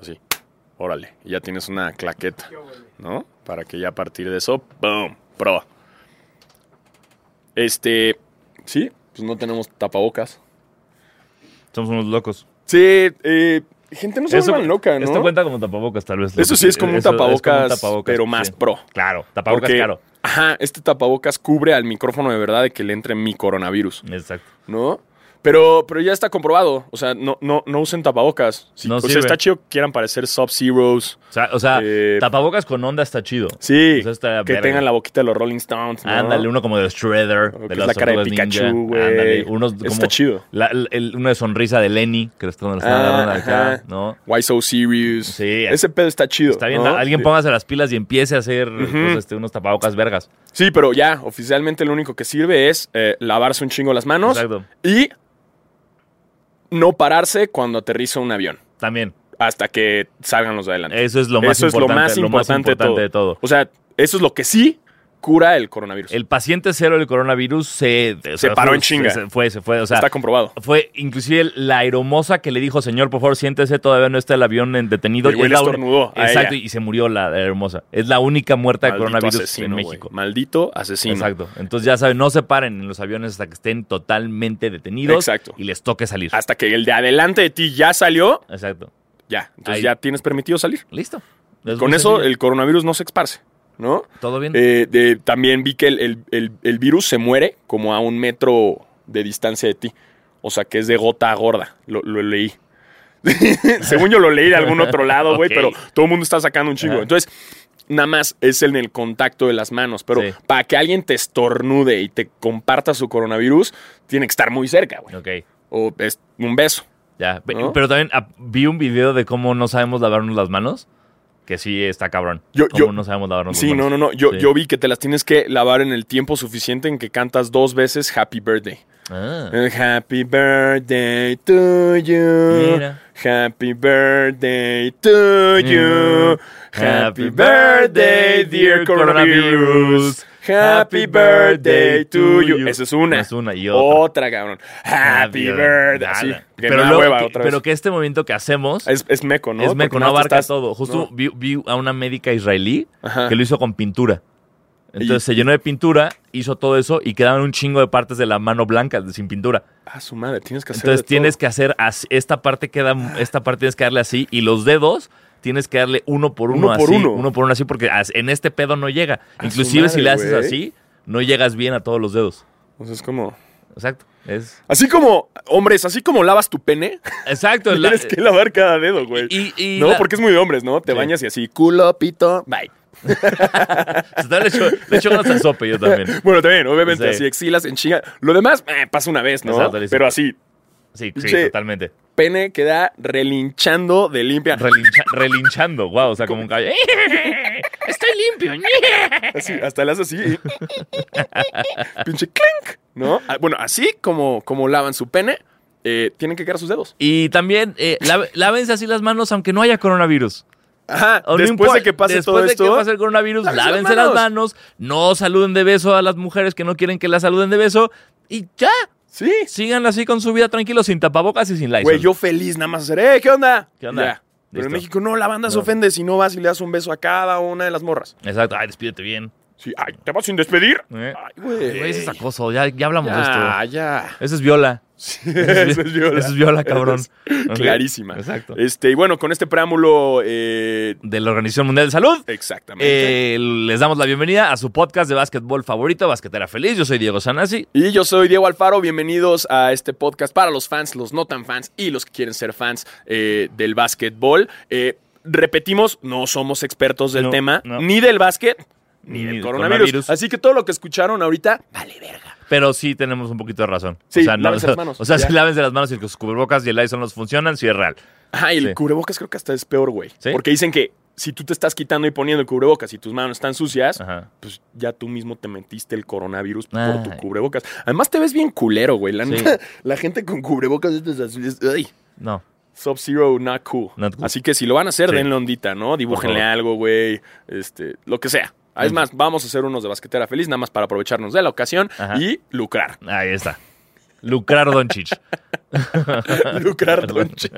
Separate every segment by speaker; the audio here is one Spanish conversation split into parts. Speaker 1: Así. Órale, y ya tienes una claqueta, ¿no? Para que ya a partir de eso, ¡boom! Prueba. Este, sí, pues no tenemos tapabocas.
Speaker 2: Somos unos locos.
Speaker 1: Sí, eh, gente no se
Speaker 2: Eso-
Speaker 1: vuelvan loca, ¿no?
Speaker 2: Esto cuenta como tapabocas, tal vez.
Speaker 1: Eso sí es como un
Speaker 2: Eso es
Speaker 1: tapabocas,
Speaker 2: tapabocas,
Speaker 1: pero más
Speaker 2: sí.
Speaker 1: pro.
Speaker 2: Claro, tapabocas
Speaker 1: Porque,
Speaker 2: caro.
Speaker 1: Ajá, este tapabocas cubre al micrófono de verdad de que le entre mi coronavirus,
Speaker 2: Exacto.
Speaker 1: ¿no? Pero, pero ya está comprobado. O sea, no, no, no usen tapabocas. Sí,
Speaker 2: No
Speaker 1: o sea,
Speaker 2: sirve.
Speaker 1: está chido que quieran parecer sub-zeros.
Speaker 2: O sea, o sea,
Speaker 1: Eh,
Speaker 2: tapabocas con onda está chido.
Speaker 1: Sí,
Speaker 2: Eso está
Speaker 1: que
Speaker 2: Pues verga.
Speaker 1: tengan la boquita de los Rolling Stones. ¿no?
Speaker 2: Ándale, uno como de Shredder,
Speaker 1: O que
Speaker 2: de
Speaker 1: es
Speaker 2: las
Speaker 1: la cara de
Speaker 2: tortugas ninja.
Speaker 1: Pikachu, güey.
Speaker 2: Ándale, unos
Speaker 1: Eso
Speaker 2: como
Speaker 1: está chido.
Speaker 2: la- el- el- una de sonrisa de Lenny, que es cuando le están
Speaker 1: Ah,
Speaker 2: agarrando acá,
Speaker 1: ajá.
Speaker 2: ¿no?
Speaker 1: Why so serious?
Speaker 2: Sí.
Speaker 1: Ese pedo está chido.
Speaker 2: Está bien,
Speaker 1: ¿no?
Speaker 2: alguien
Speaker 1: Sí.
Speaker 2: póngase las pilas y empiece a hacer pues, este, unos tapabocas vergas.
Speaker 1: Sí, pero ya, oficialmente lo único que sirve es eh, lavarse un chingo las manos
Speaker 2: Exacto.
Speaker 1: y no pararse cuando aterriza un avión.
Speaker 2: También.
Speaker 1: Hasta que salgan los de adelante.
Speaker 2: Eso es lo más
Speaker 1: eso es lo
Speaker 2: importante.
Speaker 1: más importante, de, todo.
Speaker 2: de todo.
Speaker 1: O sea, eso es lo que sí cura el coronavirus.
Speaker 2: El paciente cero del coronavirus se... o sea,
Speaker 1: paró
Speaker 2: fue-
Speaker 1: en chinga.
Speaker 2: Se, se fue, se fue. O sea,
Speaker 1: Está comprobado.
Speaker 2: fue inclusive la aeromoza que le dijo, señor, por favor, siéntese, todavía no está el avión en- detenido.
Speaker 1: El güey
Speaker 2: Es
Speaker 1: le
Speaker 2: la un-
Speaker 1: estornudó a
Speaker 2: Exacto,
Speaker 1: ella.
Speaker 2: y se murió la, la aeromoza. Es la única muerta de
Speaker 1: Maldito
Speaker 2: coronavirus
Speaker 1: asesino,
Speaker 2: en
Speaker 1: güey.
Speaker 2: México.
Speaker 1: Maldito asesino.
Speaker 2: Exacto. Entonces ya saben, no se paren en los aviones hasta que estén totalmente detenidos
Speaker 1: Exacto.
Speaker 2: y les toque salir.
Speaker 1: Hasta que el de adelante de ti ya salió,
Speaker 2: Exacto.
Speaker 1: ya. Entonces
Speaker 2: Ahí. Pues
Speaker 1: ya tienes permitido salir.
Speaker 2: Listo. Es
Speaker 1: Con
Speaker 2: muy
Speaker 1: eso
Speaker 2: sencillo.
Speaker 1: el coronavirus no se esparce, ¿no?
Speaker 2: todo bien.
Speaker 1: Eh, de- también vi que el, el- el- el virus se muere como a un metro de distancia de ti. O sea, que es de gota a gorda. Lo, lo leí. Según yo lo leí de algún otro lado, güey,
Speaker 2: Ok.
Speaker 1: pero todo el mundo está sacando un chingo.
Speaker 2: Ajá.
Speaker 1: Entonces, nada más es en el contacto de las manos. Pero
Speaker 2: Sí.
Speaker 1: para que alguien te estornude y te comparta su coronavirus, tiene que estar muy cerca, güey.
Speaker 2: ok.
Speaker 1: O es un beso.
Speaker 2: Ya. Pe-
Speaker 1: ¿No?
Speaker 2: Pero también ah, vi un video de cómo no sabemos lavarnos las manos. Que sí está cabrón.
Speaker 1: Yo-
Speaker 2: cómo
Speaker 1: yo-
Speaker 2: no sabemos lavarnos
Speaker 1: Sí,
Speaker 2: las
Speaker 1: no,
Speaker 2: manos.
Speaker 1: no, no. Yo,
Speaker 2: Sí.
Speaker 1: yo vi que te las tienes que lavar en el tiempo suficiente en que cantas dos veces Happy Birthday.
Speaker 2: Ah.
Speaker 1: El Happy birthday to you.
Speaker 2: Mira.
Speaker 1: Happy birthday to
Speaker 2: Mm.
Speaker 1: you. Happy birthday, dear coronavirus. Happy birthday to you. Esa es una.
Speaker 2: Es una y otra.
Speaker 1: cabrón. Happy birthday. Así,
Speaker 2: Nada.
Speaker 1: que
Speaker 2: pero,
Speaker 1: me da
Speaker 2: luego
Speaker 1: hueva
Speaker 2: que,
Speaker 1: otra
Speaker 2: pero
Speaker 1: vez.
Speaker 2: que este movimiento que hacemos
Speaker 1: es, es meco, ¿no?
Speaker 2: es meco,
Speaker 1: Porque
Speaker 2: no
Speaker 1: nada más te
Speaker 2: abarca
Speaker 1: estás-
Speaker 2: todo. Justo
Speaker 1: no.
Speaker 2: vi, vi a una médica israelí
Speaker 1: Ajá.
Speaker 2: que lo hizo con pintura. Entonces
Speaker 1: Y-
Speaker 2: se llenó de pintura, hizo todo eso y quedaban un chingo de partes de la mano blanca de- sin pintura.
Speaker 1: Ah, su madre, tienes que hacer.
Speaker 2: Entonces tienes que hacer así- esta parte queda esta parte tienes que darle así y los dedos tienes que darle uno por uno,
Speaker 1: Uno por
Speaker 2: así,
Speaker 1: uno.
Speaker 2: por uno así porque as- en este pedo no llega.
Speaker 1: A su
Speaker 2: Inclusive si
Speaker 1: madre,
Speaker 2: le haces
Speaker 1: güey.
Speaker 2: así no llegas bien a todos los dedos.
Speaker 1: Entonces, como.
Speaker 2: Exacto. Es
Speaker 1: Así como, hombres, así como lavas tu pene,
Speaker 2: Exacto. la-
Speaker 1: tienes que lavar cada dedo, güey.
Speaker 2: y, y
Speaker 1: No,
Speaker 2: la-
Speaker 1: porque es muy de hombres, ¿no? Te
Speaker 2: Sí.
Speaker 1: bañas y así, culo, pito, bye.
Speaker 2: se está- le echo, le echo ganas al sope yo también.
Speaker 1: Bueno, también, obviamente,
Speaker 2: Sí.
Speaker 1: así exilas en chinga. Lo demás, eh, pasa una vez, ¿no?
Speaker 2: Exacto, listo.
Speaker 1: Pero así,
Speaker 2: Sí, sí,
Speaker 1: Sí.
Speaker 2: totalmente.
Speaker 1: pene queda relinchando de limpia.
Speaker 2: Relincha- relinchando, wow, o sea, como un caballo. Estoy limpio.
Speaker 1: Así, hasta le haces así. y- Pinche clink, ¿no? Ah, Bueno, así como, como lavan su pene, eh, tienen que quedar sus dedos.
Speaker 2: Y también, eh, lave- lávense así las manos aunque no haya coronavirus.
Speaker 1: Ajá,
Speaker 2: O no
Speaker 1: después
Speaker 2: importa-
Speaker 1: de que pase
Speaker 2: después
Speaker 1: todo
Speaker 2: de
Speaker 1: esto.
Speaker 2: que pase el coronavirus,
Speaker 1: lávense las
Speaker 2: lávense las manos, no saluden de beso a las mujeres que no quieren que las saluden de beso y ya,
Speaker 1: Sí.
Speaker 2: sigan así con su vida tranquilos, sin tapabocas y sin likes.
Speaker 1: Güey, yo feliz nada más hacer, ¡eh, qué onda!
Speaker 2: ¿Qué onda?
Speaker 1: Ya. Pero en
Speaker 2: Listo.
Speaker 1: México no, la banda se
Speaker 2: No.
Speaker 1: ofende si no vas y le das un beso a cada una de las morras.
Speaker 2: Exacto, ay, despídete bien.
Speaker 1: Sí, ay, ¿te vas sin despedir?
Speaker 2: Eh.
Speaker 1: Ay,
Speaker 2: Güey,
Speaker 1: güey.
Speaker 2: ese es acoso, ya, ya hablamos de esto.
Speaker 1: Ya, ya.
Speaker 2: Eso es viola.
Speaker 1: Eso es viola.
Speaker 2: Eso es viola, cabrón.
Speaker 1: Es Clarísima.
Speaker 2: Exacto.
Speaker 1: Este, y bueno, con este preámbulo, eh,
Speaker 2: De la Organización Mundial de Salud.
Speaker 1: exactamente.
Speaker 2: Eh, les damos la bienvenida a su podcast de básquetbol favorito, Basquetera Feliz. Yo soy Diego Sanasi.
Speaker 1: Y yo soy Diego Alfaro, bienvenidos a este podcast para los fans, los no tan fans y los que quieren ser fans eh, del básquetbol. Eh, repetimos, no somos expertos del
Speaker 2: No,
Speaker 1: tema,
Speaker 2: no.
Speaker 1: ni del básquet, ni,
Speaker 2: Ni
Speaker 1: del
Speaker 2: del
Speaker 1: coronavirus.
Speaker 2: coronavirus.
Speaker 1: Así que todo lo que escucharon ahorita, vale verga.
Speaker 2: Pero sí tenemos un poquito de razón.
Speaker 1: Sí,
Speaker 2: o sea, no-
Speaker 1: lávense las manos,
Speaker 2: O sea,
Speaker 1: ya.
Speaker 2: sí, lávense las manos y los cubrebocas y el ISO no funcionan, sí es real.
Speaker 1: Ajá, Ah, y el
Speaker 2: Sí.
Speaker 1: cubrebocas creo que hasta es peor, güey.
Speaker 2: ¿Sí?
Speaker 1: Porque dicen que si tú te estás quitando y poniendo el cubrebocas y tus manos están sucias,
Speaker 2: Ajá.
Speaker 1: pues ya tú mismo te metiste el coronavirus
Speaker 2: Ah.
Speaker 1: por tu cubrebocas. Además te ves bien culero, güey. La,
Speaker 2: Sí.
Speaker 1: neta, la gente con cubrebocas esto es así, es- ay.
Speaker 2: No.
Speaker 1: Sub Zero not cool.
Speaker 2: Not cool.
Speaker 1: Así que si lo van a hacer,
Speaker 2: Sí.
Speaker 1: denle ondita, ¿no? Dibújenle
Speaker 2: favor.
Speaker 1: algo, güey. Este, lo que sea. Es
Speaker 2: Mm.
Speaker 1: más, vamos a hacer unos de basquetera feliz, nada más para aprovecharnos de la ocasión
Speaker 2: Ajá.
Speaker 1: y lucrar.
Speaker 2: Ahí está. Lucrar Doncic.
Speaker 1: Lucrar Doncic.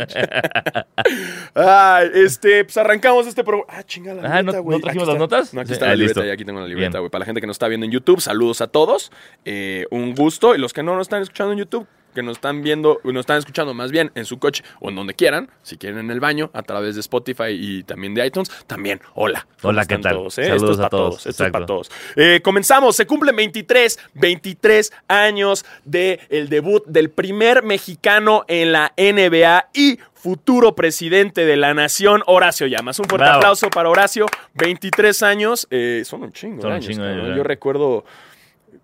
Speaker 1: Ay, este, pues arrancamos este programa. Ah, chingada, la
Speaker 2: Ah, ¿no-
Speaker 1: libreta,
Speaker 2: no
Speaker 1: güey.
Speaker 2: trajimos
Speaker 1: Aquí
Speaker 2: las
Speaker 1: está.
Speaker 2: notas?
Speaker 1: No, aquí
Speaker 2: Sí,
Speaker 1: está la
Speaker 2: ah,
Speaker 1: libreta,
Speaker 2: listo.
Speaker 1: y aquí tengo la libreta,
Speaker 2: Bien.
Speaker 1: güey. Para la gente que nos está viendo en YouTube, saludos a todos. Eh, un gusto. Y los que no nos están escuchando en YouTube, que nos están viendo, nos están escuchando más bien en su coche o en donde quieran, si quieren en el baño, a través de Spotify y también de iTunes, también, hola. ¿Cómo
Speaker 2: Hola, ¿qué
Speaker 1: están
Speaker 2: tal?
Speaker 1: todos, eh?
Speaker 2: Saludos
Speaker 1: Esto es
Speaker 2: a
Speaker 1: para
Speaker 2: todos,
Speaker 1: Esto es para
Speaker 2: exacto.
Speaker 1: todos. Eh, comenzamos, se cumplen 23, 23 años del el debut del primer mexicano en la NBA y futuro presidente de la nación, Horacio Llamas. Un fuerte
Speaker 2: Bravo.
Speaker 1: aplauso para Horacio, 23 años, eh, son un chingo
Speaker 2: Son
Speaker 1: de
Speaker 2: un
Speaker 1: años.
Speaker 2: chingo de
Speaker 1: cabrón.
Speaker 2: años,
Speaker 1: Yo
Speaker 2: ¿verdad?
Speaker 1: recuerdo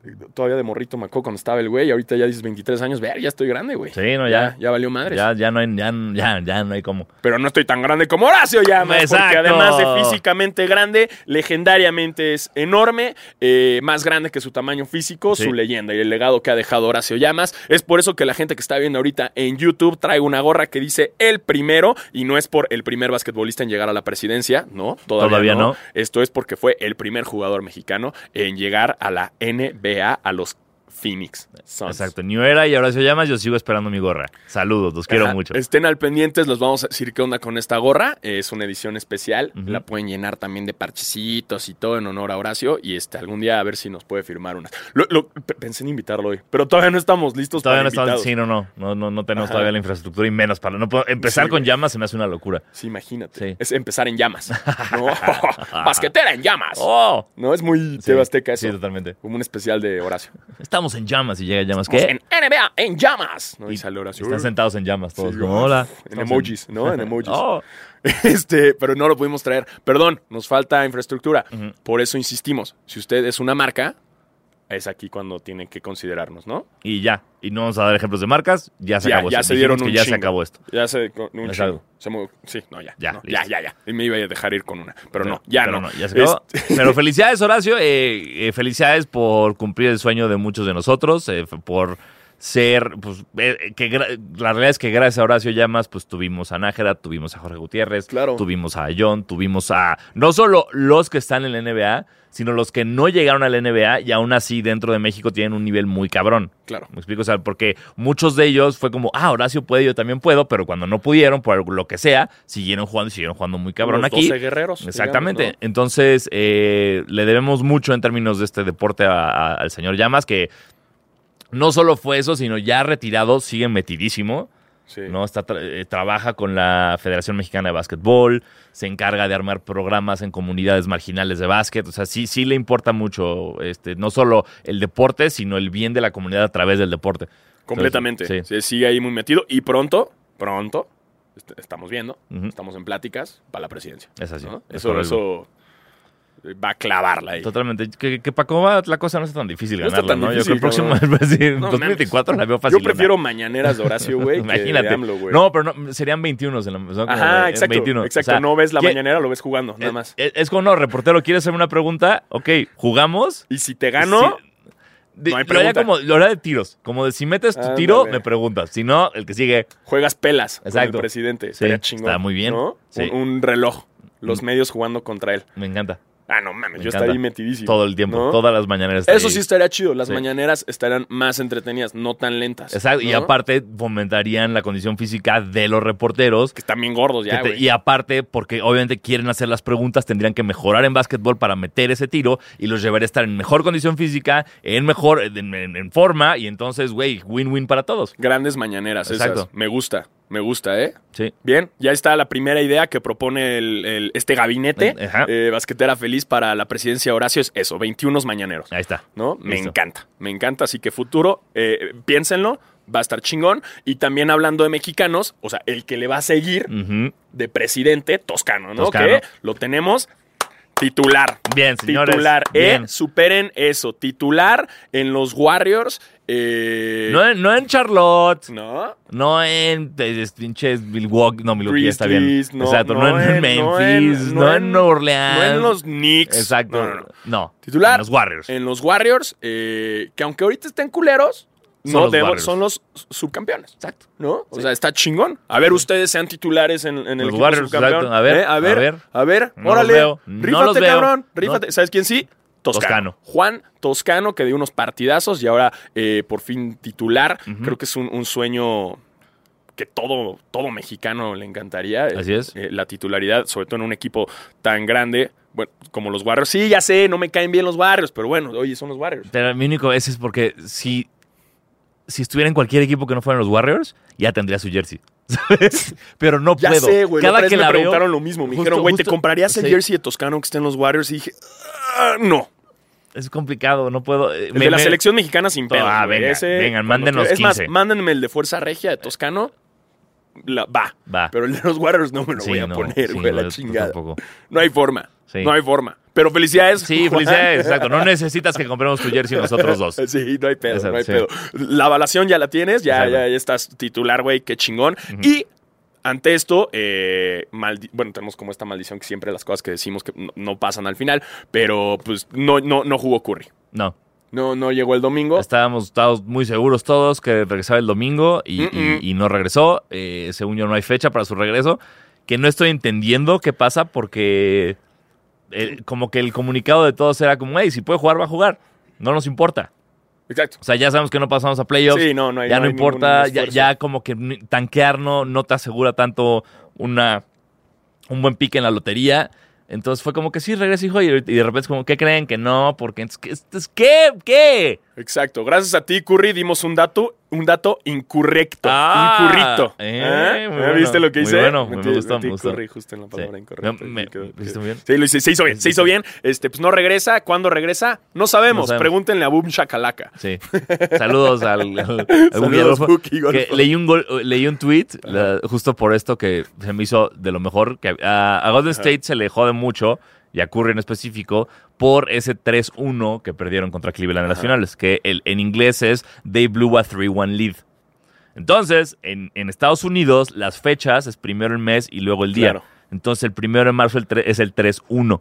Speaker 1: eh, todavía de morrito me acuerdo cuando estaba el güey, ahorita ya dices 23 años, ver, ya estoy grande, güey.
Speaker 2: Sí, no,
Speaker 1: ya.
Speaker 2: ya.
Speaker 1: Ya, valió madres.
Speaker 2: Ya, ya no hay, ya, ya, ya no hay cómo.
Speaker 1: Pero no estoy tan grande como Horacio Llamas, porque
Speaker 2: Exacto.
Speaker 1: además de físicamente grande, legendariamente es enorme, eh, más grande que su tamaño físico,
Speaker 2: Sí.
Speaker 1: su leyenda y el legado que ha dejado Horacio Llamas. Es por eso que la gente que está viendo ahorita en YouTube trae una gorra que dice el primero, y no es por el primer basquetbolista en llegar a la presidencia, no, todavía,
Speaker 2: Todavía
Speaker 1: no.
Speaker 2: no.
Speaker 1: Esto es porque fue el primer jugador mexicano en llegar a la NBA, a los Phoenix Suns.
Speaker 2: Exacto. New Era y Horacio Llamas, yo sigo esperando mi gorra. Saludos, los quiero
Speaker 1: Ajá.
Speaker 2: mucho.
Speaker 1: Estén al pendientes, les vamos a decir qué onda con esta gorra. Es una edición especial.
Speaker 2: Ujú.
Speaker 1: La pueden llenar también de parchecitos y todo en honor a Horacio. Y este, algún día a ver si nos puede firmar unas. Lo- lo- pe- pensé en invitarlo hoy, pero todavía no estamos listos
Speaker 2: Todavía no
Speaker 1: para
Speaker 2: estamos,
Speaker 1: invitados.
Speaker 2: sí, no, no, no, no, no tenemos
Speaker 1: Ajá.
Speaker 2: todavía la infraestructura y menos para, no puedo, empezar
Speaker 1: Sí,
Speaker 2: con
Speaker 1: güey.
Speaker 2: llamas se me hace una locura.
Speaker 1: Sí, imagínate.
Speaker 2: Sí.
Speaker 1: Es empezar en llamas. ¿no? Basquetera en llamas.
Speaker 2: ¡Oh!
Speaker 1: No, es muy
Speaker 2: Sí,
Speaker 1: TV Azteca eso.
Speaker 2: Sí, totalmente.
Speaker 1: Como un especial de Horacio.
Speaker 2: Estamos en llamas y llega llamas.
Speaker 1: Estamos
Speaker 2: ¿Qué?
Speaker 1: En NBA, en llamas. No, y,
Speaker 2: Y
Speaker 1: sale Horacio.
Speaker 2: Están sentados en llamas todos.
Speaker 1: Sí,
Speaker 2: como,
Speaker 1: güey.
Speaker 2: hola.
Speaker 1: En
Speaker 2: Estamos
Speaker 1: emojis, ¿no? En emojis.
Speaker 2: Oh.
Speaker 1: Este, pero no lo pudimos traer. Perdón, nos falta infraestructura.
Speaker 2: Ujú.
Speaker 1: Por eso insistimos. Si usted es una marca, es aquí cuando tiene que considerarnos, ¿no?
Speaker 2: Y ya. Y no vamos a dar ejemplos de marcas. Ya se
Speaker 1: Ya,
Speaker 2: acabó
Speaker 1: ya
Speaker 2: esto.
Speaker 1: se dieron
Speaker 2: Dijimos
Speaker 1: un
Speaker 2: que Ya se
Speaker 1: chingo.
Speaker 2: acabó esto.
Speaker 1: Ya se. con- un
Speaker 2: Es
Speaker 1: chingo.
Speaker 2: algo.
Speaker 1: Se mo- sí, no, ya.
Speaker 2: Ya,
Speaker 1: no,
Speaker 2: listo.
Speaker 1: ya, ya, ya. Y me iba a dejar ir con una. Pero no, ya no.
Speaker 2: ya se acabó.
Speaker 1: Este-
Speaker 2: Pero felicidades, Horacio. eh, eh, felicidades por cumplir el sueño de muchos de nosotros. eh, f- por ser, pues, eh, que gra- la realidad es que gracias a Horacio Llamas, pues tuvimos a Nájera, tuvimos a Jorge Gutiérrez,
Speaker 1: Claro.
Speaker 2: tuvimos a John, tuvimos a no solo los que están en la NBA, sino los que no llegaron a la NBA y aún así dentro de México tienen un nivel muy cabrón.
Speaker 1: Claro.
Speaker 2: Me explico, o sea, porque muchos de ellos fue como, ah, Horacio puede, yo también puedo, pero cuando no pudieron, por lo que sea, siguieron jugando y siguieron jugando muy cabrón
Speaker 1: Unos
Speaker 2: aquí.
Speaker 1: 12 guerreros.
Speaker 2: Exactamente.
Speaker 1: digamos,
Speaker 2: Entonces, eh, le debemos mucho en términos de este deporte a- a- al señor Llamas, que no solo fue eso, sino ya retirado, sigue
Speaker 1: ¿no?
Speaker 2: metidísimo.
Speaker 1: Sí.
Speaker 2: ¿no? Está tra- eh, trabaja con la Federación Mexicana de Básquetbol, se encarga de armar programas en comunidades marginales de básquet. O sea, sí, sí le importa mucho este, no solo el deporte, sino el bien de la comunidad a través del deporte.
Speaker 1: Completamente.
Speaker 2: Sí.
Speaker 1: Sí, sigue ahí muy metido. Y pronto, pronto, est- estamos viendo,
Speaker 2: Ujú.
Speaker 1: estamos en pláticas para la presidencia.
Speaker 2: Es así.
Speaker 1: ¿no?
Speaker 2: es
Speaker 1: Eso,
Speaker 2: correcto.
Speaker 1: eso eh, va a clavarla ahí.
Speaker 2: Totalmente. Que, que para cómo va la cosa no está tan difícil
Speaker 1: No está
Speaker 2: ganarla,
Speaker 1: tan
Speaker 2: ¿no? Yo
Speaker 1: difícil,
Speaker 2: creo que el
Speaker 1: cabrón.
Speaker 2: próximo es decir,
Speaker 1: No,
Speaker 2: 2024 la veo fácil.
Speaker 1: Yo prefiero mañaneras de Horacio, güey, que
Speaker 2: Imagínate.
Speaker 1: de AMLO, güey.
Speaker 2: No, pero no, serían 21 en la son como de-
Speaker 1: Ajá,
Speaker 2: eh,
Speaker 1: exacto.
Speaker 2: 21.
Speaker 1: Exacto,
Speaker 2: O sea,
Speaker 1: no ves la
Speaker 2: ¿qué-
Speaker 1: mañanera, lo ves jugando, nada
Speaker 2: eh,
Speaker 1: más.
Speaker 2: Es, es como, no, reportero, ¿quieres hacerme una pregunta? Ok, ¿jugamos?
Speaker 1: Y si te gano,
Speaker 2: Sí. De-
Speaker 1: No hay
Speaker 2: lo haría
Speaker 1: pregunta.
Speaker 2: como lo haría de tiros. Como de si metes tu tiro,
Speaker 1: Ándale.
Speaker 2: me preguntas. Si no, el que sigue.
Speaker 1: juegas pelas con el
Speaker 2: Exacto.
Speaker 1: presidente.
Speaker 2: Sí,
Speaker 1: Estaría chingón.
Speaker 2: está muy bien.
Speaker 1: ¿no?
Speaker 2: Sí.
Speaker 1: Un, un reloj. Los medios jugando contra él.
Speaker 2: Me encanta.
Speaker 1: Ah, no mames,
Speaker 2: Me
Speaker 1: yo
Speaker 2: encanta.
Speaker 1: estaría ahí metidísimo.
Speaker 2: Todo el tiempo,
Speaker 1: ¿no?
Speaker 2: todas las mañanas.
Speaker 1: Eso
Speaker 2: ahí.
Speaker 1: sí estaría chido. Las
Speaker 2: Sí.
Speaker 1: mañaneras estarían más entretenidas, no tan lentas.
Speaker 2: Exacto. Y
Speaker 1: ¿no?
Speaker 2: aparte, fomentarían la condición física de los reporteros.
Speaker 1: Que están bien gordos ya,
Speaker 2: que te-
Speaker 1: güey.
Speaker 2: y aparte, porque obviamente quieren hacer las preguntas, tendrían que mejorar en básquetbol para meter ese tiro y los llevaría a estar en mejor condición física, en mejor, en, en- en forma, y entonces, güey, win-win para todos.
Speaker 1: Grandes mañaneras
Speaker 2: Exacto.
Speaker 1: esas. Me gusta, me gusta, ¿eh?
Speaker 2: Sí.
Speaker 1: Bien, ya está la primera idea que propone el- el- este gabinete
Speaker 2: Ajá.
Speaker 1: eh, basquetera feliz para la presidencia de Horacio. Es eso, 21 mañaneros.
Speaker 2: Ahí está.
Speaker 1: ¿no? Me
Speaker 2: Listo.
Speaker 1: encanta, me encanta. Así que futuro, eh, piénsenlo, va a estar chingón. Y también hablando de mexicanos, o sea, el que le va a seguir
Speaker 2: Ujú.
Speaker 1: de presidente, Toscano, ¿no?
Speaker 2: Toscano.
Speaker 1: Que lo tenemos titular.
Speaker 2: Bien, señores.
Speaker 1: titular,
Speaker 2: Bien.
Speaker 1: eh, superen eso. Titular en los Warriors. eh,
Speaker 2: No, en- no en Charlotte.
Speaker 1: ¿no?
Speaker 2: No en eh, pinches Milwaukee. No, Milwaukee ya está bien.
Speaker 1: Grizzlies, no,
Speaker 2: Exacto. No,
Speaker 1: no
Speaker 2: en,
Speaker 1: en- no
Speaker 2: Memphis.
Speaker 1: en-
Speaker 2: No,
Speaker 1: no en-
Speaker 2: en Nueva Orleans.
Speaker 1: No en los Knicks.
Speaker 2: Exacto.
Speaker 1: No, no, no.
Speaker 2: No,
Speaker 1: Titular.
Speaker 2: En los Warriors.
Speaker 1: En los Warriors, eh, que aunque ahorita estén culeros,
Speaker 2: Son
Speaker 1: no
Speaker 2: los
Speaker 1: debo-
Speaker 2: Warriors.
Speaker 1: son los subcampeones.
Speaker 2: Exacto.
Speaker 1: ¿No? O
Speaker 2: Sí.
Speaker 1: sea, está chingón. A ver, ustedes sean titulares en, en el
Speaker 2: Los
Speaker 1: equipo
Speaker 2: Warriors,
Speaker 1: subcampeón.
Speaker 2: exacto. A ver,
Speaker 1: ¿Eh? a ver, a ver,
Speaker 2: No los
Speaker 1: órale,
Speaker 2: veo, no
Speaker 1: rífate,
Speaker 2: los veo,
Speaker 1: cabrón,
Speaker 2: no-
Speaker 1: rífate. ¿Sabes quién sí? Toscano.
Speaker 2: Toscano.
Speaker 1: Juan Toscano, que dio unos partidazos y ahora eh, por fin titular. Creo que es un, un sueño que todo, todo mexicano le encantaría. Eh,
Speaker 2: Así es.
Speaker 1: eh, la titularidad, sobre todo en un equipo tan grande bueno, como los Warriors. Sí, ya sé, no me caen bien los Warriors, pero bueno, oye, son los Warriors.
Speaker 2: Pero mi único ese es porque si, si estuviera en cualquier equipo que no fueran los Warriors, ya tendría su jersey. ¿Sabes? Pero no
Speaker 1: Ya
Speaker 2: puedo.
Speaker 1: sé, güey. la otra vez me
Speaker 2: veo-
Speaker 1: preguntaron lo mismo. Me
Speaker 2: Justo,
Speaker 1: dijeron, güey, ¿te
Speaker 2: justo-
Speaker 1: comprarías el
Speaker 2: sí.
Speaker 1: jersey de Toscano que está en los Warriors? Y dije, "Ah, no.
Speaker 2: es complicado, no puedo. eh,
Speaker 1: El
Speaker 2: me-
Speaker 1: de la
Speaker 2: me-
Speaker 1: selección mexicana sin
Speaker 2: Todo,
Speaker 1: pedo.
Speaker 2: ah,
Speaker 1: güey.
Speaker 2: venga, vengan, mándenos
Speaker 1: cuando quieran. Es
Speaker 2: 15.
Speaker 1: más, mándenme el de Fuerza Regia de Toscano. La- va.
Speaker 2: Va.
Speaker 1: Pero el de los Warriors no me lo
Speaker 2: Sí,
Speaker 1: voy a
Speaker 2: no,
Speaker 1: poner,
Speaker 2: sí,
Speaker 1: güey,
Speaker 2: no,
Speaker 1: la
Speaker 2: yo
Speaker 1: chingada.
Speaker 2: tampoco.
Speaker 1: No hay forma.
Speaker 2: Sí.
Speaker 1: No hay forma. Pero felicidades.
Speaker 2: Sí,
Speaker 1: Juan.
Speaker 2: felicidades, exacto. No necesitas que compremos tu jersey nosotros dos.
Speaker 1: Sí, no hay pedo,
Speaker 2: Exacto,
Speaker 1: no hay
Speaker 2: sí.
Speaker 1: pedo. La avalación ya la tienes, ya,
Speaker 2: Exacto.
Speaker 1: ya, ya estás titular, güey, qué chingón. Y ante esto, eh, maldi- bueno, tenemos como esta maldición que siempre las cosas que decimos que no, no pasan al final, pero pues no, no, no jugó Curry.
Speaker 2: No,
Speaker 1: No, no llegó el domingo.
Speaker 2: estábamos, estábamos muy seguros todos que regresaba el domingo y, y-
Speaker 1: Mm-mm.
Speaker 2: y no regresó. Eh, según yo, no hay fecha para su regreso. Que no estoy entendiendo qué pasa porque eh, como que el comunicado de todos era como, hey, si puede jugar, va a jugar. No nos importa.
Speaker 1: Exacto.
Speaker 2: O sea, ya sabemos que no pasamos a playoffs.
Speaker 1: Sí, no, no hay-
Speaker 2: ya
Speaker 1: no
Speaker 2: no,
Speaker 1: hay
Speaker 2: importa.
Speaker 1: ningún
Speaker 2: Ya,
Speaker 1: esfuerzo.
Speaker 2: ya como que ni- tanquear no, no te asegura tanto una, un buen pique en la lotería. Entonces fue como que sí, regresa hijo. Y, y de repente es como, ¿qué creen? Que no, porque entonces, ¿qué- entonces, ¿qué? ¿Qué?
Speaker 1: Exacto. Gracias a ti, Curry, dimos un dato, un dato incorrecto.
Speaker 2: Ah,
Speaker 1: incurrito.
Speaker 2: eh,
Speaker 1: ¿Ah?
Speaker 2: muy
Speaker 1: ¿Ah,
Speaker 2: bueno,
Speaker 1: ¿Viste lo que
Speaker 2: muy
Speaker 1: hice?
Speaker 2: bueno, me- me
Speaker 1: Metí-
Speaker 2: gustó,
Speaker 1: metí
Speaker 2: me gustó.
Speaker 1: Curry justo en la palabra
Speaker 2: Sí.
Speaker 1: incorrecta.
Speaker 2: Me- me-
Speaker 1: Sí, quedó-
Speaker 2: ¿lo hiciste
Speaker 1: quedó-
Speaker 2: bien?
Speaker 1: Sí, lo hice- se hizo bien, se hizo bien. Este, pues no regresa. ¿Cuándo regresa? No sabemos.
Speaker 2: No sabemos.
Speaker 1: Pregúntenle a Boom Shakalaka.
Speaker 2: Sí. Saludos al, al- al Buki
Speaker 1: Saludos,
Speaker 2: Adolfo,
Speaker 1: Buki Adolfo.
Speaker 2: que leí un gol, eh, leí un tweet la- justo por esto que se me hizo de lo mejor que a, a Golden State se le jode mucho y a Curry en específico por ese 3-1 que perdieron contra Cleveland en las finales, que el- en inglés es they blew a 3-1 lead. Entonces, en, en Estados Unidos las fechas es primero el mes y luego el día.
Speaker 1: Claro.
Speaker 2: Entonces, el primero de marzo el tre- es el 3-1.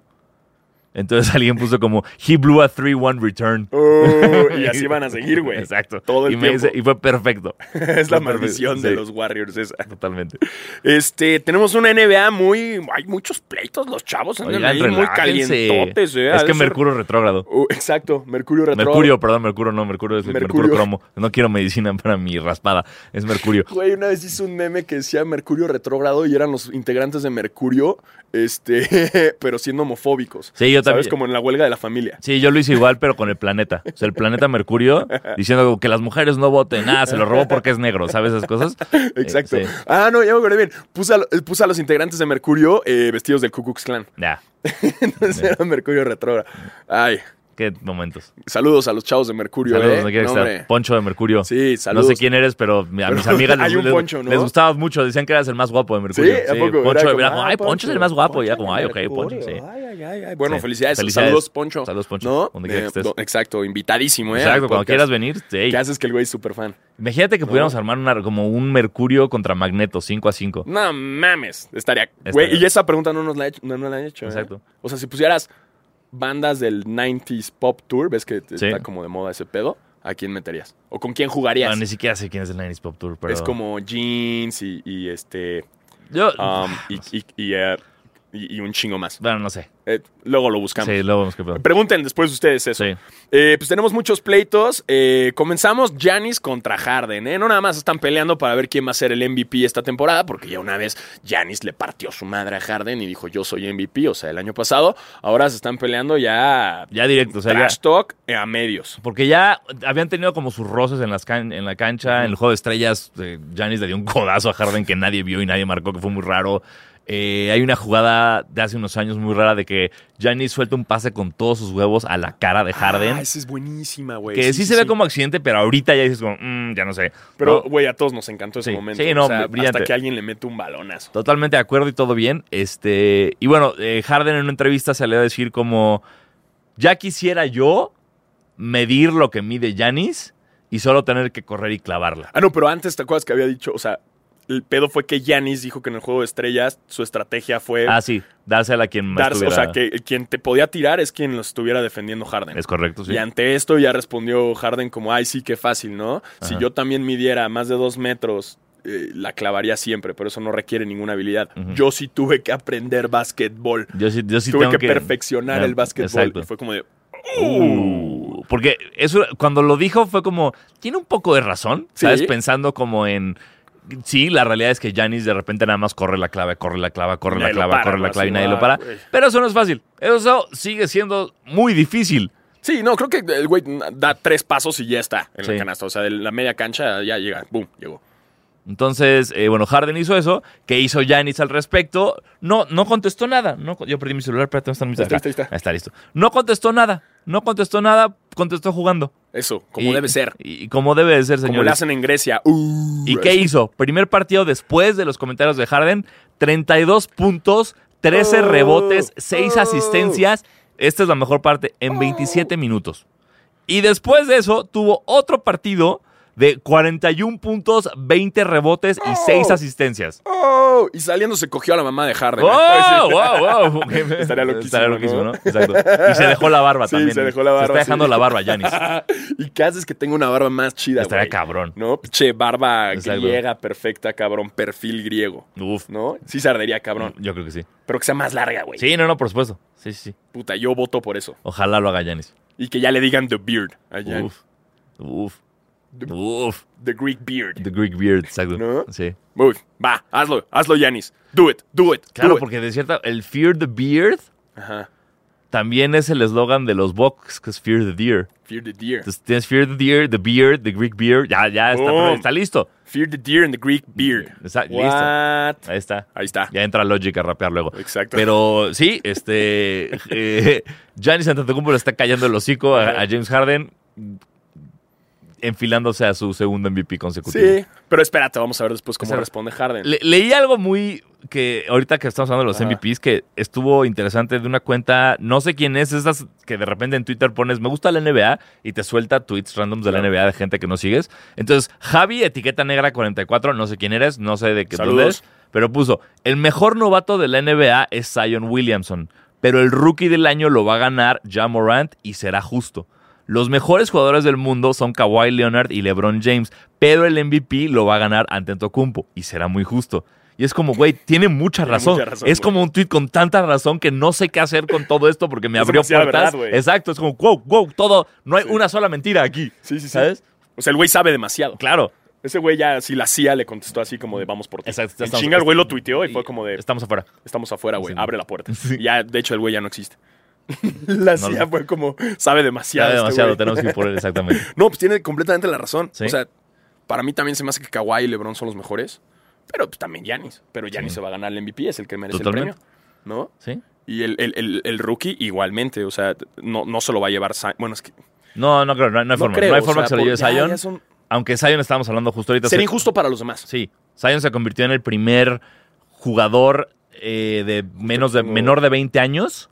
Speaker 2: Entonces alguien puso como, he blew a 3-1 return.
Speaker 1: Uh, y así van a seguir, güey.
Speaker 2: Exacto.
Speaker 1: Todo el
Speaker 2: y me
Speaker 1: tiempo.
Speaker 2: dice- y fue perfecto.
Speaker 1: es la
Speaker 2: Fue perfecto.
Speaker 1: maldición de
Speaker 2: Sí,
Speaker 1: los Warriors esa.
Speaker 2: Totalmente.
Speaker 1: Este, tenemos una NBA muy... Hay muchos pleitos, los chavos andan
Speaker 2: Oigan,
Speaker 1: ahí muy
Speaker 2: relájense.
Speaker 1: calientotes. eh, ha
Speaker 2: Es
Speaker 1: de
Speaker 2: que
Speaker 1: ser-
Speaker 2: Mercurio retrógrado.
Speaker 1: Uh, exacto, Mercurio retrógrado.
Speaker 2: Mercurio, perdón, Mercurio no, Mercurio es Mercurio.
Speaker 1: Mercurio.
Speaker 2: cromo. No quiero medicina para mi raspada, es Mercurio.
Speaker 1: Güey, una vez hice un meme que decía Mercurio retrógrado y eran los integrantes de Mercurio, este, pero siendo homofóbicos.
Speaker 2: Sí, yo
Speaker 1: ¿Sabes?
Speaker 2: también.
Speaker 1: Como en la huelga de la familia.
Speaker 2: Sí, yo lo hice igual, pero con el planeta. O sea, el planeta Mercurio diciendo como que las mujeres no voten. Ah, se lo robó porque es negro, ¿sabes esas cosas?
Speaker 1: Exacto.
Speaker 2: Eh, sí.
Speaker 1: Ah, no, ya me acordé bien. Puse a, lo- eh, puse a los integrantes de Mercurio eh, vestidos del Ku Klux Klan.
Speaker 2: Nah,
Speaker 1: Entonces era Mercurio retrógrado. Ay,
Speaker 2: qué momentos.
Speaker 1: saludos a los chavos de Mercurio,
Speaker 2: Saludos,
Speaker 1: eh.
Speaker 2: donde quiera que
Speaker 1: No,
Speaker 2: estés.
Speaker 1: hombre.
Speaker 2: Poncho de Mercurio.
Speaker 1: Sí,
Speaker 2: No
Speaker 1: saludos.
Speaker 2: sé quién eres, pero a mis
Speaker 1: Pero
Speaker 2: amigas les,
Speaker 1: hay un
Speaker 2: les-
Speaker 1: Poncho, ¿no?
Speaker 2: les gustabas mucho. Decían que eras el más guapo de Mercurio.
Speaker 1: Sí, ¿a poco? Era
Speaker 2: Poncho era
Speaker 1: como,
Speaker 2: como,
Speaker 1: ah,
Speaker 2: ay, Poncho, es el más guapo. Y ya como, ay, ok,
Speaker 1: Poncho de
Speaker 2: Poncho, sí.
Speaker 1: Mercurio, ay, ay, ay, ay. Bueno,
Speaker 2: Sí.
Speaker 1: felicidades.
Speaker 2: Felicidades.
Speaker 1: Saludos, Poncho.
Speaker 2: Saludos, Poncho.
Speaker 1: ¿No?
Speaker 2: Donde quiera que
Speaker 1: Eh,
Speaker 2: estés.
Speaker 1: do- Exacto, invitadísimo, ¿eh? al
Speaker 2: Exacto, cuando
Speaker 1: podcast.
Speaker 2: quieras venir, sí.
Speaker 1: ¿Qué haces que el güey es súper fan?
Speaker 2: Imagínate que
Speaker 1: No.
Speaker 2: pudiéramos armar una- como un Mercurio contra Magneto, 5 a 5.
Speaker 1: No mames. Estaría.
Speaker 2: Estaría.
Speaker 1: Güey, y esa pregunta no nos la, he hecho- no, no la han hecho. ¿eh?
Speaker 2: Exacto.
Speaker 1: O sea, si pusieras bandas del 90s Pop Tour, ves que
Speaker 2: Sí.
Speaker 1: está como de moda ese pedo, ¿a quién meterías? ¿O con quién jugarías?
Speaker 2: No, Ah, ni siquiera sé quién es el 90s Pop Tour, pero...
Speaker 1: Es como jeans y, y este.
Speaker 2: Yo,
Speaker 1: um, y, y- y, eh, y- y un chingo más.
Speaker 2: bueno, no sé.
Speaker 1: Eh, luego lo buscamos.
Speaker 2: Sí, luego vemos qué pedo.
Speaker 1: Pregunten después ustedes eso.
Speaker 2: Sí.
Speaker 1: Eh, pues tenemos muchos pleitos. Eh, comenzamos Giannis contra Harden. ¿eh? No nada más están peleando para ver quién va a ser el MVP esta temporada, porque ya una vez Giannis le partió su madre a Harden y dijo yo soy MVP, o sea, el año pasado. Ahora se están peleando ya,
Speaker 2: Ya directo, o sea, ya-
Speaker 1: trash talk eh, a medios.
Speaker 2: Porque ya habían tenido como sus roces en, las can- en la cancha. En el juego de estrellas, eh, Giannis le dio un codazo a Harden que nadie vio y nadie marcó, que fue muy raro. Eh, hay una jugada de hace unos años muy rara de que Giannis suelta un pase con todos sus huevos a la cara de Harden.
Speaker 1: Ah, esa es buenísima, güey.
Speaker 2: que sí, se ve como accidente, pero ahorita ya dices como, "Mm, ya no sé.
Speaker 1: Pero,
Speaker 2: No,
Speaker 1: güey, a todos nos encantó ese
Speaker 2: Sí,
Speaker 1: momento.
Speaker 2: sí, no,
Speaker 1: O sea,
Speaker 2: brillante.
Speaker 1: Hasta que alguien le mete un balonazo.
Speaker 2: Totalmente de acuerdo y todo bien. Este, y bueno, eh, Harden en una entrevista salió a decir como, ya quisiera yo medir lo que mide Giannis y solo tener que correr y clavarla.
Speaker 1: Ah, no, pero antes, ¿te acuerdas que había dicho? O sea, el pedo fue que Giannis dijo que en el juego de estrellas su estrategia fue...
Speaker 2: Ah, sí, dársela a quien más
Speaker 1: Eh, darse- o
Speaker 2: tuviera-
Speaker 1: sea, que quien te podía tirar es quien lo estuviera defendiendo Harden.
Speaker 2: Es correcto, sí.
Speaker 1: Y ante esto ya respondió Harden como, ay, sí, qué fácil, ¿no? Si yo también midiera más de dos metros, eh, la clavaría siempre, pero eso no requiere ninguna habilidad.
Speaker 2: Ujú.
Speaker 1: Yo sí tuve que aprender básquetbol.
Speaker 2: Yo sí, yo sí
Speaker 1: tuve
Speaker 2: tengo
Speaker 1: que,
Speaker 2: que...
Speaker 1: perfeccionar
Speaker 2: Ya,
Speaker 1: el básquetbol.
Speaker 2: exacto.
Speaker 1: Y fue como de,
Speaker 2: Uh, porque eso cuando lo dijo fue como, tiene un poco de razón,
Speaker 1: Sí.
Speaker 2: ¿sabes? Pensando como en, sí, la realidad es que Janis de repente nada más corre la clave, corre la clave, corre
Speaker 1: Nadie lo
Speaker 2: la clave,
Speaker 1: para,
Speaker 2: corre la
Speaker 1: ¿no?
Speaker 2: clave y
Speaker 1: Así,
Speaker 2: nadie
Speaker 1: ah,
Speaker 2: lo para.
Speaker 1: güey.
Speaker 2: Pero eso no es fácil, eso sigue siendo muy difícil.
Speaker 1: Sí, no, creo que el güey da tres pasos y ya está en
Speaker 2: Sí.
Speaker 1: la canasta. O sea, de la media cancha ya llega. Boom, llegó.
Speaker 2: Entonces, eh, bueno, Harden hizo eso. ¿Qué hizo Giannis al respecto? No, no contestó nada. No, con- yo perdí mi celular, espérate, ¿dónde están mis
Speaker 1: Ahí está,
Speaker 2: acá?
Speaker 1: ahí está.
Speaker 2: listo. No contestó nada. No contestó nada, contestó jugando.
Speaker 1: Eso, como
Speaker 2: Y-
Speaker 1: debe ser.
Speaker 2: Y, y como debe de ser,
Speaker 1: Como lo
Speaker 2: señores.
Speaker 1: hacen en Grecia. Uh,
Speaker 2: ¿Y qué hizo? Primer partido después de los comentarios de Harden, 32 puntos, 13
Speaker 1: Oh,
Speaker 2: rebotes, 6
Speaker 1: oh.
Speaker 2: asistencias. Esta es la mejor parte, en 27 minutos. Y después de eso, tuvo otro partido de 41 puntos, 20 rebotes y 6
Speaker 1: Oh.
Speaker 2: asistencias. Oh,
Speaker 1: Oh, y saliendo se cogió a la mamá de Harden.
Speaker 2: ¡Wow! ¡Wow! ¡Wow!
Speaker 1: Estaría loquísimo,
Speaker 2: loquísimo, ¿no?
Speaker 1: ¿no?
Speaker 2: Exacto. Y se dejó la barba
Speaker 1: Sí,
Speaker 2: también.
Speaker 1: se dejó la barba,
Speaker 2: está dejando
Speaker 1: sí.
Speaker 2: la barba, Yanis.
Speaker 1: ¿Y qué haces que tenga una barba más chida,
Speaker 2: Estaría
Speaker 1: güey?
Speaker 2: cabrón.
Speaker 1: ¿No? Che, barba
Speaker 2: Exacto.
Speaker 1: griega perfecta, cabrón. Perfil griego.
Speaker 2: Uf.
Speaker 1: ¿No? Sí se ardería, cabrón.
Speaker 2: Yo creo que sí.
Speaker 1: Pero que sea más larga, güey.
Speaker 2: Mm. Sí, no, no, por supuesto. Sí, sí, sí.
Speaker 1: Puta, yo voto por eso.
Speaker 2: Ojalá lo haga Yanis.
Speaker 1: Y que ya le digan The Beard. Allá.
Speaker 2: Uf. Uf.
Speaker 1: The-
Speaker 2: Uf.
Speaker 1: The Greek Beard.
Speaker 2: The Greek Beard, exacto.
Speaker 1: ¿No?
Speaker 2: Sí.
Speaker 1: Uf, va, hazlo, hazlo, Yanis. Do it, do it. do
Speaker 2: Claro,
Speaker 1: it.
Speaker 2: porque de cierta. El Fear the Beard
Speaker 1: Ajá.
Speaker 2: también es el eslogan de los Bucks, que es Fear the Deer.
Speaker 1: Fear the deer.
Speaker 2: Entonces tienes Fear the Deer, the Beard, the Greek Beard. Ya, ya está,
Speaker 1: Boom.
Speaker 2: está listo.
Speaker 1: Fear the deer and the Greek beard.
Speaker 2: Está listo.
Speaker 1: What?
Speaker 2: Ahí está.
Speaker 1: Ahí está.
Speaker 2: Ya entra Logic a rapear luego.
Speaker 1: Exacto.
Speaker 2: Pero sí, este. eh, Giannis Antetokounmpo le está callando el hocico a, a James Harden, enfilándose a su segundo MVP consecutivo.
Speaker 1: sí, pero espérate, vamos a ver después cómo
Speaker 2: Exacto.
Speaker 1: responde Harden.
Speaker 2: Le- leí algo muy que ahorita que estamos hablando de los
Speaker 1: Ajá.
Speaker 2: MVPs que estuvo interesante de una cuenta, no sé quién es, esas que de repente en Twitter pones me gusta la NBA y te suelta tweets randoms de la
Speaker 1: Claro.
Speaker 2: NBA de gente que no sigues. Entonces, Javi etiqueta negra 44, no sé quién eres, no sé de qué tú
Speaker 1: Saludos.
Speaker 2: eres, pero puso, "El mejor novato de la NBA es Zion Williamson, pero el rookie del año lo va a ganar Ja Morant y será justo." Los mejores jugadores del mundo son Kawhi Leonard y LeBron James, pero el MVP lo va a ganar Antetokounmpo y será muy justo. Y es como, güey, tiene mucha
Speaker 1: Tiene
Speaker 2: razón.
Speaker 1: mucha razón,
Speaker 2: es
Speaker 1: güey.
Speaker 2: como un tweet con tanta razón que no sé qué hacer con todo esto porque me
Speaker 1: Es
Speaker 2: abrió
Speaker 1: demasiada
Speaker 2: puertas.
Speaker 1: verdad, güey.
Speaker 2: Exacto, es como, wow, wow, todo, no hay
Speaker 1: Sí.
Speaker 2: una sola mentira aquí.
Speaker 1: sí, sí, sí.
Speaker 2: ¿Sabes?
Speaker 1: O sea, el güey sabe demasiado.
Speaker 2: Claro.
Speaker 1: Ese güey ya, si la CIA le contestó así como de vamos por ti.
Speaker 2: Exacto,
Speaker 1: En
Speaker 2: ya estamos-
Speaker 1: chinga, el güey lo tuiteó y fue como de
Speaker 2: Estamos afuera.
Speaker 1: estamos afuera, güey,
Speaker 2: Sí.
Speaker 1: abre la puerta.
Speaker 2: Sí.
Speaker 1: Ya, de hecho, el güey ya no existe. la
Speaker 2: No lo
Speaker 1: CIA
Speaker 2: sé.
Speaker 1: fue como sabe demasiado.
Speaker 2: Ya
Speaker 1: este
Speaker 2: demasiado,
Speaker 1: güey.
Speaker 2: tenemos que ir por él, exactamente.
Speaker 1: No, pues tiene completamente la razón.
Speaker 2: Sí.
Speaker 1: O sea, para mí también se me hace que Kawhi y LeBron son los mejores, pero pues también Giannis. Pero Giannis se va a ganar el MVP, es el que merece
Speaker 2: Totalmente.
Speaker 1: el premio, ¿no?
Speaker 2: ¿Sí?
Speaker 1: Y el, el- el- el rookie igualmente, o sea, no, no se lo va a llevar Zion. Bueno, es que
Speaker 2: No, no creo, no, no hay forma.
Speaker 1: creo,
Speaker 2: no hay
Speaker 1: o
Speaker 2: forma
Speaker 1: sea,
Speaker 2: que se lo lleve
Speaker 1: por- ya-
Speaker 2: Zion.
Speaker 1: ya son-
Speaker 2: Aunque Zion estábamos hablando justo ahorita.
Speaker 1: sería
Speaker 2: se-
Speaker 1: injusto para los demás.
Speaker 2: Sí, Zion se convirtió en el primer jugador eh, de menos de
Speaker 1: como-
Speaker 2: menor de 20 años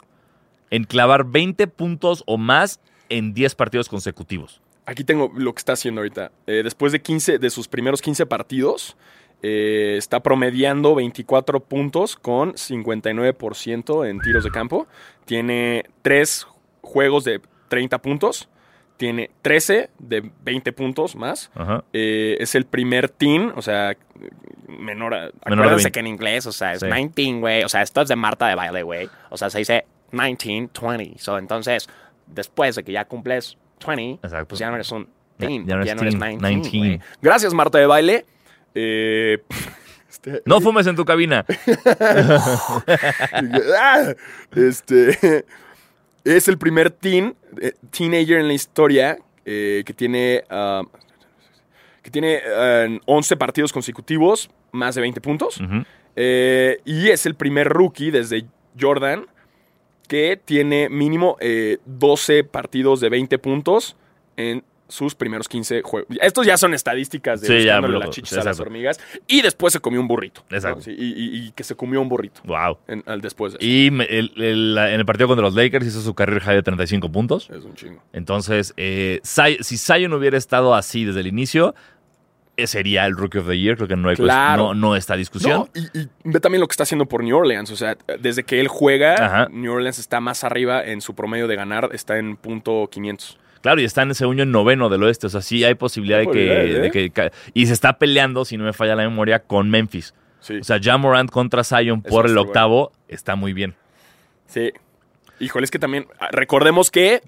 Speaker 2: en clavar 20 puntos o más en 10 partidos consecutivos.
Speaker 1: Aquí tengo lo que está haciendo ahorita. Eh, después de 15, de sus primeros 15 partidos, eh, está promediando 24 puntos con 59% en tiros de campo. Tiene 3 juegos de 30 puntos. Tiene 13 de 20 puntos más.
Speaker 2: Ajá.
Speaker 1: Eh, es el primer teen, o sea, menor a...
Speaker 2: de
Speaker 3: Acuérdense
Speaker 2: 20.
Speaker 3: que en inglés, o sea, es
Speaker 2: Sí.
Speaker 3: 19, güey. O sea, esto es de Marta de baile, güey. O sea, se dice 19, 20. So, entonces, después de que ya cumples 20,
Speaker 2: Exacto.
Speaker 3: pues ya no eres un
Speaker 2: Ya-
Speaker 3: teen.
Speaker 2: ya no eres teen,
Speaker 3: 19, güey.
Speaker 2: 19.
Speaker 1: Gracias, Marta de Baile. Eh, este,
Speaker 2: No fumes en tu cabina.
Speaker 1: Ah, este es el primer teen eh, teenager en la historia eh, que tiene ah, que tiene eh, 11 partidos consecutivos más de 20 puntos
Speaker 2: Ujú.
Speaker 1: Eh, y es el primer rookie desde Jordan que tiene mínimo eh, 12 partidos de 20 puntos en sus primeros 15 juegos. Estos ya son estadísticas de
Speaker 2: Sí, ya,
Speaker 1: buscándole
Speaker 2: loco.
Speaker 1: las chichis
Speaker 2: Sí,
Speaker 1: a las
Speaker 2: exacto.
Speaker 1: hormigas. Y después se comió un burrito. ¿no?
Speaker 2: Exacto.
Speaker 1: Sí, y, y- y que se comió un burrito
Speaker 2: Wow.
Speaker 1: en- al después de eso.
Speaker 2: Y me- el- el- la- en el partido contra los Lakers hizo su carrera high de 35 puntos.
Speaker 1: Es un chingo.
Speaker 2: Entonces, eh, Zi- si Zion hubiera estado así desde el inicio, eh, sería el Rookie of the Year. Creo que no, hay cuest-
Speaker 1: Claro.
Speaker 2: no, no está discusión.
Speaker 1: No, y, y ve también lo que está haciendo por New Orleans. O sea, desde que él juega,
Speaker 2: Ajá.
Speaker 1: New Orleans está más arriba en su promedio de ganar, está en punto 500.
Speaker 2: Claro, y están, según yo, en noveno del oeste. O sea, sí hay posibilidad
Speaker 1: Hay
Speaker 2: de que,
Speaker 1: posibilidades,
Speaker 2: de
Speaker 1: ¿eh?
Speaker 2: que ca- Y se está peleando, si no me falla la memoria, con Memphis.
Speaker 1: Sí.
Speaker 2: O sea, Ja Morant contra Zion por
Speaker 1: va a
Speaker 2: el
Speaker 1: estar
Speaker 2: octavo está muy bien.
Speaker 1: sí. Híjole, es que también ah, recordemos que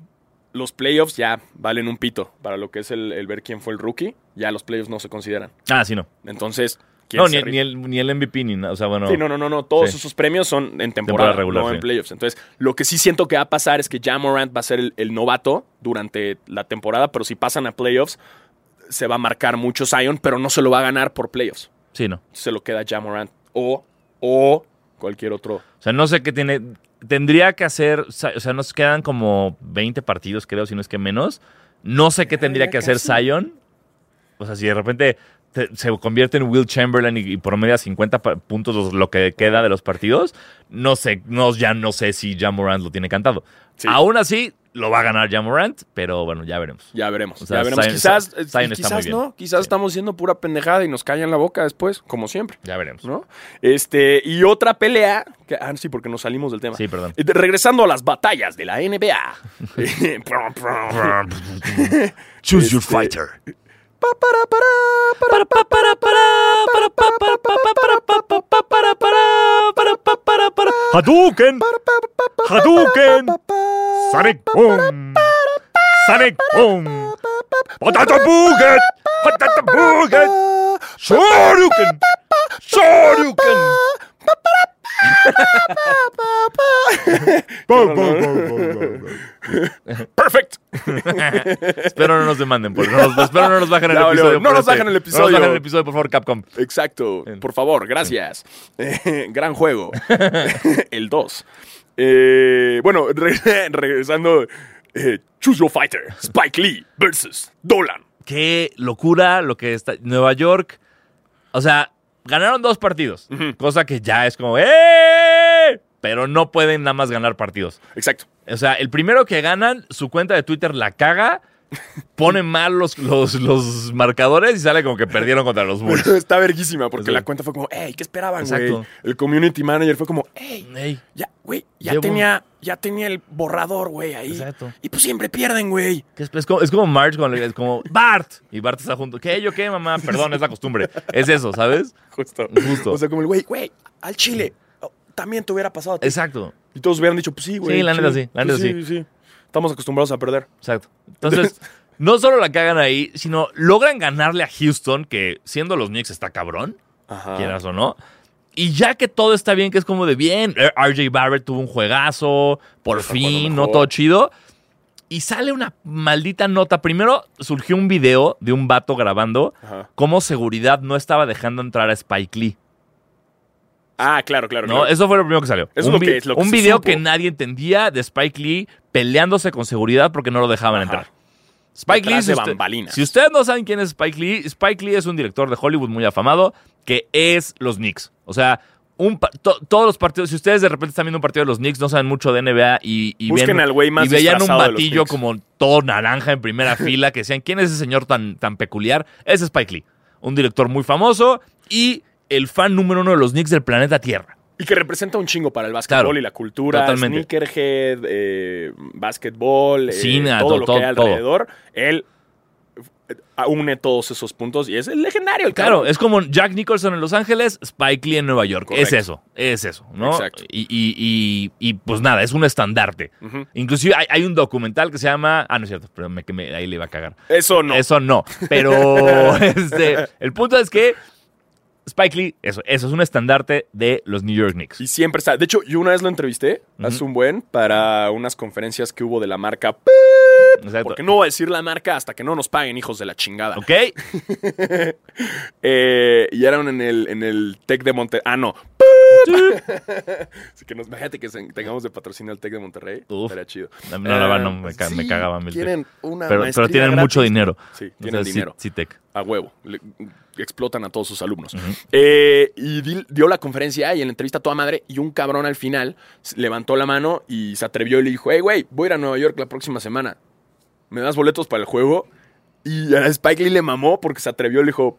Speaker 1: los playoffs ya valen un pito para lo que es el, el ver quién fue el rookie. Ya los playoffs no se consideran.
Speaker 2: Ah, sí, no.
Speaker 1: Entonces, ¿quién
Speaker 2: No,
Speaker 1: se
Speaker 2: ni,
Speaker 1: rifa?
Speaker 2: ni el, ni el MVP ni nada. O sea, bueno.
Speaker 1: Sí, no, no, no, no. Todos
Speaker 2: Sí.
Speaker 1: esos premios son en temporada,
Speaker 2: Temporada regular,
Speaker 1: no en
Speaker 2: sí.
Speaker 1: playoffs. Entonces, lo que sí siento que va a pasar es que ya Morant va a ser el, el novato durante la temporada, pero si pasan a playoffs, se va a marcar mucho Zion, pero no se lo va a ganar por playoffs.
Speaker 2: Sí, no.
Speaker 1: Se lo queda ya Morant o, o cualquier otro.
Speaker 2: O sea, no sé qué tiene. Tendría que hacer. O sea, nos quedan como 20 partidos, creo, si no es que menos. No sé qué tendría
Speaker 1: ya
Speaker 2: que hacer
Speaker 1: casi.
Speaker 2: Zion. O sea, si de repente te- se convierte en Will Chamberlain y, y promedia 50 pa- puntos los- lo que queda de los partidos, no sé, no, ya no sé si Jamorant lo tiene cantado.
Speaker 1: Sí.
Speaker 2: Aún así, lo va a ganar Jamorant, pero bueno, ya veremos.
Speaker 1: Ya veremos.
Speaker 2: O sea,
Speaker 1: ya veremos.
Speaker 2: Zion-
Speaker 1: quizás eh,
Speaker 2: Zion está muy
Speaker 1: quizás
Speaker 2: bien.
Speaker 1: no. Quizás
Speaker 2: Sí.
Speaker 1: estamos diciendo pura pendejada y nos callan la boca después, como siempre.
Speaker 2: Ya veremos.
Speaker 1: ¿no? Este, y otra pelea. que- ah, sí, porque nos salimos del tema.
Speaker 2: Sí, perdón.
Speaker 1: Eh, de- Regresando a las batallas de la NBA. Eh, prum, prum.
Speaker 2: Choose
Speaker 1: your
Speaker 2: fighter.
Speaker 1: Pa, para, para, para,
Speaker 2: Hadouken,
Speaker 1: pa, pa, pa,
Speaker 2: Hadouken,
Speaker 1: pa, pa.
Speaker 2: Sonic Boom, Sonic Boom, Potato Buget, Potato Buget, Shoryuken, Shoryuken.
Speaker 1: Perfect.
Speaker 2: Espero no nos demanden, por no nos, espero no nos bajen el
Speaker 1: Ya valió.
Speaker 2: episodio.
Speaker 1: No
Speaker 2: por este-
Speaker 1: nos bajen el
Speaker 2: No
Speaker 1: episodio.
Speaker 2: nos bajen el episodio, por favor, Capcom.
Speaker 1: Exacto. Por favor, gracias. Eh, gran juego. El 2. Eh, bueno, re- regresando. eh, Choose Your Fighter. Spike Lee versus Dolan.
Speaker 2: qué locura lo que está. Nueva York. O sea, ganaron dos partidos. Cosa que ya es como. ¡Eh! Pero no pueden nada más ganar partidos.
Speaker 1: Exacto.
Speaker 2: O sea, el primero que ganan, su cuenta de Twitter la caga, pone mal los, los, los marcadores y sale como que perdieron contra los Bulls.
Speaker 1: Pero está verguísima porque
Speaker 2: Sí.
Speaker 1: la cuenta fue como, hey, ¿qué esperaban, güey?
Speaker 2: Exacto.
Speaker 1: El community manager fue como, hey,
Speaker 2: Ey,
Speaker 1: ya, güey, ya
Speaker 2: Llevo-
Speaker 1: tenía, ya tenía el borrador, güey, ahí.
Speaker 2: Exacto.
Speaker 1: Y pues siempre pierden, güey.
Speaker 2: que es, es como, es como Marge cuando le- es como Bart. Y Bart está junto. ¿Qué? ¿Yo qué, mamá? Perdón, es la costumbre. Es eso, ¿sabes?
Speaker 1: Justo.
Speaker 2: Justo.
Speaker 1: O sea, como el güey, güey, al Chile. oh, También te hubiera pasado a ti.
Speaker 2: Exacto.
Speaker 1: Y todos hubieran dicho, pues sí, güey.
Speaker 2: Sí, la neta sí, la
Speaker 1: Pues
Speaker 2: neta
Speaker 1: sí, sí. Estamos acostumbrados a perder.
Speaker 2: Exacto. Entonces, no solo la cagan ahí, sino logran ganarle a Houston, que siendo los Knicks está cabrón,
Speaker 1: Ajá.
Speaker 2: quieras o no. Y ya que todo está bien, que es como de bien, eh, RJ Barrett tuvo un juegazo, por
Speaker 1: Está
Speaker 2: fin,
Speaker 1: jugando
Speaker 2: no
Speaker 1: mejor.
Speaker 2: todo chido. Y sale una maldita nota. Primero surgió un video de un vato grabando
Speaker 1: Ajá.
Speaker 2: cómo seguridad no estaba dejando entrar a Spike Lee.
Speaker 1: Ah, claro, claro.
Speaker 2: No,
Speaker 1: claro.
Speaker 2: eso fue lo primero que salió.
Speaker 1: Eso es
Speaker 2: un
Speaker 1: lo
Speaker 2: vi-
Speaker 1: que- es lo que
Speaker 2: un
Speaker 1: se
Speaker 2: video
Speaker 1: supo.
Speaker 2: que nadie entendía de Spike Lee peleándose con seguridad porque no lo dejaban
Speaker 1: Ajá.
Speaker 2: entrar. Spike Lee,
Speaker 1: Detrás de
Speaker 2: si, usted-
Speaker 1: bambalinas.
Speaker 2: si ustedes no saben quién es Spike Lee, Spike Lee es un director de Hollywood muy afamado que es los Knicks. O sea, un pa- to- todos los partidos, si ustedes de repente están viendo un partido de los Knicks, no saben mucho de NBA y, y
Speaker 1: Busquen
Speaker 2: ven-
Speaker 1: al güey más
Speaker 2: y veían un
Speaker 1: disfrazado de los
Speaker 2: batillo
Speaker 1: Knicks.
Speaker 2: como todo naranja en primera fila, que decían, ¿quién es ese señor tan, tan peculiar? Es Spike Lee, un director muy famoso y el fan número uno de los Knicks del planeta Tierra.
Speaker 1: Y que representa un chingo para el básquetbol
Speaker 2: Claro,
Speaker 1: y la cultura,
Speaker 2: totalmente.
Speaker 1: sneakerhead, eh, básquetbol, eh,
Speaker 2: Cine,
Speaker 1: todo
Speaker 2: todo,
Speaker 1: lo
Speaker 2: todo,
Speaker 1: que hay
Speaker 2: todo.
Speaker 1: alrededor. Él eh, une todos esos puntos y es el legendario. el
Speaker 2: Claro,
Speaker 1: cabrón.
Speaker 2: es como Jack Nicholson en Los Ángeles, Spike Lee en Nueva York. Es
Speaker 1: Correcto.
Speaker 2: eso, es eso, ¿no?
Speaker 1: Exacto.
Speaker 2: Y, y- y- y, pues nada, es un estandarte.
Speaker 1: Ujú.
Speaker 2: Inclusive hay, hay un documental que se llama... Ah, no es cierto, pero me, que me- ahí le iba a cagar.
Speaker 1: Eso no.
Speaker 2: Eso no, pero este, el punto es que Spike Lee, eso, eso es un estandarte de los New York Knicks.
Speaker 1: Y siempre está. De hecho, yo una vez lo entrevisté,
Speaker 2: Ujú.
Speaker 1: hace un buen, para unas conferencias que hubo de la marca.
Speaker 2: Exacto.
Speaker 1: Porque no voy a decir la marca hasta que no nos paguen, hijos de la chingada.
Speaker 2: ¿Ok?
Speaker 1: Eh, y eran en el, en el Tec de Monterrey. Ah, no. Así que nos, imagínate que se- tengamos de patrocinio al Tec de Monterrey.
Speaker 2: Uf.
Speaker 1: Estaría chido.
Speaker 2: No, no, la verdad, no,
Speaker 1: Eh,
Speaker 2: me ca- me
Speaker 1: sí,
Speaker 2: cagaba mil
Speaker 1: Tienen una
Speaker 2: Pero, pero
Speaker 1: maestría
Speaker 2: tienen
Speaker 1: gratis.
Speaker 2: mucho dinero.
Speaker 1: Sí,
Speaker 2: O
Speaker 1: tienen
Speaker 2: sea, sí-
Speaker 1: dinero.
Speaker 2: sí, tech.
Speaker 1: A huevo. Le- explotan a todos sus alumnos. Eh, y di- dio la conferencia y en la entrevista a toda madre. Y un cabrón al final s- levantó la mano y se atrevió y le dijo: Hey, güey, voy a ir a Nueva York la próxima semana. ¿Me das boletos para el juego? Y a Spike Lee le mamó porque se atrevió y le dijo: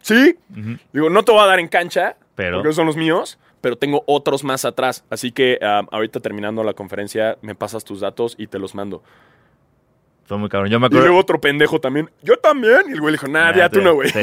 Speaker 1: Sí.
Speaker 2: Ujú.
Speaker 1: Digo, no te voy a dar en cancha,
Speaker 2: Pero-
Speaker 1: porque esos son los míos, pero tengo otros más atrás. Así que um, ahorita terminando la conferencia, me pasas tus datos y te los mando.
Speaker 2: Fue muy cabrón. Yo me
Speaker 1: Y
Speaker 2: acuerdo...
Speaker 1: luego otro pendejo también. Yo también. Y el güey le dijo, nah, ya tú no, güey.
Speaker 2: Sí.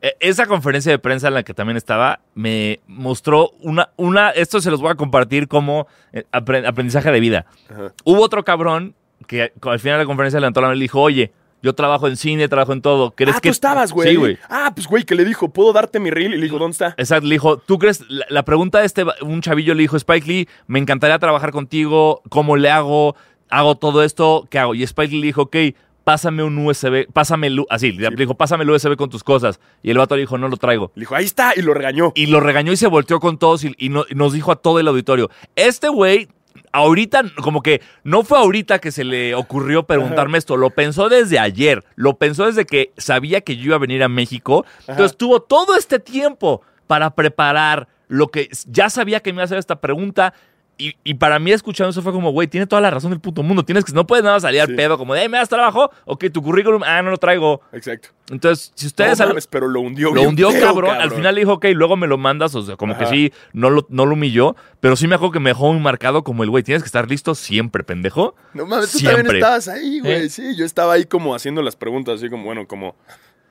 Speaker 2: Eh, Esa conferencia de prensa en la que también estaba me mostró una, una esto se los voy a compartir como eh, apre- aprendizaje de vida.
Speaker 1: Ajá.
Speaker 2: Hubo otro cabrón que al final de la conferencia levantó la mano y le dijo, oye, yo trabajo en cine, trabajo en todo. ¿Crees
Speaker 1: ah,
Speaker 2: que
Speaker 1: tú estabas, güey.
Speaker 2: Sí, güey.
Speaker 1: Ah, pues, güey, que le dijo, ¿puedo darte mi reel? Y le dijo, ¿dónde está?
Speaker 2: Exacto, le dijo, ¿tú crees? La, la pregunta de este, va- un chavillo le dijo, Spike Lee, me encantaría trabajar contigo, ¿cómo le hago? ¿Hago todo esto? ¿Qué hago? Y Spike Lee le dijo, ok, pásame un USB, pásame el, U-", así, le dijo, pásame el USB con tus cosas. Y el vato le dijo, no lo traigo.
Speaker 1: Le dijo, ahí está, y lo regañó.
Speaker 2: Y lo regañó y se volteó con todos y, y no- y nos dijo a todo el auditorio, este güey... Ahorita, como que no fue ahorita que se le ocurrió preguntarme esto, lo pensó desde ayer, lo pensó desde que sabía que yo iba a venir a México, entonces tuvo todo este tiempo para preparar lo que ya sabía que me iba a hacer esta pregunta. Y, y para mí, escuchando eso, fue como, güey, tiene toda la razón del puto mundo. Tienes que, no puedes nada más salir al
Speaker 1: Sí.
Speaker 2: pedo, como, de, "Ey, ¿me das trabajo? Ok, tu currículum, ah, no lo traigo.
Speaker 1: Exacto.
Speaker 2: Entonces, si
Speaker 1: No
Speaker 2: ustedes. al-
Speaker 1: mames, pero lo hundió.
Speaker 2: lo
Speaker 1: bien
Speaker 2: hundió
Speaker 1: feo,
Speaker 2: cabrón. Al final le dijo, ok, luego me lo mandas. O sea, como que
Speaker 1: Ajá.
Speaker 2: sí, no lo, no lo humilló. Pero sí me acuerdo que me dejó muy marcado como el güey. Tienes que estar listo siempre, pendejo.
Speaker 1: No mames, tú también
Speaker 2: Siempre.
Speaker 1: estabas ahí, güey.
Speaker 2: ¿Eh?
Speaker 1: Sí, yo estaba ahí como haciendo las preguntas, así como, bueno, como,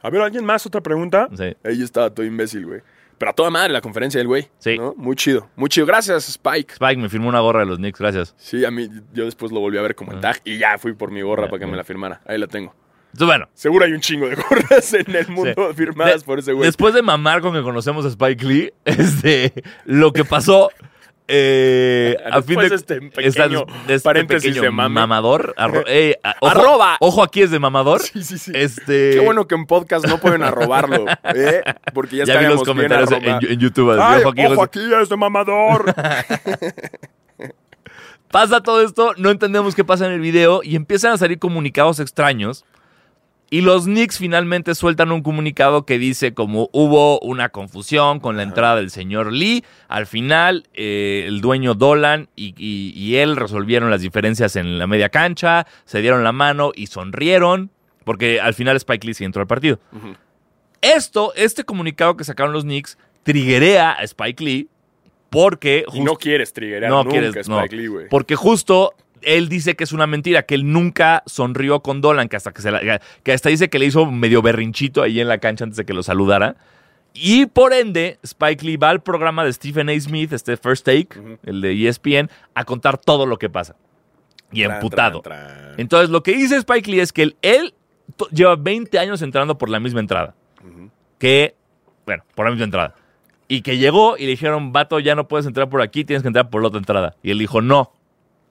Speaker 1: a ver, ¿alguien más otra pregunta?
Speaker 2: Sí.
Speaker 1: Ahí yo estaba todo imbécil, güey. Pero a toda madre la conferencia del güey.
Speaker 2: Sí.
Speaker 1: ¿no? Muy chido, muy chido. Gracias, Spike.
Speaker 2: Spike me firmó una gorra de los Knicks, gracias.
Speaker 1: Sí, a mí, yo después lo volví a ver como en tag y ya fui por mi gorra
Speaker 2: Ah. Ya,
Speaker 1: para que
Speaker 2: ya.
Speaker 1: me la firmara. Ahí la tengo.
Speaker 2: Entonces, bueno.
Speaker 1: Seguro hay un chingo de gorras en el mundo
Speaker 2: Sí.
Speaker 1: firmadas
Speaker 2: De-
Speaker 1: por ese güey.
Speaker 2: Después de mamar con que conocemos a Spike Lee, este, lo que pasó eh, a
Speaker 1: Después
Speaker 2: fin de
Speaker 1: de este pequeño paréntesis de mame.
Speaker 2: mamador, arro- eh, a- ojo,
Speaker 1: Arroba.
Speaker 2: Ojo aquí es de mamador.
Speaker 1: Sí, sí, sí.
Speaker 2: Este,
Speaker 1: Qué bueno que en podcast no pueden arrobarlo, ¿eh? Porque ya,
Speaker 2: ya vi los comentarios en, en YouTube. así,
Speaker 1: Ay,
Speaker 2: ojo aquí,
Speaker 1: ojo
Speaker 2: ojo-
Speaker 1: aquí, este mamador.
Speaker 2: Pasa todo esto, no entendemos qué pasa en el video y empiezan a salir comunicados extraños. Y los Knicks finalmente sueltan un comunicado que dice como hubo una confusión con la entrada del señor Lee. Al final, eh, el dueño Dolan y, y- y él resolvieron las diferencias en la media cancha, se dieron la mano y sonrieron, porque al final Spike Lee sí entró al partido.
Speaker 1: Ujú.
Speaker 2: Esto, este comunicado que sacaron los Knicks, triguea a Spike Lee porque
Speaker 1: Y no quieres triggerar
Speaker 2: No
Speaker 1: nunca a
Speaker 2: quieres, no.
Speaker 1: Spike Lee, güey.
Speaker 2: porque justo él dice que es una mentira, que él nunca sonrió con Dolan, que hasta, que se la- que hasta dice que le hizo medio berrinchito ahí en la cancha antes de que lo saludara. Y por ende, Spike Lee va al programa de Stephen A. Smith, este First Take,
Speaker 1: Ujú.
Speaker 2: el de E ESPN, a contar todo lo que pasa. Y
Speaker 1: Tran,
Speaker 2: emputado.
Speaker 1: tran, tran.
Speaker 2: Entonces, lo que dice Spike Lee es que él, él to- lleva 20 años entrando por la misma entrada.
Speaker 1: Ujú.
Speaker 2: Que, bueno, por la misma entrada. Y que llegó y le dijeron, vato, ya no puedes entrar por aquí, tienes que entrar por la otra entrada. Y él dijo, no,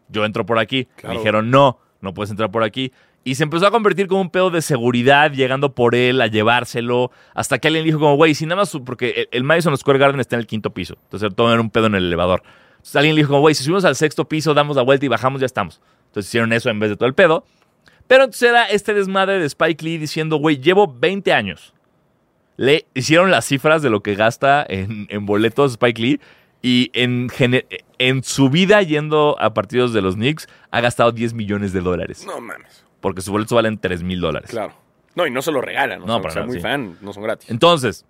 Speaker 2: yo entro por aquí.
Speaker 1: Claro.
Speaker 2: Le dijeron, no, no puedes entrar por aquí. Y se empezó a convertir como un pedo de seguridad, llegando por él, a llevárselo, hasta que alguien dijo como, güey, si nada más, su- porque el, el Madison Square Garden está en el quinto piso, entonces todo era un pedo en el elevador. Entonces alguien le dijo como, güey, si subimos al sexto piso, damos la vuelta y bajamos, ya estamos. Entonces hicieron eso en vez de todo el pedo. Pero entonces era este desmadre de Spike Lee diciendo, güey, llevo 20 años. Le hicieron las cifras de lo que gasta en, en boletos Spike Lee y en, gene- en su vida yendo a partidos de los Knicks ha gastado 10 millones de dólares.
Speaker 1: No mames,
Speaker 2: Porque sus boletos valen 3 mil dólares.
Speaker 1: claro. No, y no se lo regalan. No,
Speaker 2: No,
Speaker 1: son,
Speaker 2: para
Speaker 1: o sea,
Speaker 2: nada,
Speaker 1: muy
Speaker 2: sí.
Speaker 1: fan, no son gratis.
Speaker 2: Entonces,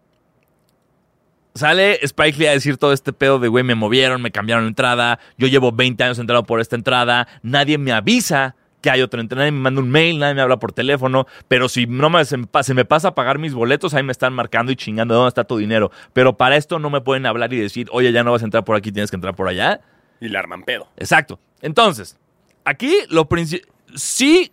Speaker 2: sale Spike Lee a decir todo este pedo de, güey, me movieron, me cambiaron la entrada, yo llevo 20 años entrado por esta entrada, nadie me avisa que hay otra entrada, nadie me manda un mail, nadie me habla por teléfono, pero si no me, se, me pa- se me pasa a pagar mis boletos, ahí me están marcando y chingando dónde está tu dinero. Pero para esto no me pueden hablar y decir, oye, ya no vas a entrar por aquí, tienes que entrar por allá.
Speaker 1: Y la arman pedo.
Speaker 2: Exacto. Entonces, aquí lo principal... Sí,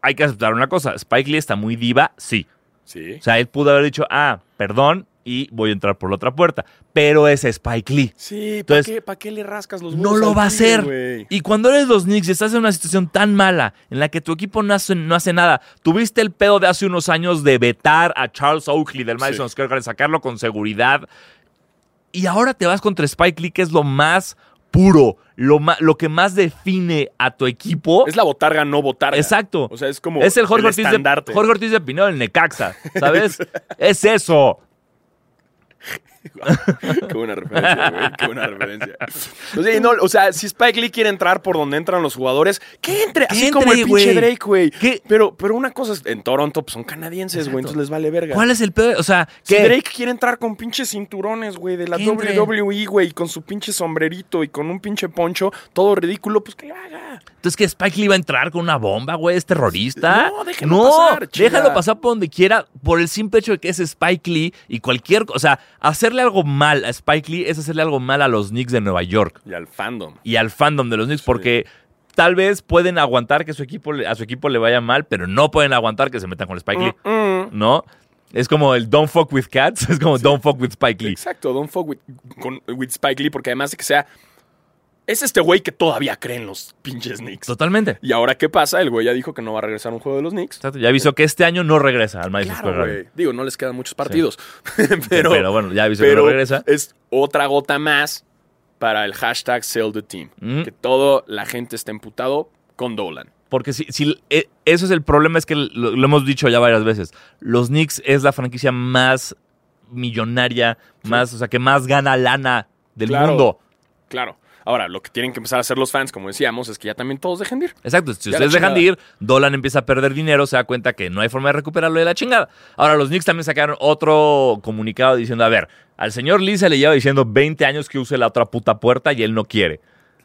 Speaker 2: hay que aceptar una cosa, Spike Lee está muy diva, sí.
Speaker 1: Sí.
Speaker 2: O sea, él pudo haber dicho, ah, perdón, y voy a entrar por la otra puerta. Pero es Spike Lee.
Speaker 1: Sí, ¿para
Speaker 2: Entonces,
Speaker 1: qué, pa' qué le rascas los
Speaker 2: No
Speaker 1: huevos
Speaker 2: lo
Speaker 1: al
Speaker 2: va a
Speaker 1: tigre,
Speaker 2: hacer.
Speaker 1: güey?
Speaker 2: Y cuando eres los Knicks y estás en una situación tan mala, en la que tu equipo no hace, no hace nada, tuviste el pedo de hace unos años de vetar a Charles Oakley del Madison
Speaker 1: Sí.
Speaker 2: Square Garden, sacarlo con seguridad, y ahora te vas contra Spike Lee, que es lo más puro, lo, ma- lo que más define a tu equipo.
Speaker 1: Es la botarga, no botarga.
Speaker 2: Exacto.
Speaker 1: O sea, es como.
Speaker 2: es el Jorge Ortiz de
Speaker 1: estandarte.
Speaker 2: Jorge Ortiz de Pinedo del Necaxa, ¿sabes? es eso.
Speaker 1: Qué buena referencia, güey. Qué buena referencia. O sea, y no, o sea, si Spike Lee quiere entrar por donde entran los jugadores, que entre.
Speaker 2: Que
Speaker 1: Así como el
Speaker 2: entre,
Speaker 1: pinche
Speaker 2: güey.
Speaker 1: Drake, güey.
Speaker 2: ¿Qué?
Speaker 1: Pero, pero una cosa es, en Toronto pues, son canadienses, güey, entonces
Speaker 2: Exacto.
Speaker 1: les vale verga.
Speaker 2: ¿Cuál es el pedo? O sea,
Speaker 1: Si
Speaker 2: ¿qué?
Speaker 1: Drake quiere entrar con pinches cinturones, güey, de la
Speaker 2: Que entre.
Speaker 1: WWE, güey, con su pinche sombrerito y con un pinche poncho, todo ridículo, pues que lo haga.
Speaker 2: Entonces que Spike Lee iba a entrar con una bomba, güey, es terrorista.
Speaker 1: No, déjalo pasar, chinga.
Speaker 2: déjalo pasar por donde quiera, por el simple hecho de que es Spike Lee y cualquier, co- o sea, hacerle algo mal a Spike Lee es hacerle algo mal a los Knicks de Nueva York
Speaker 1: Y al fandom.
Speaker 2: y al fandom de los Knicks porque Tal vez pueden aguantar que su equipo, le- a su equipo le vaya mal, pero no pueden aguantar que se metan con Spike Lee,
Speaker 1: Mm.
Speaker 2: ¿no? Es como el don't fuck with cats, es como don't fuck with Spike Lee.
Speaker 1: Exacto, don't fuck with, con- with Spike Lee, porque además de que sea. Es este güey que todavía cree en los pinches Knicks.
Speaker 2: Totalmente.
Speaker 1: Y ahora, ¿qué pasa? El güey ya dijo que no va a regresar a un juego de los Knicks.
Speaker 2: Exacto, Ya avisó que este año no regresa al Madison
Speaker 1: Claro,
Speaker 2: Square Garden.
Speaker 1: güey. Digo, no les quedan muchos partidos. pero,
Speaker 2: Pero, bueno, ya avisó que
Speaker 1: pero
Speaker 2: no regresa.
Speaker 1: es otra gota más para el hashtag sell the team.
Speaker 2: Mm.
Speaker 1: pues, Que toda la gente está emputado con Dolan.
Speaker 2: Porque si, si- eh, eso es el problema, es que lo, lo hemos dicho ya varias veces. Los Knicks es la franquicia más millonaria, más, o sea, que más gana lana del
Speaker 1: Claro.
Speaker 2: mundo.
Speaker 1: Claro. Ahora, lo que tienen que empezar a hacer los fans, como decíamos, es que ya también todos dejen de ir.
Speaker 2: Exacto. Si
Speaker 1: Ya la
Speaker 2: ustedes dejan de
Speaker 1: chingada.
Speaker 2: ir, Dolan empieza a perder dinero, se da cuenta que no hay forma de recuperarlo de la chingada. Ahora, los Knicks también sacaron otro comunicado diciendo: A ver, al señor Lee se le lleva diciendo 20 años que use la otra puta puerta y él no quiere.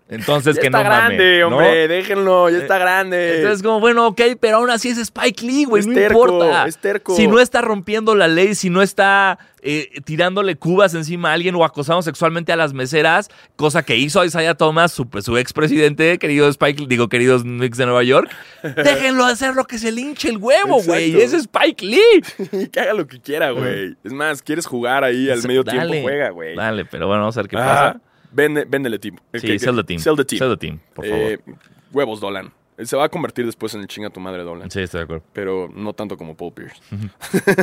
Speaker 2: Entonces,
Speaker 1: Ya
Speaker 2: que
Speaker 1: está
Speaker 2: no mame,
Speaker 1: grande,
Speaker 2: ¿no?
Speaker 1: hombre. Déjenlo, ya
Speaker 2: Eh,
Speaker 1: está grande.
Speaker 2: Entonces, como, bueno, ok, pero aún así es Spike Lee, güey,
Speaker 1: Es
Speaker 2: no
Speaker 1: terco,
Speaker 2: importa.
Speaker 1: es terco.
Speaker 2: Si no está rompiendo la ley, si no está eh, tirándole cubas encima a alguien o acosando sexualmente a las meseras, cosa que hizo Isaiah Thomas, su, pues, su expresidente, querido Spike Lee, digo, queridos Knicks de Nueva York, déjenlo hacer lo que se linche el huevo, güey,
Speaker 1: Exacto.
Speaker 2: es Spike Lee.
Speaker 1: que haga lo que quiera, güey. Es más, quieres jugar ahí al
Speaker 2: Entonces,
Speaker 1: medio
Speaker 2: dale,
Speaker 1: tiempo, juega, güey.
Speaker 2: Dale, pero bueno, vamos a ver qué
Speaker 1: Ah,
Speaker 2: pasa.
Speaker 1: vende- véndele team. Eh,
Speaker 2: Sí,
Speaker 1: que- que-
Speaker 2: sell the team.
Speaker 1: Sell the team.
Speaker 2: Sell the team, por favor.
Speaker 1: Eh, huevos, Dolan. Él Se va a convertir después en el chinga tu madre, Dolan.
Speaker 2: sí, estoy de acuerdo.
Speaker 1: Pero no tanto como Paul Pierce.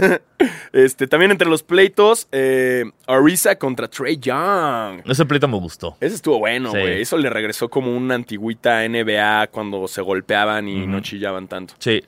Speaker 1: este, también entre los pleitos, eh, Arisa contra Trey Young.
Speaker 2: Ese pleito me gustó.
Speaker 1: Ese estuvo bueno,
Speaker 2: Sí.
Speaker 1: güey. Eso le regresó como una antigüita NBA cuando se golpeaban y
Speaker 2: Ujú.
Speaker 1: no chillaban tanto,
Speaker 2: Sí.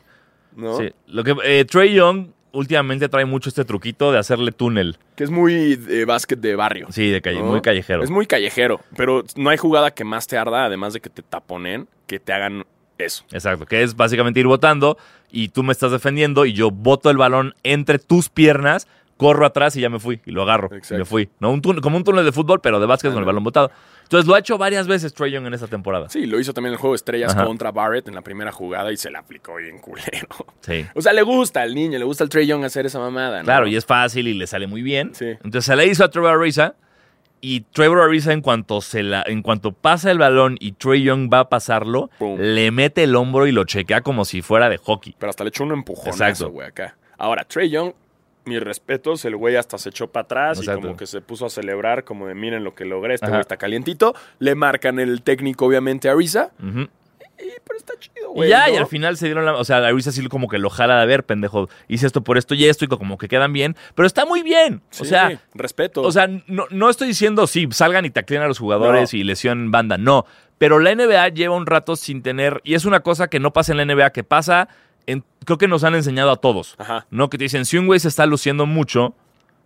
Speaker 1: ¿no?
Speaker 2: Sí, lo que eh, Trey Young últimamente trae mucho este truquito de hacerle túnel.
Speaker 1: Que es muy de básquet de barrio.
Speaker 2: Sí, de calle,
Speaker 1: ¿no?
Speaker 2: muy callejero.
Speaker 1: Es muy callejero, pero no hay jugada que más te arda, además de que te taponen, que te hagan eso.
Speaker 2: Exacto, que es básicamente ir votando y tú me estás defendiendo y yo boto el balón entre tus piernas, corro atrás y ya me fui y lo agarro. Y
Speaker 1: Exacto.
Speaker 2: me fui. No, un túnel- como un túnel de fútbol, pero de básquet con el
Speaker 1: Ándale.
Speaker 2: balón botado. Entonces lo ha hecho varias veces Trey Young en esta temporada.
Speaker 1: Sí, lo hizo también el juego de estrellas
Speaker 2: Ajá.
Speaker 1: contra Barrett en la primera jugada y se la aplicó bien culero.
Speaker 2: Sí.
Speaker 1: O sea, le gusta al niño, le gusta al Trey Young hacer esa mamada. ¿no?
Speaker 2: Ah, Claro, y es fácil y le sale muy bien.
Speaker 1: Sí.
Speaker 2: Entonces se la hizo a Trevor Ariza y Trevor Ariza en cuanto se la, en cuanto pasa el balón y Trey Young va a pasarlo,
Speaker 1: Pum.
Speaker 2: le mete el hombro y lo chequea como si fuera de hockey.
Speaker 1: Pero hasta le echó un
Speaker 2: Exacto.
Speaker 1: empujonazo, güey, acá. Ahora, Trey Young, mis respetos, el güey hasta se echó para atrás
Speaker 2: Exacto.
Speaker 1: y como que se puso a celebrar, como de miren lo que logré, este
Speaker 2: Ajá.
Speaker 1: güey está calientito. Le marcan el técnico, obviamente, a Risa.
Speaker 2: Ujú.
Speaker 1: Y, pero está chido,
Speaker 2: Y
Speaker 1: güey.
Speaker 2: ya,
Speaker 1: ¿no?
Speaker 2: y al final se dieron la. O sea, la Luisa sí como que lo jala de a ver, pendejo. Hice esto por esto y esto, y como que quedan bien. Pero está muy bien. O
Speaker 1: Sí,
Speaker 2: sea,
Speaker 1: respeto.
Speaker 2: o sea, no, no estoy diciendo sí, salgan y tacleen a los jugadores y lesionen banda. No. Pero la NBA lleva un rato sin tener. Y es una cosa que no pasa en la NBA, que pasa. en- creo que nos han enseñado a todos.
Speaker 1: Ajá.
Speaker 2: No, que te dicen, si un güey se está luciendo mucho,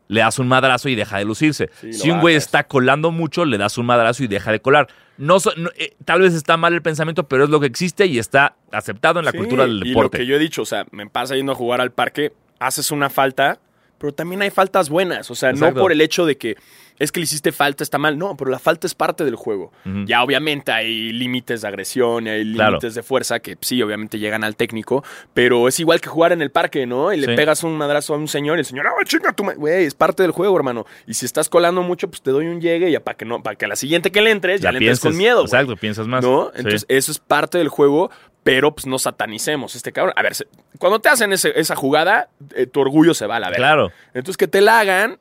Speaker 2: le das un madrazo y deja de lucirse.
Speaker 1: Sí, lo
Speaker 2: si un güey
Speaker 1: bajas.
Speaker 2: está colando mucho, le das un madrazo y deja de colar. No, so- no, eh, tal vez está mal el pensamiento, pero es lo que existe y está aceptado en la
Speaker 1: Sí,
Speaker 2: cultura del
Speaker 1: Y lo
Speaker 2: deporte.
Speaker 1: que yo he dicho, o sea, me pasa yendo a jugar al parque, haces una falta, pero también hay faltas buenas. O sea,
Speaker 2: Exacto.
Speaker 1: no por el hecho de que es que le hiciste falta, está mal. No, pero la falta es parte del juego.
Speaker 2: Ujú.
Speaker 1: Ya obviamente hay límites de agresión y hay límites
Speaker 2: Claro.
Speaker 1: de fuerza que pues, sí, obviamente llegan al técnico, pero es igual que jugar en el parque, ¿no? Y le
Speaker 2: Sí.
Speaker 1: pegas un madrazo a un señor y el señor, ¡ah, chinga tu ma-". Güey, es parte del juego, hermano. Y si estás colando mucho, pues te doy un llegue y para que no, para que a la siguiente que le entres, ya, le
Speaker 2: La
Speaker 1: entres con
Speaker 2: piensas,
Speaker 1: miedo. güey.
Speaker 2: Exacto, piensas más.
Speaker 1: ¿No?
Speaker 2: Sí.
Speaker 1: Entonces, eso es parte del juego, pero pues no satanicemos este cabrón. A ver, se- cuando te hacen ese- esa jugada, eh, tu orgullo se va a la verga.
Speaker 2: claro.
Speaker 1: Entonces, que te la hagan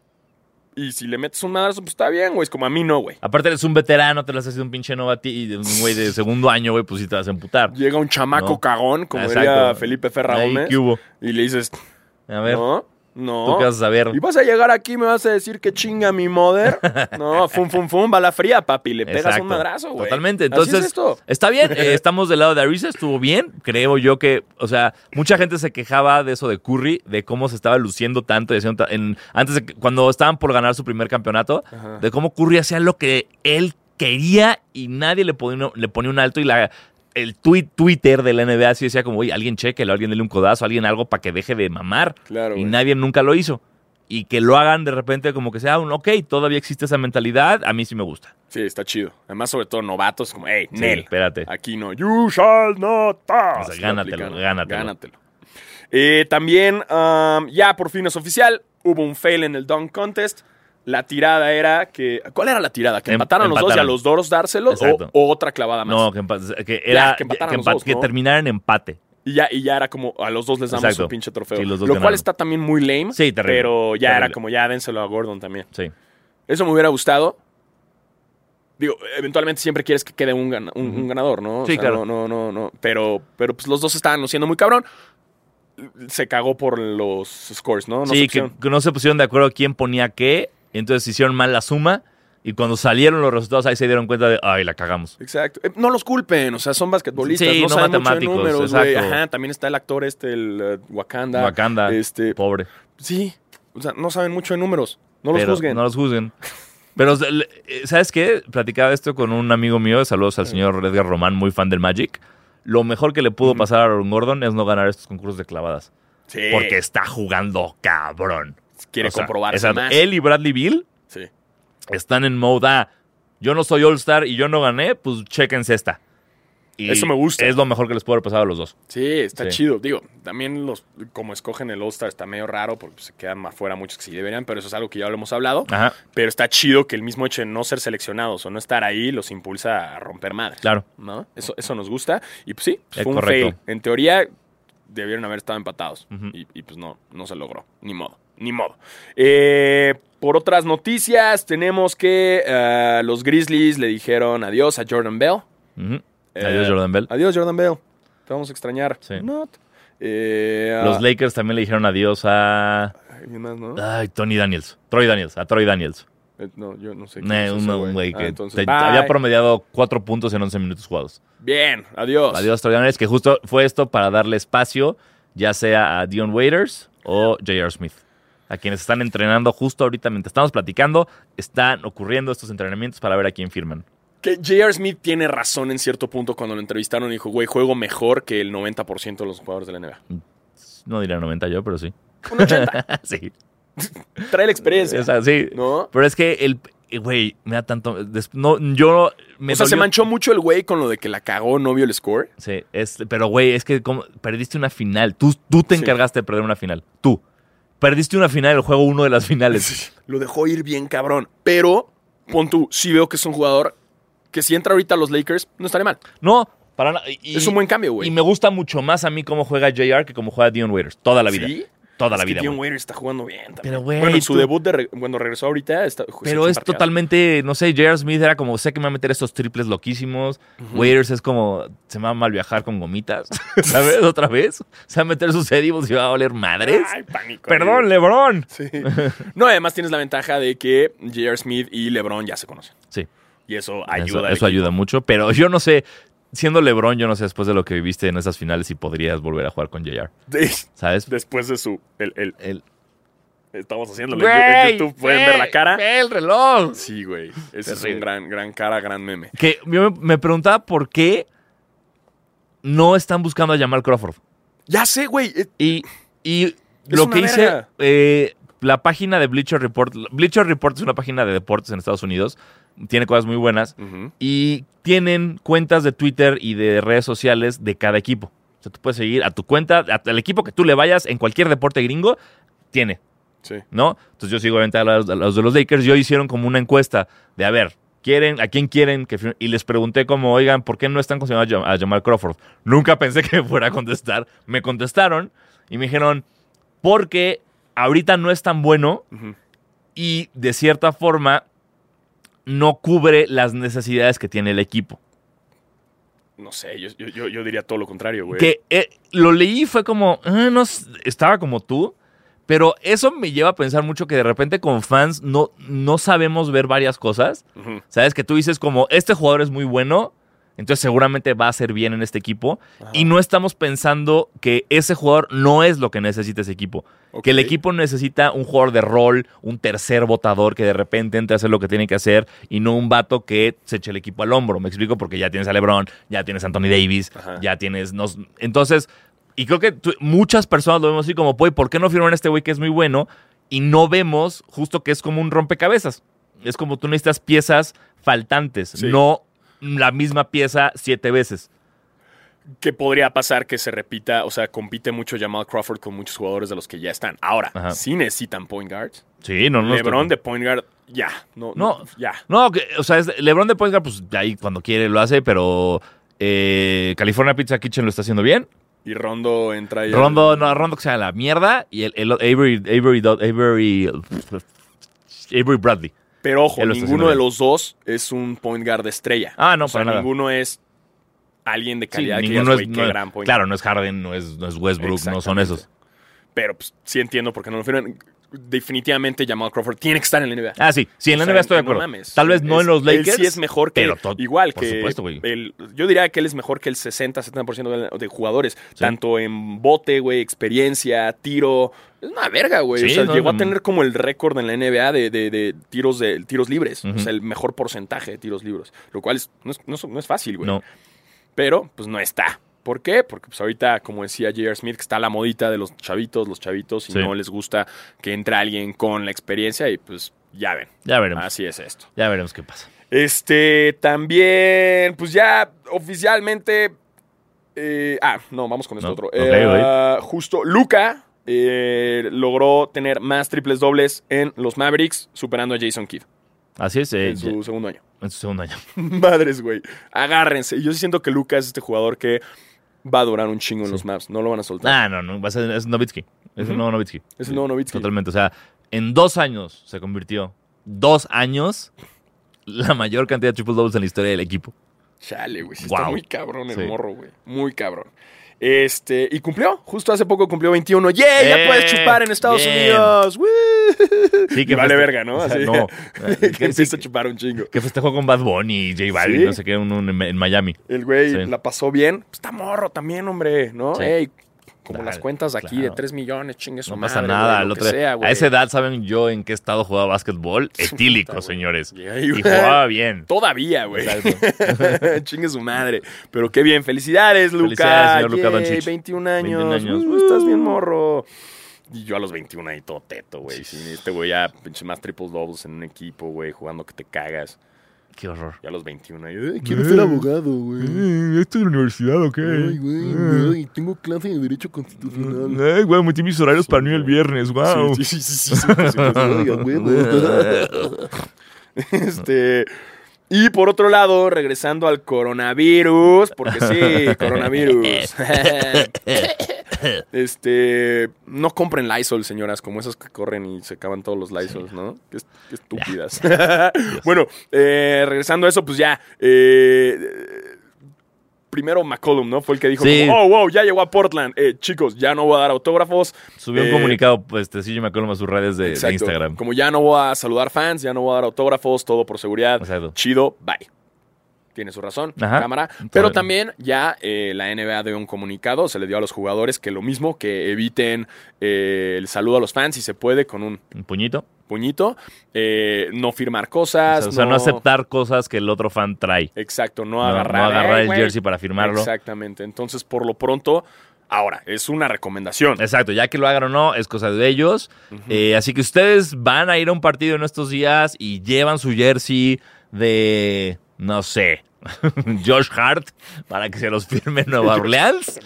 Speaker 1: y si le metes un madrazo, pues está bien, güey. Es como a mí no, güey.
Speaker 2: Aparte eres un veterano, te lo has hecho un pinche novati y de un güey de segundo año, güey, pues sí te vas a emputar.
Speaker 1: Llega un chamaco
Speaker 2: No.
Speaker 1: cagón, como
Speaker 2: Exacto.
Speaker 1: diría Felipe Ferra
Speaker 2: Ahí,
Speaker 1: Gómez,
Speaker 2: ¿qué hubo?
Speaker 1: y le dices,
Speaker 2: A ver,
Speaker 1: no,
Speaker 2: tú
Speaker 1: no.
Speaker 2: qué vas a saber.
Speaker 1: Y vas a llegar aquí y me vas a decir que chinga mi mother. No, fum, fum, fum, bala fría, papi. Le pegas
Speaker 2: Exacto.
Speaker 1: un madrazo, güey.
Speaker 2: Totalmente.
Speaker 1: Así es
Speaker 2: Entonces,
Speaker 1: esto.
Speaker 2: está bien. eh, estamos del lado de Arisa. Estuvo bien. Creo yo que, o sea, mucha gente se quejaba de eso de Curry, de cómo se estaba luciendo tanto y haciendo ta- en- antes de que- cuando estaban por ganar su primer campeonato,
Speaker 1: Ajá.
Speaker 2: de cómo Curry hacía lo que él quería y nadie le ponía, le ponía un alto y la. El tweet Twitter de la NBA así decía como, oye, alguien chequelo, alguien dele un codazo, alguien algo para que deje de mamar.
Speaker 1: Claro,
Speaker 2: y
Speaker 1: güey.
Speaker 2: nadie nunca lo hizo. Y que lo hagan de repente como que sea un, ok, todavía existe esa mentalidad, a mí sí me gusta.
Speaker 1: Sí, está chido. Además, sobre todo novatos, como, hey,
Speaker 2: Sí,
Speaker 1: Nel. Ah,
Speaker 2: espérate.
Speaker 1: Aquí no. You shall not pass.
Speaker 2: O sea, gánatelo,
Speaker 1: Lo aplican.
Speaker 2: gánatelo.
Speaker 1: Eh, también, um, ya por fin es oficial, hubo un fail en el dunk contest. la tirada era que. ¿Cuál era la tirada? Que
Speaker 2: Em-
Speaker 1: empataran los dos y a
Speaker 2: empataron.
Speaker 1: los doros dárselos o,
Speaker 2: Exacto.
Speaker 1: o otra clavada más.
Speaker 2: No, que, empa- que era
Speaker 1: Ya, que
Speaker 2: que,
Speaker 1: empataran
Speaker 2: que
Speaker 1: los
Speaker 2: empa-
Speaker 1: dos,
Speaker 2: que
Speaker 1: ¿no?
Speaker 2: terminara en empate.
Speaker 1: Y ya, y ya era como a los dos les damos
Speaker 2: Exacto.
Speaker 1: un pinche trofeo.
Speaker 2: Sí, los dos
Speaker 1: lo cual
Speaker 2: ganaron.
Speaker 1: está también muy lame.
Speaker 2: Sí, terrible,
Speaker 1: Pero ya era
Speaker 2: terrible.
Speaker 1: como ya dénselo a Gordon también.
Speaker 2: Sí.
Speaker 1: Eso me hubiera gustado. Digo, eventualmente siempre quieres que quede un, gana- un- un ganador, ¿no? O
Speaker 2: Sí,
Speaker 1: sea,
Speaker 2: claro.
Speaker 1: No, no, no, no. Pero, pero pues los dos estaban siendo muy cabrón. Se cagó por los scores, ¿no? No se
Speaker 2: sí, que,
Speaker 1: pusieron.
Speaker 2: que no se pusieron de acuerdo quién ponía qué, entonces hicieron mal la suma y cuando salieron los resultados ahí se dieron cuenta de, ay, la cagamos.
Speaker 1: Exacto. Eh, no los culpen, o sea, son basquetbolistas,
Speaker 2: Sí,
Speaker 1: no,
Speaker 2: no
Speaker 1: saben mucho de
Speaker 2: matemáticos,
Speaker 1: números, güey.
Speaker 2: exacto.
Speaker 1: Ajá, también está el actor este, el eh, Wakanda.
Speaker 2: Wakanda,
Speaker 1: Este,
Speaker 2: pobre.
Speaker 1: sí, o sea, no saben mucho de números. No los
Speaker 2: Pero
Speaker 1: juzguen.
Speaker 2: No los juzguen. Pero, eh, ¿sabes qué? Platicaba esto con un amigo mío, saludos al señor Edgar Román, muy fan del Magic. Lo mejor que le pudo
Speaker 1: Ujú.
Speaker 2: pasar a Aaron Gordon es no ganar estos concursos de clavadas.
Speaker 1: Sí,
Speaker 2: Porque está jugando cabrón.
Speaker 1: quiere
Speaker 2: O sea,
Speaker 1: comprobarse
Speaker 2: exacto.
Speaker 1: más.
Speaker 2: Él y Bradley Bill
Speaker 1: Sí.
Speaker 2: están en moda. Yo no soy All-Star y yo no gané, pues chéquense esta. Y
Speaker 1: Eso me gusta.
Speaker 2: Es lo mejor que les puede haber pasado a los dos.
Speaker 1: Sí, está
Speaker 2: Sí.
Speaker 1: chido. Digo, también los como escogen el All-Star está medio raro porque se quedan afuera muchos que sí deberían, pero eso es algo que ya lo hemos hablado.
Speaker 2: Ajá,
Speaker 1: Pero está chido que el mismo hecho de no ser seleccionados o no estar ahí los impulsa a romper madre.
Speaker 2: claro.
Speaker 1: ¿no? Eso, eso nos gusta. Y pues sí, pues
Speaker 2: Es
Speaker 1: fue un
Speaker 2: correcto.
Speaker 1: fail. En teoría, debieron haber estado empatados.
Speaker 2: Ujú.
Speaker 1: y, y, pues no, no se logró. Ni modo, ni modo. Eh, por otras noticias, tenemos que eh, los Grizzlies le dijeron adiós a Jordan Bell.
Speaker 2: Ujú.
Speaker 1: Eh,
Speaker 2: Adiós, Jordan Bell.
Speaker 1: Adiós, Jordan Bell. Te vamos a extrañar.
Speaker 2: Sí.
Speaker 1: Not. Eh,
Speaker 2: Los
Speaker 1: ah,
Speaker 2: Lakers también le dijeron adiós a.
Speaker 1: alguien más, ¿no?
Speaker 2: Ay, Tony Daniels. Troy Daniels. A Troy Daniels.
Speaker 1: Eh, no, yo no sé. quién
Speaker 2: Eh,
Speaker 1: es ese
Speaker 2: un un güey
Speaker 1: Ah,
Speaker 2: que
Speaker 1: entonces,
Speaker 2: te-
Speaker 1: bye.
Speaker 2: había promediado cuatro puntos en 11 minutos jugados.
Speaker 1: Bien, adiós.
Speaker 2: Adiós, Troy Daniels, que justo fue esto para darle espacio, ya sea a Dion Waiters o J.R. Smith, a quienes están entrenando justo ahorita mientras estamos platicando. Están ocurriendo estos entrenamientos para ver a quién firman.
Speaker 1: Que J.R. Smith tiene razón en cierto punto cuando lo entrevistaron. Dijo, güey, juego mejor que el 90% de los jugadores de la NBA.
Speaker 2: No diría 90 yo, pero sí.
Speaker 1: Un 80.
Speaker 2: sí.
Speaker 1: Trae la experiencia.
Speaker 2: Es así.
Speaker 1: ¿No?
Speaker 2: Pero es que el. eh, Güey, me da tanto. des- No, yo. Me
Speaker 1: o sea, se
Speaker 2: dolió-
Speaker 1: manchó mucho el güey con lo de que la cagó, no vio el score.
Speaker 2: Sí, es, pero güey, es que como- perdiste una final. Tú, tú te
Speaker 1: Sí.
Speaker 2: encargaste de perder una final. Tú. Perdiste una final, el juego uno de las finales.
Speaker 1: Lo dejó ir bien cabrón. Pero, pon tú, sí veo que es un jugador que si entra ahorita a los Lakers, no estaría mal.
Speaker 2: No, para nada. Y-
Speaker 1: es un buen cambio, güey.
Speaker 2: Y me gusta mucho más a mí cómo juega JR que cómo juega Dion Waiters. Toda la vida.
Speaker 1: ¿Sí?
Speaker 2: Toda
Speaker 1: Es
Speaker 2: la
Speaker 1: que
Speaker 2: vida.
Speaker 1: Dion
Speaker 2: güey.
Speaker 1: Waiters está jugando bien también.
Speaker 2: Pero, güey,
Speaker 1: Bueno, en su
Speaker 2: tú-
Speaker 1: debut, pues, de re- cuando regresó ahorita, está,
Speaker 2: Pero es totalmente, no sé, J.R. Smith era como, sé que me va a meter estos triples loquísimos. Waiters es como, se me va a mal viajar con gomitas. ¿Sabes? Otra vez. Se va a meter sus edibos y va a oler madres.
Speaker 1: Ay, pánico.
Speaker 2: Perdón, Lebron.
Speaker 1: Sí. No, además tienes la ventaja de que J.R. Smith y LeBron ya se conocen.
Speaker 2: Sí.
Speaker 1: Y eso
Speaker 2: Eso-
Speaker 1: ayuda. al
Speaker 2: Eso,
Speaker 1: equipo.
Speaker 2: ayuda mucho, pero yo no sé, siendo LeBron, yo no sé después de lo que viviste en esas finales si podrías volver a jugar con JR,
Speaker 1: De-
Speaker 2: ¿sabes?
Speaker 1: Después de su. El, el-
Speaker 2: El,
Speaker 1: estamos haciéndolo en Yu- en YouTube. Pueden ver la cara.
Speaker 2: el reloj.
Speaker 1: Sí, güey. Ese es un
Speaker 2: Terrible.
Speaker 1: gran, gran cara, gran meme.
Speaker 2: Que yo me, me preguntaba por qué no están buscando a Jamal Crawford.
Speaker 1: Ya sé, güey. eh,
Speaker 2: Y, y
Speaker 1: Es
Speaker 2: lo
Speaker 1: una
Speaker 2: que hice,
Speaker 1: verga.
Speaker 2: eh, la página de Bleacher Report, Bleacher Report es una página de deportes en Estados Unidos, tiene cosas muy buenas.
Speaker 1: ujú.
Speaker 2: y tienen cuentas de Twitter y de redes sociales de cada equipo. O sea, tú puedes seguir a tu cuenta, a- al equipo que tú le vayas en cualquier deporte gringo, tiene,
Speaker 1: Sí.
Speaker 2: ¿no? Entonces yo sigo obviamente a los, a los de los Lakers. Yo hicieron como una encuesta de, a ver, ¿quieren, ¿a quién quieren que firme? Y les pregunté como, oigan, ¿por qué no están considerando a Jam- a Jamal Crawford? Nunca pensé que me fuera a contestar. Me contestaron y me dijeron, porque ahorita no es tan bueno
Speaker 1: ujú.
Speaker 2: y de cierta forma no cubre las necesidades que tiene el equipo.
Speaker 1: No sé, yo, yo- yo- yo diría todo lo contrario, güey.
Speaker 2: Que eh, lo leí y fue como, "Ah, no, s- estaba como tú, pero eso me lleva a pensar mucho que de repente con fans no, no sabemos ver varias cosas.
Speaker 1: Ujú.
Speaker 2: Sabes que tú dices como, este jugador es muy bueno, entonces seguramente va a ser bien en este equipo.
Speaker 1: Ajá.
Speaker 2: Y no estamos pensando que ese jugador no es lo que necesita ese equipo.
Speaker 1: Ok.
Speaker 2: Que el equipo necesita un jugador de rol, un tercer votador que de repente entre a hacer lo que tiene que hacer y no un vato que se eche el equipo al hombro. Me explico porque ya tienes a LeBron, ya tienes a Anthony Davis,
Speaker 1: Ajá.
Speaker 2: ya tienes. nos- entonces, y creo que tú- muchas personas lo vemos así como, pues, ¿por qué no firman a este güey que es muy bueno? Y no vemos justo que es como un rompecabezas. Es como tú necesitas piezas faltantes,
Speaker 1: Sí.
Speaker 2: no la misma pieza siete veces.
Speaker 1: que podría pasar que se repita, o sea, compite mucho Jamal Crawford con muchos jugadores de los que ya están. Ahora,
Speaker 2: Ajá.
Speaker 1: sí necesitan point guards.
Speaker 2: Sí, no, no.
Speaker 1: LeBron de point guard Ya, no,
Speaker 2: No.
Speaker 1: no, ya.
Speaker 2: No, que, o sea, es- LeBron de Points Guard, pues ahí cuando quiere lo hace, pero eh, California Pizza Kitchen lo está haciendo bien.
Speaker 1: Y Rondo entra ahí. al-
Speaker 2: Rondo, no, Rondo que sea la mierda. Y el, el Avery, Avery, Do- Avery, Avery Bradley.
Speaker 1: Pero ojo,
Speaker 2: Él lo está
Speaker 1: ninguno de
Speaker 2: haciendo
Speaker 1: los dos es un point guard estrella.
Speaker 2: Ah, no,
Speaker 1: o sea,
Speaker 2: para nada.
Speaker 1: ninguno es alguien de
Speaker 2: Sí,
Speaker 1: calidad que
Speaker 2: ninguno
Speaker 1: digas,
Speaker 2: es-
Speaker 1: "Güey, qué
Speaker 2: no-
Speaker 1: gran point
Speaker 2: Claro, no es Harden, no es, no es Westbrook, no son
Speaker 1: Exactamente.
Speaker 2: esos.
Speaker 1: Pero pues, sí entiendo por qué no lo firman. Definitivamente Jamal Crawford tiene que estar en la NBA.
Speaker 2: Ah, sí, sí, en la
Speaker 1: O sea,
Speaker 2: NBA estoy de
Speaker 1: no
Speaker 2: acuerdo.
Speaker 1: mames.
Speaker 2: Tal vez no
Speaker 1: Es-
Speaker 2: en los Lakers.
Speaker 1: Él sí es mejor que.
Speaker 2: pero to-
Speaker 1: igual
Speaker 2: por
Speaker 1: que.
Speaker 2: supuesto, güey.
Speaker 1: el- Yo diría que él es mejor que el 60-70% de, de jugadores. Tanto en bote, güey, experiencia, tiro. Es una verga, güey.
Speaker 2: Sí,
Speaker 1: o sea,
Speaker 2: no, mm.
Speaker 1: llegó
Speaker 2: no,
Speaker 1: a tener como el récord en la NBA de, de- de tiros, de tiros libres.
Speaker 2: Ujú.
Speaker 1: O sea, el mejor porcentaje de tiros libres. Lo cual es- no, es, no es- no es fácil, güey.
Speaker 2: No,
Speaker 1: Pero, pues no está. ¿Por qué? Porque pues ahorita, como decía J.R. Smith, que está la modita de los chavitos, los chavitos, y
Speaker 2: Sí.
Speaker 1: no les gusta que entre alguien con la experiencia y pues ya ven.
Speaker 2: ya veremos.
Speaker 1: Así es esto.
Speaker 2: Ya veremos qué pasa.
Speaker 1: Este, también, pues ya oficialmente. eh, ah, no, vamos con esto
Speaker 2: No,
Speaker 1: otro.
Speaker 2: ok,
Speaker 1: Eh, ah, justo, Luca eh, logró tener más triples dobles en los Mavericks, superando a Jason Kidd
Speaker 2: Así es, eh,
Speaker 1: en su segundo año.
Speaker 2: en su segundo año.
Speaker 1: Madres, güey. Agárrense. Yo sí siento que Luca es este jugador que va a durar un chingo en
Speaker 2: Sí.
Speaker 1: los maps. No lo van a soltar.
Speaker 2: Ah, no, no, va a ser- es Novitsky. Es un
Speaker 1: Ujú.
Speaker 2: nuevo Novitsky.
Speaker 1: Es el nuevo Nowitzki.
Speaker 2: Totalmente. O sea, en dos años se convirtió. Dos años. La mayor cantidad de triple doubles en la historia del equipo.
Speaker 1: Chale, güey. sí
Speaker 2: Guau.
Speaker 1: Está muy cabrón el
Speaker 2: Sí.
Speaker 1: morro, güey. Muy cabrón. Este, y cumplió, justo hace poco cumplió 21. ¡Yeah!
Speaker 2: ¡Eh!
Speaker 1: Ya puedes chupar en Estados
Speaker 2: Bien.
Speaker 1: Unidos. ¡Woo!
Speaker 2: Sí,
Speaker 1: Y vale
Speaker 2: feste-
Speaker 1: verga, ¿no?
Speaker 2: o sea,
Speaker 1: Así.
Speaker 2: no. Eh,
Speaker 1: que
Speaker 2: que, sí,
Speaker 1: empieza a chupar un chingo.
Speaker 2: que festejó con Bad Bunny y J Balvin,
Speaker 1: Sí.
Speaker 2: no sé qué, uno en, en Miami.
Speaker 1: El güey
Speaker 2: Sí.
Speaker 1: la pasó bien. Pues Está morro también, hombre, ¿no?
Speaker 2: Sí.
Speaker 1: Ey, como
Speaker 2: Claro,
Speaker 1: las cuentas de aquí
Speaker 2: claro.
Speaker 1: de 3 millones, chingue su
Speaker 2: No
Speaker 1: madre,
Speaker 2: pasa nada.
Speaker 1: güey,
Speaker 2: al
Speaker 1: lo
Speaker 2: otro
Speaker 1: que
Speaker 2: día-
Speaker 1: sea, güey.
Speaker 2: a esa edad, ¿saben yo en qué estado jugaba básquetbol? Etílico,
Speaker 1: güey.
Speaker 2: señores.
Speaker 1: Y ahí,
Speaker 2: Y
Speaker 1: güey,
Speaker 2: jugaba bien.
Speaker 1: Todavía, güey.
Speaker 2: Exacto.
Speaker 1: Chingue su madre. Pero qué bien. Felicidades, Luca.
Speaker 2: Felicidades, señor Luca
Speaker 1: Yay,
Speaker 2: Doncic.
Speaker 1: 21 años.
Speaker 2: 21 años.
Speaker 1: Uh, estás bien morro. Y yo a los 21 ahí todo teto, güey. Sí, este güey ya pinche más triple doubles en un equipo, güey, jugando que te cagas.
Speaker 2: Qué horror.
Speaker 1: Yo a los 21 ahí, "Ay,
Speaker 4: Quiero ser abogado, güey.
Speaker 1: Eh,
Speaker 2: ¿Esto es la universidad o qué?
Speaker 4: Ay, güey, ay, tengo clase de Derecho Constitucional.
Speaker 1: eh,
Speaker 2: güey, metí mis horarios para mí el viernes,
Speaker 1: Sí, sí, sí, sí, sí, por supuesto.
Speaker 4: Ay, a huevo.
Speaker 1: Este. Y por otro lado, regresando al coronavirus, porque sí, coronavirus.
Speaker 2: Eh.
Speaker 1: este. No compren Lysol, señoras, como esas que corren y se acaban todos los Lysol, ¿no? Qué, est- qué estúpidas. bueno, eh, regresando a eso, pues ya. eh, eh, Primero McCollum, ¿no? Fue el que dijo,
Speaker 2: Sí.
Speaker 1: como, oh, wow, ya llegó a Portland. Eh, chicos, ya no voy a dar autógrafos.
Speaker 2: Subió un
Speaker 1: Eh,
Speaker 2: comunicado, pues, te me acuerdo a sus redes de, de
Speaker 1: Exacto.
Speaker 2: Instagram.
Speaker 1: Como ya no voy a saludar fans, ya no voy a dar autógrafos, todo por seguridad.
Speaker 2: Exacto.
Speaker 1: Chido, bye. Tiene su razón,
Speaker 2: Ajá.
Speaker 1: cámara.
Speaker 2: Claro.
Speaker 1: Pero también ya eh, la NBA dio un comunicado, se le dio a los jugadores que lo mismo, que eviten eh, el saludo a los fans si se puede con un
Speaker 2: Un puñito.
Speaker 1: puñito, eh, no firmar
Speaker 2: O
Speaker 1: cosas.
Speaker 2: sea, o sea, no... aceptar cosas que el otro fan trae.
Speaker 1: Exacto, no,
Speaker 2: No no
Speaker 1: agarrar,
Speaker 2: agarrar
Speaker 1: "Ey,
Speaker 2: el
Speaker 1: güey".
Speaker 2: jersey para firmarlo. Exacto.
Speaker 1: Exactamente. Entonces, por lo pronto, ahora, es una recomendación.
Speaker 2: ya que lo hagan o no, es cosa de ellos. Eh, así que ustedes van a ir a un partido en estos días y llevan su jersey de, no sé, Josh Hart para que se los firme en Nueva Orleans.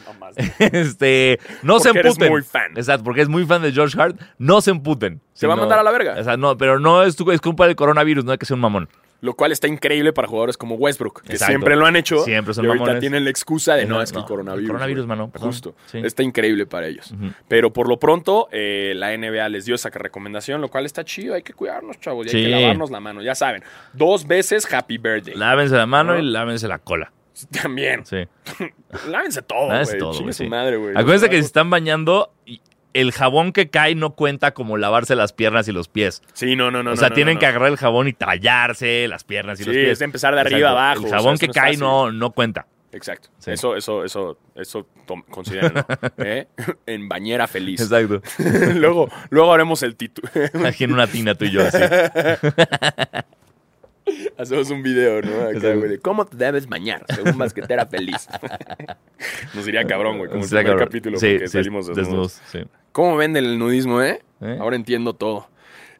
Speaker 2: este, no se
Speaker 1: Porque eres
Speaker 2: emputen.
Speaker 1: muy fan.
Speaker 2: Exacto, porque es muy fan de Josh Hart. No se emputen.
Speaker 1: Se va a
Speaker 2: sino-
Speaker 1: mandar a la verga.
Speaker 2: O sea, no, pero no es, tu- es culpa del coronavirus, no hay que ser un mamón.
Speaker 1: Lo cual está increíble para jugadores como Westbrook, que
Speaker 2: Exacto.
Speaker 1: siempre lo han hecho.
Speaker 2: Siempre son
Speaker 1: y ahorita
Speaker 2: mamones.
Speaker 1: tienen la excusa de
Speaker 2: No,
Speaker 1: no, es que
Speaker 2: no,
Speaker 1: el coronavirus.
Speaker 2: el coronavirus,
Speaker 1: güey".
Speaker 2: mano, perdón.
Speaker 1: Justo.
Speaker 2: Sí.
Speaker 1: Está increíble para ellos.
Speaker 2: Ujú.
Speaker 1: Pero por lo pronto, eh, la NBA les dio esa recomendación, lo cual está chido. Hay que cuidarnos, chavos. y Hay que
Speaker 2: Sí.
Speaker 1: lavarnos la mano. Ya saben, dos veces happy birthday.
Speaker 2: Lávense la mano
Speaker 1: No.
Speaker 2: y lávense la cola.
Speaker 1: También.
Speaker 2: Sí.
Speaker 1: Lávense todo,
Speaker 2: Lávense
Speaker 1: Oh, güey.
Speaker 2: todo,
Speaker 1: Chingue
Speaker 2: güey,
Speaker 1: su
Speaker 2: sí.
Speaker 1: madre, güey.
Speaker 2: Acuérdense que si
Speaker 1: Los
Speaker 2: están bañando, y el jabón que cae no cuenta como lavarse las piernas y los pies.
Speaker 1: tragos- Sí, no, no, no.
Speaker 2: o
Speaker 1: no,
Speaker 2: sea,
Speaker 1: no,
Speaker 2: tienen
Speaker 1: no.
Speaker 2: que agarrar el jabón y tallarse las piernas y
Speaker 1: Sí,
Speaker 2: los pies.
Speaker 1: es de empezar de arriba
Speaker 2: Exacto.
Speaker 1: abajo.
Speaker 2: El
Speaker 1: o sea,
Speaker 2: jabón
Speaker 1: eso
Speaker 2: que
Speaker 1: no es
Speaker 2: cae
Speaker 1: fácil.
Speaker 2: no, no cuenta.
Speaker 1: Exacto.
Speaker 2: Sí.
Speaker 1: Eso, eso, eso, eso, tom- considérenlo. ¿eh? En bañera feliz.
Speaker 2: Exacto.
Speaker 1: luego, luego haremos el título.
Speaker 2: Aquí en una tina tú y yo así.
Speaker 1: Hacemos un video, ¿no? Acá,
Speaker 2: Exacto.
Speaker 1: güey, de cómo te debes bañar según basquetera feliz. Nos diría cabrón, güey, como
Speaker 2: Está
Speaker 1: el primer
Speaker 2: cabrón.
Speaker 1: capítulo
Speaker 2: Sí,
Speaker 1: porque
Speaker 2: sí,
Speaker 1: salimos desnudos.
Speaker 2: desnudos, sí.
Speaker 1: ¿Cómo venden el nudismo, eh?
Speaker 2: ¿Eh?
Speaker 1: Ahora entiendo todo.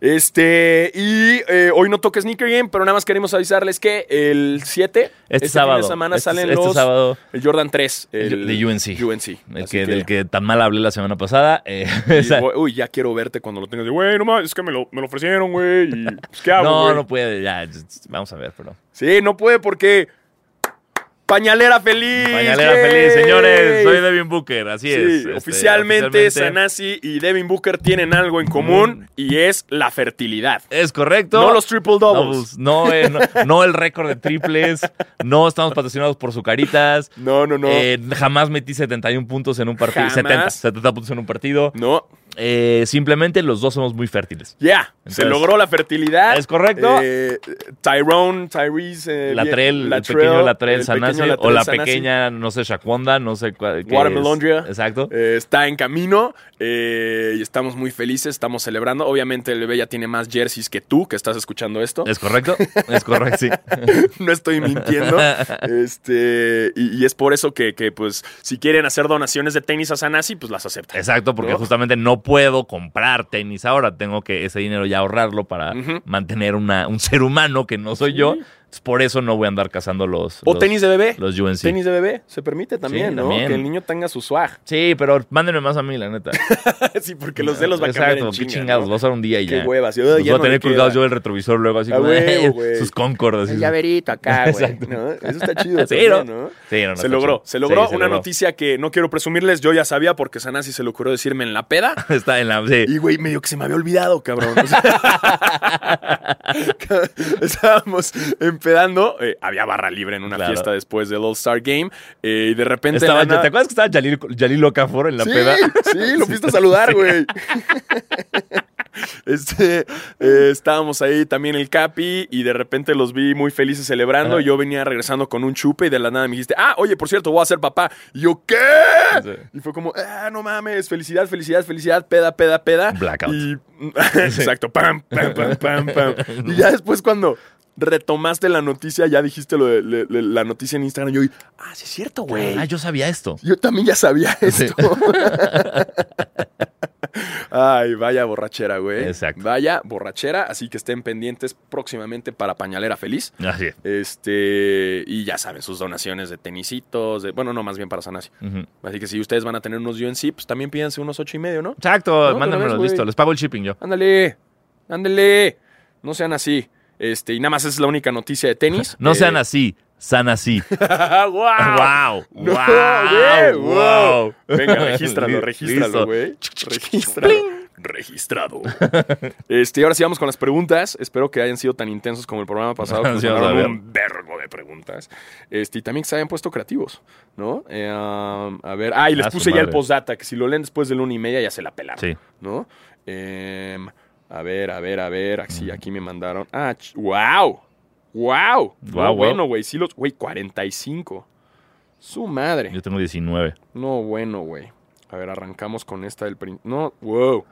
Speaker 1: Este, y eh, hoy no toca Sneaker Game, pero nada más queremos avisarles que el 7,
Speaker 2: Este
Speaker 1: fin
Speaker 2: sábado,
Speaker 1: de semana
Speaker 2: este-
Speaker 1: salen
Speaker 2: este
Speaker 1: los-
Speaker 2: sábado.
Speaker 1: el Jordan 3, el
Speaker 2: de UNC.
Speaker 1: UNC.
Speaker 2: El
Speaker 1: Así que-
Speaker 2: que, Del que tan mal hablé la semana pasada. eh,
Speaker 1: y,
Speaker 2: esa-
Speaker 1: güey, uy, ya quiero verte cuando lo tengas. De, güey, no más, es que me lo, me lo ofrecieron, güey. y, pues, ¿Qué hago?
Speaker 2: no,
Speaker 1: güey?"
Speaker 2: no puede. Ya, vamos a ver, pero.
Speaker 1: Sí, no puede porque. Pañalera feliz.
Speaker 2: Pañalera
Speaker 1: ¡yay!
Speaker 2: feliz, señores. Soy Devin Booker, así
Speaker 1: Sí,
Speaker 2: es. este,
Speaker 1: oficialmente,
Speaker 2: oficialmente.
Speaker 1: Sanasi y Devin Booker tienen algo en común y es la fertilidad.
Speaker 2: Es correcto.
Speaker 1: No los triple doubles.
Speaker 2: No, no, eh, no, no el récord de triples. No estamos patrocinados por su caritas.
Speaker 1: No, no, no.
Speaker 2: Eh, jamás metí 71 puntos en un partido.
Speaker 1: Jamás.
Speaker 2: 70, 70 puntos en un partido.
Speaker 1: no.
Speaker 2: Eh, simplemente los dos somos muy fértiles.
Speaker 1: Ya, se
Speaker 2: Entonces,
Speaker 1: logró la fertilidad.
Speaker 2: ¿es correcto?
Speaker 1: Eh, Tyrone, Tyrese. eh,
Speaker 2: Latrel,
Speaker 1: bien-
Speaker 2: el pequeño Latrel
Speaker 1: el
Speaker 2: Sanasi
Speaker 1: pequeño
Speaker 2: o
Speaker 1: Latrell
Speaker 2: la
Speaker 1: Sanasi,
Speaker 2: pequeña, no sé, Shaquanda, no sé cuál. qué
Speaker 1: Watermelondria.
Speaker 2: es. Exacto.
Speaker 1: eh, está en camino eh, y estamos muy felices, estamos celebrando. Obviamente el bebé ya tiene más jerseys que tú que estás escuchando esto.
Speaker 2: Es correcto, es correcto, sí.
Speaker 1: no estoy mintiendo. Este, y, y es por eso que, que, pues, si quieren hacer donaciones de tenis a Sanasi, pues las acepta.
Speaker 2: Exacto, porque
Speaker 1: ¿No?
Speaker 2: justamente no puedo comprar tenis ahora. Tengo que ese dinero ya ahorrarlo para
Speaker 1: Ujú.
Speaker 2: mantener una, un ser humano que no soy yo. Entonces, por eso no voy a andar cazando los.
Speaker 1: O
Speaker 2: los-
Speaker 1: tenis de bebé.
Speaker 2: Los UNC.
Speaker 1: Tenis de bebé, se permite también,
Speaker 2: Sí,
Speaker 1: ¿no?
Speaker 2: también.
Speaker 1: Que el niño tenga su swag.
Speaker 2: Sí, pero mándenme más a mí, la neta.
Speaker 1: sí, porque los de los va a cambiar
Speaker 2: Exacto,
Speaker 1: en
Speaker 2: qué
Speaker 1: chinga,
Speaker 2: chingados.
Speaker 1: ¿no?
Speaker 2: Voy a usar un día y
Speaker 1: Qué
Speaker 2: ya.
Speaker 1: huevas. Yo ya
Speaker 2: Los voy a
Speaker 1: no
Speaker 2: tener
Speaker 1: le queda.
Speaker 2: colgados yo el retrovisor luego, así
Speaker 1: A
Speaker 2: como,
Speaker 1: huevo,
Speaker 2: eh,
Speaker 1: güey.
Speaker 2: sus Concord. así.
Speaker 3: El llaverito acá, güey.
Speaker 1: Ah, ¿No? Eso está chido.
Speaker 2: Sí,
Speaker 1: también,
Speaker 2: ¿no?
Speaker 1: ¿no?
Speaker 2: Sí, no, no,
Speaker 1: se
Speaker 2: está
Speaker 1: logró,
Speaker 2: chido.
Speaker 1: se logró
Speaker 2: Sí, se
Speaker 1: una
Speaker 2: logró.
Speaker 1: noticia que no quiero presumirles, yo ya sabía porque Sanasi se le ocurrió decirme en la peda.
Speaker 2: Está en la. sí.
Speaker 1: Y, güey, medio que se me había olvidado, cabrón. O sea, estábamos empedando. eh, había barra libre en una
Speaker 2: Claro.
Speaker 1: fiesta después del All-Star Game. eh, y de repente.
Speaker 2: Estaba-
Speaker 1: la nada-
Speaker 2: ¿Te acuerdas que estaba Jalil, Jalil Okafor en la
Speaker 1: sí,
Speaker 2: peda?
Speaker 1: Sí, lo fuiste a saludar, güey. Este, eh, estábamos ahí también el Capi y de repente los vi muy felices celebrando.
Speaker 2: Ajá.
Speaker 1: Yo venía regresando con un chupe y de la nada me dijiste, ah, oye, por cierto, voy a ser papá. Y yo, ¿qué?
Speaker 2: Sí.
Speaker 1: Y fue como, ah, no mames, felicidad, felicidad, felicidad, peda, peda, peda.
Speaker 2: Blackout.
Speaker 1: Y, exacto, pam, pam, pam, pam, pam. Y ya después cuando retomaste la noticia, ya dijiste lo de, le- le- la noticia en Instagram. Yo, ah, sí es cierto, güey.
Speaker 2: Ah, yo sabía esto.
Speaker 1: Yo también ya sabía esto. Ay, vaya borrachera, güey.
Speaker 2: Exacto.
Speaker 1: Vaya borrachera, así que estén pendientes próximamente para Pañalera Feliz.
Speaker 2: Así es.
Speaker 1: Este, y ya saben, sus donaciones de tenisitos, de- bueno, no, más bien para Sanasi.
Speaker 2: Ujú.
Speaker 1: Así que si ustedes van a tener unos UNC, pues también pídanse unos ocho y medio, ¿no?
Speaker 2: Exacto,
Speaker 1: No,
Speaker 2: mándenmelo,
Speaker 1: de una vez,
Speaker 2: listo.
Speaker 1: güey.
Speaker 2: Les pago el shipping yo.
Speaker 1: Ándale, ándale, no sean así. Este, y nada más es la única noticia de tenis.
Speaker 2: No
Speaker 1: Eh,
Speaker 2: sean así, san así.
Speaker 1: ¡Guau!
Speaker 2: ¡Wow!
Speaker 1: No, güey,
Speaker 2: ¡Wow!
Speaker 1: wow.
Speaker 2: ¡Wow!
Speaker 1: Venga, regístralo,
Speaker 2: Li-
Speaker 1: regístralo,
Speaker 2: listo.
Speaker 1: güey. Regístralo. Registrado. Este, y ahora sí vamos con las preguntas. Espero que hayan sido tan intensos como el programa pasado. Que nos
Speaker 2: Sí, vamos a
Speaker 1: mandaron
Speaker 2: ver.
Speaker 1: un vergo de preguntas. Este, y también que se hayan puesto creativos, ¿no? Eh, um, a ver. Ah, y les
Speaker 2: A su
Speaker 1: puse ya el
Speaker 2: madre.
Speaker 1: postdata, que si lo leen después de la una y media ya se la pelaron.
Speaker 2: Sí.
Speaker 1: ¿No? Em, a ver, a ver, a ver.
Speaker 2: Mm.
Speaker 1: Así, aquí me mandaron. Ah, ch- wow. Wow.
Speaker 2: Guau, guau.
Speaker 1: Bueno, güey. Sí, los. Güey, 45. Su madre.
Speaker 2: Yo tengo 19.
Speaker 1: No, bueno, güey. A ver, arrancamos con esta del prin- No, wow.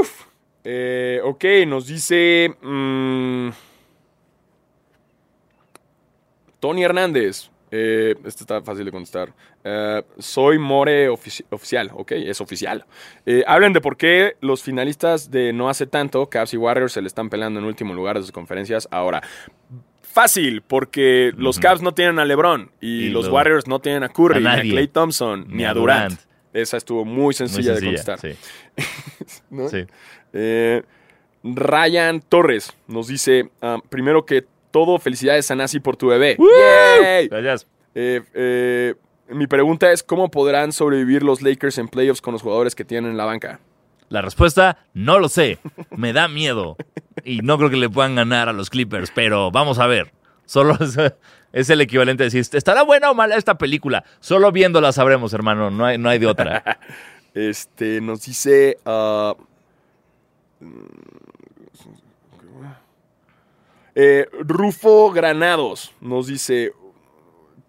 Speaker 1: Uf. Eh, ok, nos dice. mm, Tony Hernández. Eh, este está fácil de contestar. Eh, soy More ofici- oficial. Ok, es oficial. Eh, hablen de por qué los finalistas de no hace tanto, Cavs y Warriors, se le están pelando en último lugar de sus conferencias ahora. Fácil, porque los
Speaker 2: Ujú.
Speaker 1: Cavs no tienen a LeBron y,
Speaker 2: Y
Speaker 1: los
Speaker 2: lo-
Speaker 1: Warriors no tienen a Curry,
Speaker 2: A
Speaker 1: ni a
Speaker 2: nadie.
Speaker 1: Clay Thompson, ni, a Durant. Esa estuvo muy
Speaker 2: Muy
Speaker 1: sencilla, de
Speaker 2: sencilla.
Speaker 1: contestar.
Speaker 2: sí,
Speaker 1: ¿no?
Speaker 2: sí.
Speaker 1: Eh, Ryan Torres nos dice: ah, primero que todo, felicidades a Nasi por tu bebé. ¡Yay!
Speaker 2: Gracias.
Speaker 1: Eh, eh, mi pregunta es: ¿cómo podrán sobrevivir los Lakers en playoffs con los jugadores que tienen en la banca?
Speaker 2: La respuesta, no lo sé. Me da miedo. Y no creo que le puedan ganar a los Clippers, pero vamos a ver. Solo es, es el equivalente a decir, ¿estará buena o mala esta película? Solo viéndola sabremos, hermano. No hay, no hay de otra.
Speaker 1: Este, nos dice. ah, eh, Rufo Granados nos dice.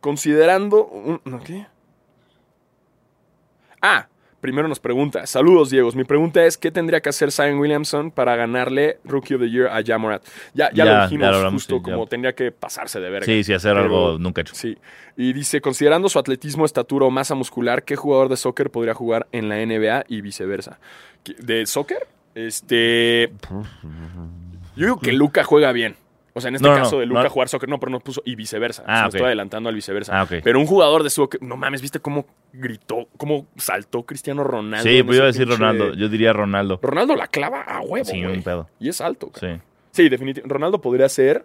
Speaker 1: Considerando. un- ¿no, ¿Qué? Ah, primero nos pregunta. Saludos, Diego. Mi pregunta es: ¿qué tendría que hacer Zion Williamson para ganarle Rookie of the Year a Jamorat? Ya, ya,
Speaker 2: Ya,
Speaker 1: lo dijimos
Speaker 2: ya lo hablamos,
Speaker 1: justo
Speaker 2: sí, ya.
Speaker 1: como tendría que pasarse de verga.
Speaker 2: Sí, sí, hacer
Speaker 1: Pero-
Speaker 2: algo nunca hecho.
Speaker 1: Sí. Y dice, considerando su atletismo, estatura o masa muscular, ¿qué jugador de soccer podría jugar en la NBA y viceversa? ¿Qui- ¿De soccer? Este. Yo digo que Luca juega bien. O sea, en este
Speaker 2: No, no,
Speaker 1: caso de
Speaker 2: no.
Speaker 1: Luca
Speaker 2: No.
Speaker 1: jugar soccer, no, pero no puso y viceversa.
Speaker 2: Ah,
Speaker 1: Se me
Speaker 2: ok.
Speaker 1: estoy adelantando al viceversa.
Speaker 2: Ah, ok.
Speaker 1: Pero un jugador de soccer, no mames, ¿viste cómo gritó, cómo saltó Cristiano Ronaldo?
Speaker 2: Sí,
Speaker 1: en
Speaker 2: pues yo iba a
Speaker 1: ese
Speaker 2: decir
Speaker 1: pinche-
Speaker 2: Ronaldo. Yo diría Ronaldo.
Speaker 1: Ronaldo la clava a huevo.
Speaker 2: Sin
Speaker 1: güey.
Speaker 2: un pedo.
Speaker 1: Y es alto. cabrón.
Speaker 2: Sí.
Speaker 1: Sí, definitivamente. Ronaldo podría ser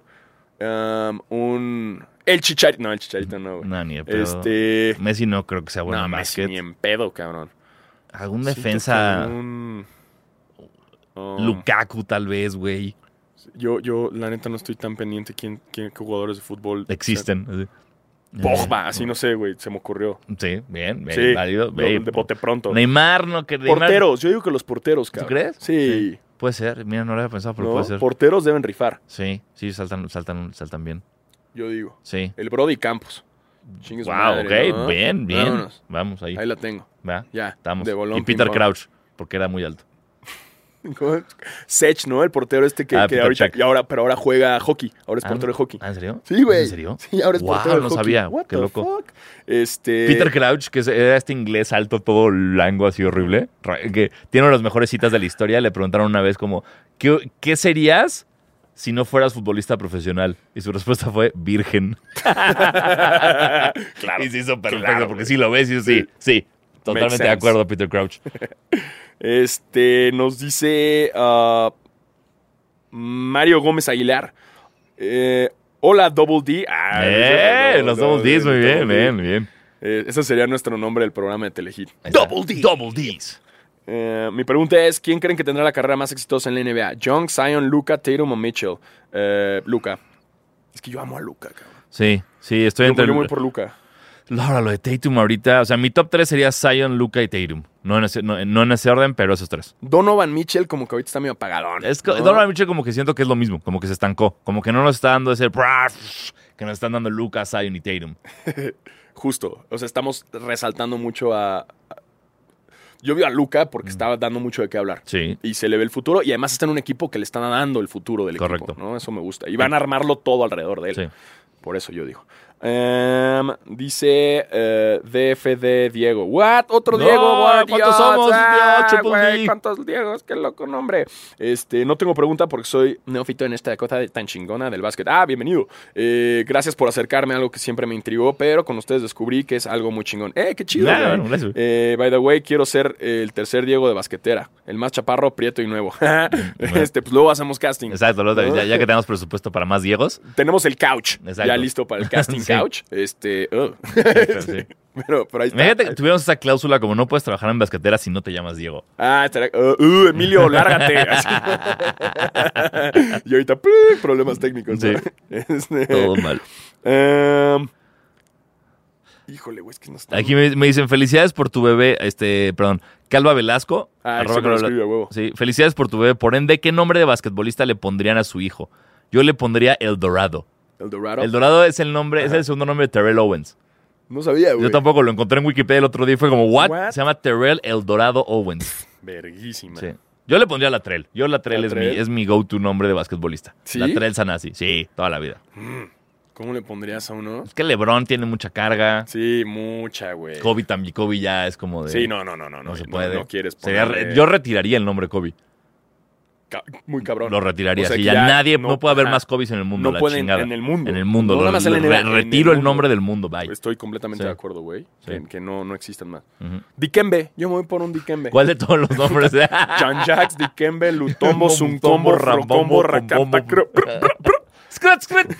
Speaker 1: um, un. El Chicharito. No, el Chicharito no, güey.
Speaker 2: No, ni de pedo.
Speaker 1: este.
Speaker 2: Messi no creo que sea bueno
Speaker 1: no,
Speaker 2: en
Speaker 1: Messi
Speaker 2: básquet.
Speaker 1: ni en pedo, cabrón.
Speaker 2: Algún
Speaker 1: Siento
Speaker 2: defensa.
Speaker 1: que un- Oh.
Speaker 2: Lukaku, tal vez, güey.
Speaker 1: Yo, yo, la neta, no estoy tan pendiente quién, quién qué jugadores de fútbol
Speaker 2: Existen. así. Eh,
Speaker 1: Pogba, así no sé, güey, se me ocurrió.
Speaker 2: Sí, bien, bien.
Speaker 1: Sí,
Speaker 2: válido.
Speaker 1: lo-
Speaker 2: Mm. Ve,
Speaker 1: de bote pronto.
Speaker 2: Neymar, no que Neymar-
Speaker 1: Porteros, yo digo que los porteros, cabrón.
Speaker 2: crees?
Speaker 1: Sí.
Speaker 2: Puede ser. Mira, no lo había pensado, pero
Speaker 1: ¿no?
Speaker 2: puede ser.
Speaker 1: Porteros deben rifar,
Speaker 2: Sí, sí, saltan, saltan, saltan bien.
Speaker 1: yo digo.
Speaker 2: Sí.
Speaker 1: El Brody Campos. Chingue su
Speaker 2: wow,
Speaker 1: madre,
Speaker 2: ok.
Speaker 1: ¿no?
Speaker 2: Bien, bien.
Speaker 1: Vámonos.
Speaker 2: Vamos ahí.
Speaker 1: Ahí la tengo.
Speaker 2: Va,
Speaker 1: Ya.
Speaker 2: Estamos.
Speaker 1: De bolón,
Speaker 2: y Peter
Speaker 1: ping-pong.
Speaker 2: Crouch, porque era muy alto.
Speaker 1: Sech, ¿no? El portero este que,
Speaker 2: Ah,
Speaker 1: que
Speaker 2: Peter
Speaker 1: ahorita.
Speaker 2: Cech.
Speaker 1: Y ahora, pero ahora juega hockey. Ahora es
Speaker 2: Ah,
Speaker 1: portero de hockey.
Speaker 2: ¿Ah, ¿En serio?
Speaker 4: Sí, güey.
Speaker 2: ¿En serio?
Speaker 4: Sí, ahora es
Speaker 2: Wow,
Speaker 4: portero de
Speaker 2: no
Speaker 4: hockey.
Speaker 2: sabía.
Speaker 1: What
Speaker 2: Qué
Speaker 1: the
Speaker 2: loco.
Speaker 1: fuck? Este.
Speaker 2: Peter Crouch, que es- era este inglés alto, todo blanco, así horrible, ra- que tiene una de las mejores citas de la historia. Le preguntaron una vez como, ¿qué, qué serías si no fueras futbolista profesional? Y su respuesta fue, virgen. claro. Y se hizo perfecto,
Speaker 1: Claro,
Speaker 2: porque
Speaker 1: güey.
Speaker 2: si lo ves, y sí, sí. Totalmente de
Speaker 1: sense.
Speaker 2: acuerdo, Peter Crouch.
Speaker 1: Este, nos dice ah, Mario Gómez Aguilar. Eh, hola, Double D. Ah,
Speaker 2: ¡Eh!
Speaker 1: no,
Speaker 2: Los
Speaker 1: no,
Speaker 2: Double Ds, muy
Speaker 1: Double
Speaker 2: bien,
Speaker 1: D.
Speaker 2: bien, bien.
Speaker 1: Eh, ese sería nuestro nombre del programa de Telehit.
Speaker 2: Ahí está. Double Ds.
Speaker 1: Eh, mi pregunta es, ¿quién creen que tendrá la carrera más exitosa en la NBA? Young, Zion, Luca, Tatum o Mitchell. Eh, Luca. Es que yo amo a Luca, cabrón.
Speaker 2: Sí, sí, estoy
Speaker 1: Yo,
Speaker 2: entre...
Speaker 1: yo voy por Luca.
Speaker 2: Laura, lo de Tatum ahorita. O sea, mi top 3 sería Zion, Luca y Tatum. No en, ese, no, no en ese orden, pero esos tres.
Speaker 1: Donovan Mitchell como que ahorita está medio apagadón.
Speaker 2: Es que,
Speaker 1: ¿no?
Speaker 2: Donovan Mitchell como que siento que es lo mismo, como que se estancó. Como que no nos está dando ese... Que nos están dando Luca, Zion y Tatum.
Speaker 1: Justo. O sea, estamos resaltando mucho a... a- Yo veo a Luca
Speaker 2: Mm.
Speaker 1: porque estaba dando mucho de qué hablar.
Speaker 2: Sí.
Speaker 1: y se le ve el futuro y además está en un equipo que le está dando el futuro del
Speaker 2: Correcto.
Speaker 1: equipo, ¿no? Eso me gusta. Y van a armarlo todo alrededor de él.
Speaker 2: Sí.
Speaker 1: Por eso yo digo. Em, dice eh, DFD Diego. ¿What? ¿Otro
Speaker 2: No,
Speaker 1: Diego? what
Speaker 2: ¿cuántos
Speaker 1: idiots?
Speaker 2: somos?
Speaker 1: Ah,
Speaker 2: Dios, Triple
Speaker 1: güey,
Speaker 2: D.
Speaker 1: ¿Cuántos Diegos? Qué loco nombre. Este, no tengo pregunta porque soy neófito en esta cosa de- tan chingona del básquet. Ah, bienvenido. Eh, gracias por acercarme a algo que siempre me intrigó, pero con ustedes descubrí que es algo muy chingón. ¡Eh, qué chido!
Speaker 2: Nah,
Speaker 1: güey.
Speaker 2: bueno, gracias, güey.
Speaker 1: Eh, by the way, quiero ser eh, el tercer Diego de basquetera. El más chaparro, prieto y nuevo. este, pues luego hacemos casting.
Speaker 2: Exacto, Laura, ya, ya que tenemos presupuesto para más Diegos.
Speaker 1: Tenemos el couch.
Speaker 2: Exacto.
Speaker 1: Ya listo para el casting
Speaker 2: Sí.
Speaker 1: couch. Este. oh.
Speaker 2: sí.
Speaker 1: pero, pero ahí está.
Speaker 2: Imagínate que tuviéramos esa cláusula como no puedes trabajar en basquetera si no te llamas Diego.
Speaker 1: Ah, estará- uh, uh, Emilio, lárgate. Así. y ahorita, ¡pling! problemas técnicos. ¿no?
Speaker 2: Sí.
Speaker 1: Este,
Speaker 2: Todo mal.
Speaker 1: em, híjole, güey, es que no está.
Speaker 2: Aquí me, me dicen, felicidades por tu bebé, este, perdón, Calva Velasco.
Speaker 1: Ah,
Speaker 2: arroba
Speaker 1: sí me lo
Speaker 2: Calva-
Speaker 1: escribe, a huevo.
Speaker 2: Sí, felicidades por tu bebé. Por ende, ¿qué nombre de basquetbolista le pondrían a su hijo? Yo le pondría El Dorado.
Speaker 1: El Dorado.
Speaker 2: El Dorado es el nombre, es el segundo nombre de Terrell Owens.
Speaker 1: No sabía, güey.
Speaker 2: Yo tampoco lo encontré en Wikipedia el otro día y fue como, ¿what?
Speaker 1: What?
Speaker 2: Se llama Terrell El Dorado Owens.
Speaker 1: Verguísima.
Speaker 2: Sí. Yo le pondría Latrell. Yo Latrell es mi,
Speaker 1: Latrell.
Speaker 2: es mi go-to nombre de basquetbolista.
Speaker 1: ¿Sí?
Speaker 2: Latrell Sanasi. Sí, toda la vida.
Speaker 1: ¿Cómo le pondrías a uno?
Speaker 2: Es que LeBron tiene mucha carga.
Speaker 1: Sí, mucha, güey.
Speaker 2: Kobe también. Kobe ya es como de...
Speaker 1: Sí, no, no, no, no.
Speaker 2: No, se puede.
Speaker 1: No, quieres
Speaker 2: Sería re-
Speaker 1: ponerle
Speaker 2: yo retiraría el nombre Kobe.
Speaker 1: ca- muy cabrón.
Speaker 2: Lo retiraría.
Speaker 1: O sea,
Speaker 2: sí,
Speaker 1: que
Speaker 2: ya,
Speaker 1: ya
Speaker 2: nadie, no,
Speaker 1: no-
Speaker 2: puede haber
Speaker 1: ajá.
Speaker 2: más Kobe en el mundo.
Speaker 1: No
Speaker 2: la
Speaker 1: pueden
Speaker 2: chingada.
Speaker 1: en el mundo.
Speaker 2: En el mundo.
Speaker 1: No
Speaker 2: lo-
Speaker 1: nada más en
Speaker 2: lo-
Speaker 1: la NBA,
Speaker 2: re-
Speaker 1: en el
Speaker 2: retiro
Speaker 1: mundo.
Speaker 2: el,
Speaker 1: Pues,
Speaker 2: nombre del mundo. Bye.
Speaker 1: Estoy completamente
Speaker 2: Sí.
Speaker 1: de acuerdo, güey.
Speaker 2: Sí.
Speaker 1: Que, que no, no existan más.
Speaker 2: Ujú.
Speaker 1: Dikembe. Yo me voy por un Dikembe.
Speaker 2: ¿Cuál de todos los nombres?
Speaker 1: John Jax, Dikembe, Lutombo,
Speaker 2: Tombo,
Speaker 1: Zuncombo,
Speaker 2: Tombo,
Speaker 1: Rocombo,
Speaker 2: Rambombo,
Speaker 1: Racata,
Speaker 2: Pombombo.
Speaker 1: cro- cro- cro- cro-
Speaker 2: Scrat, scrat.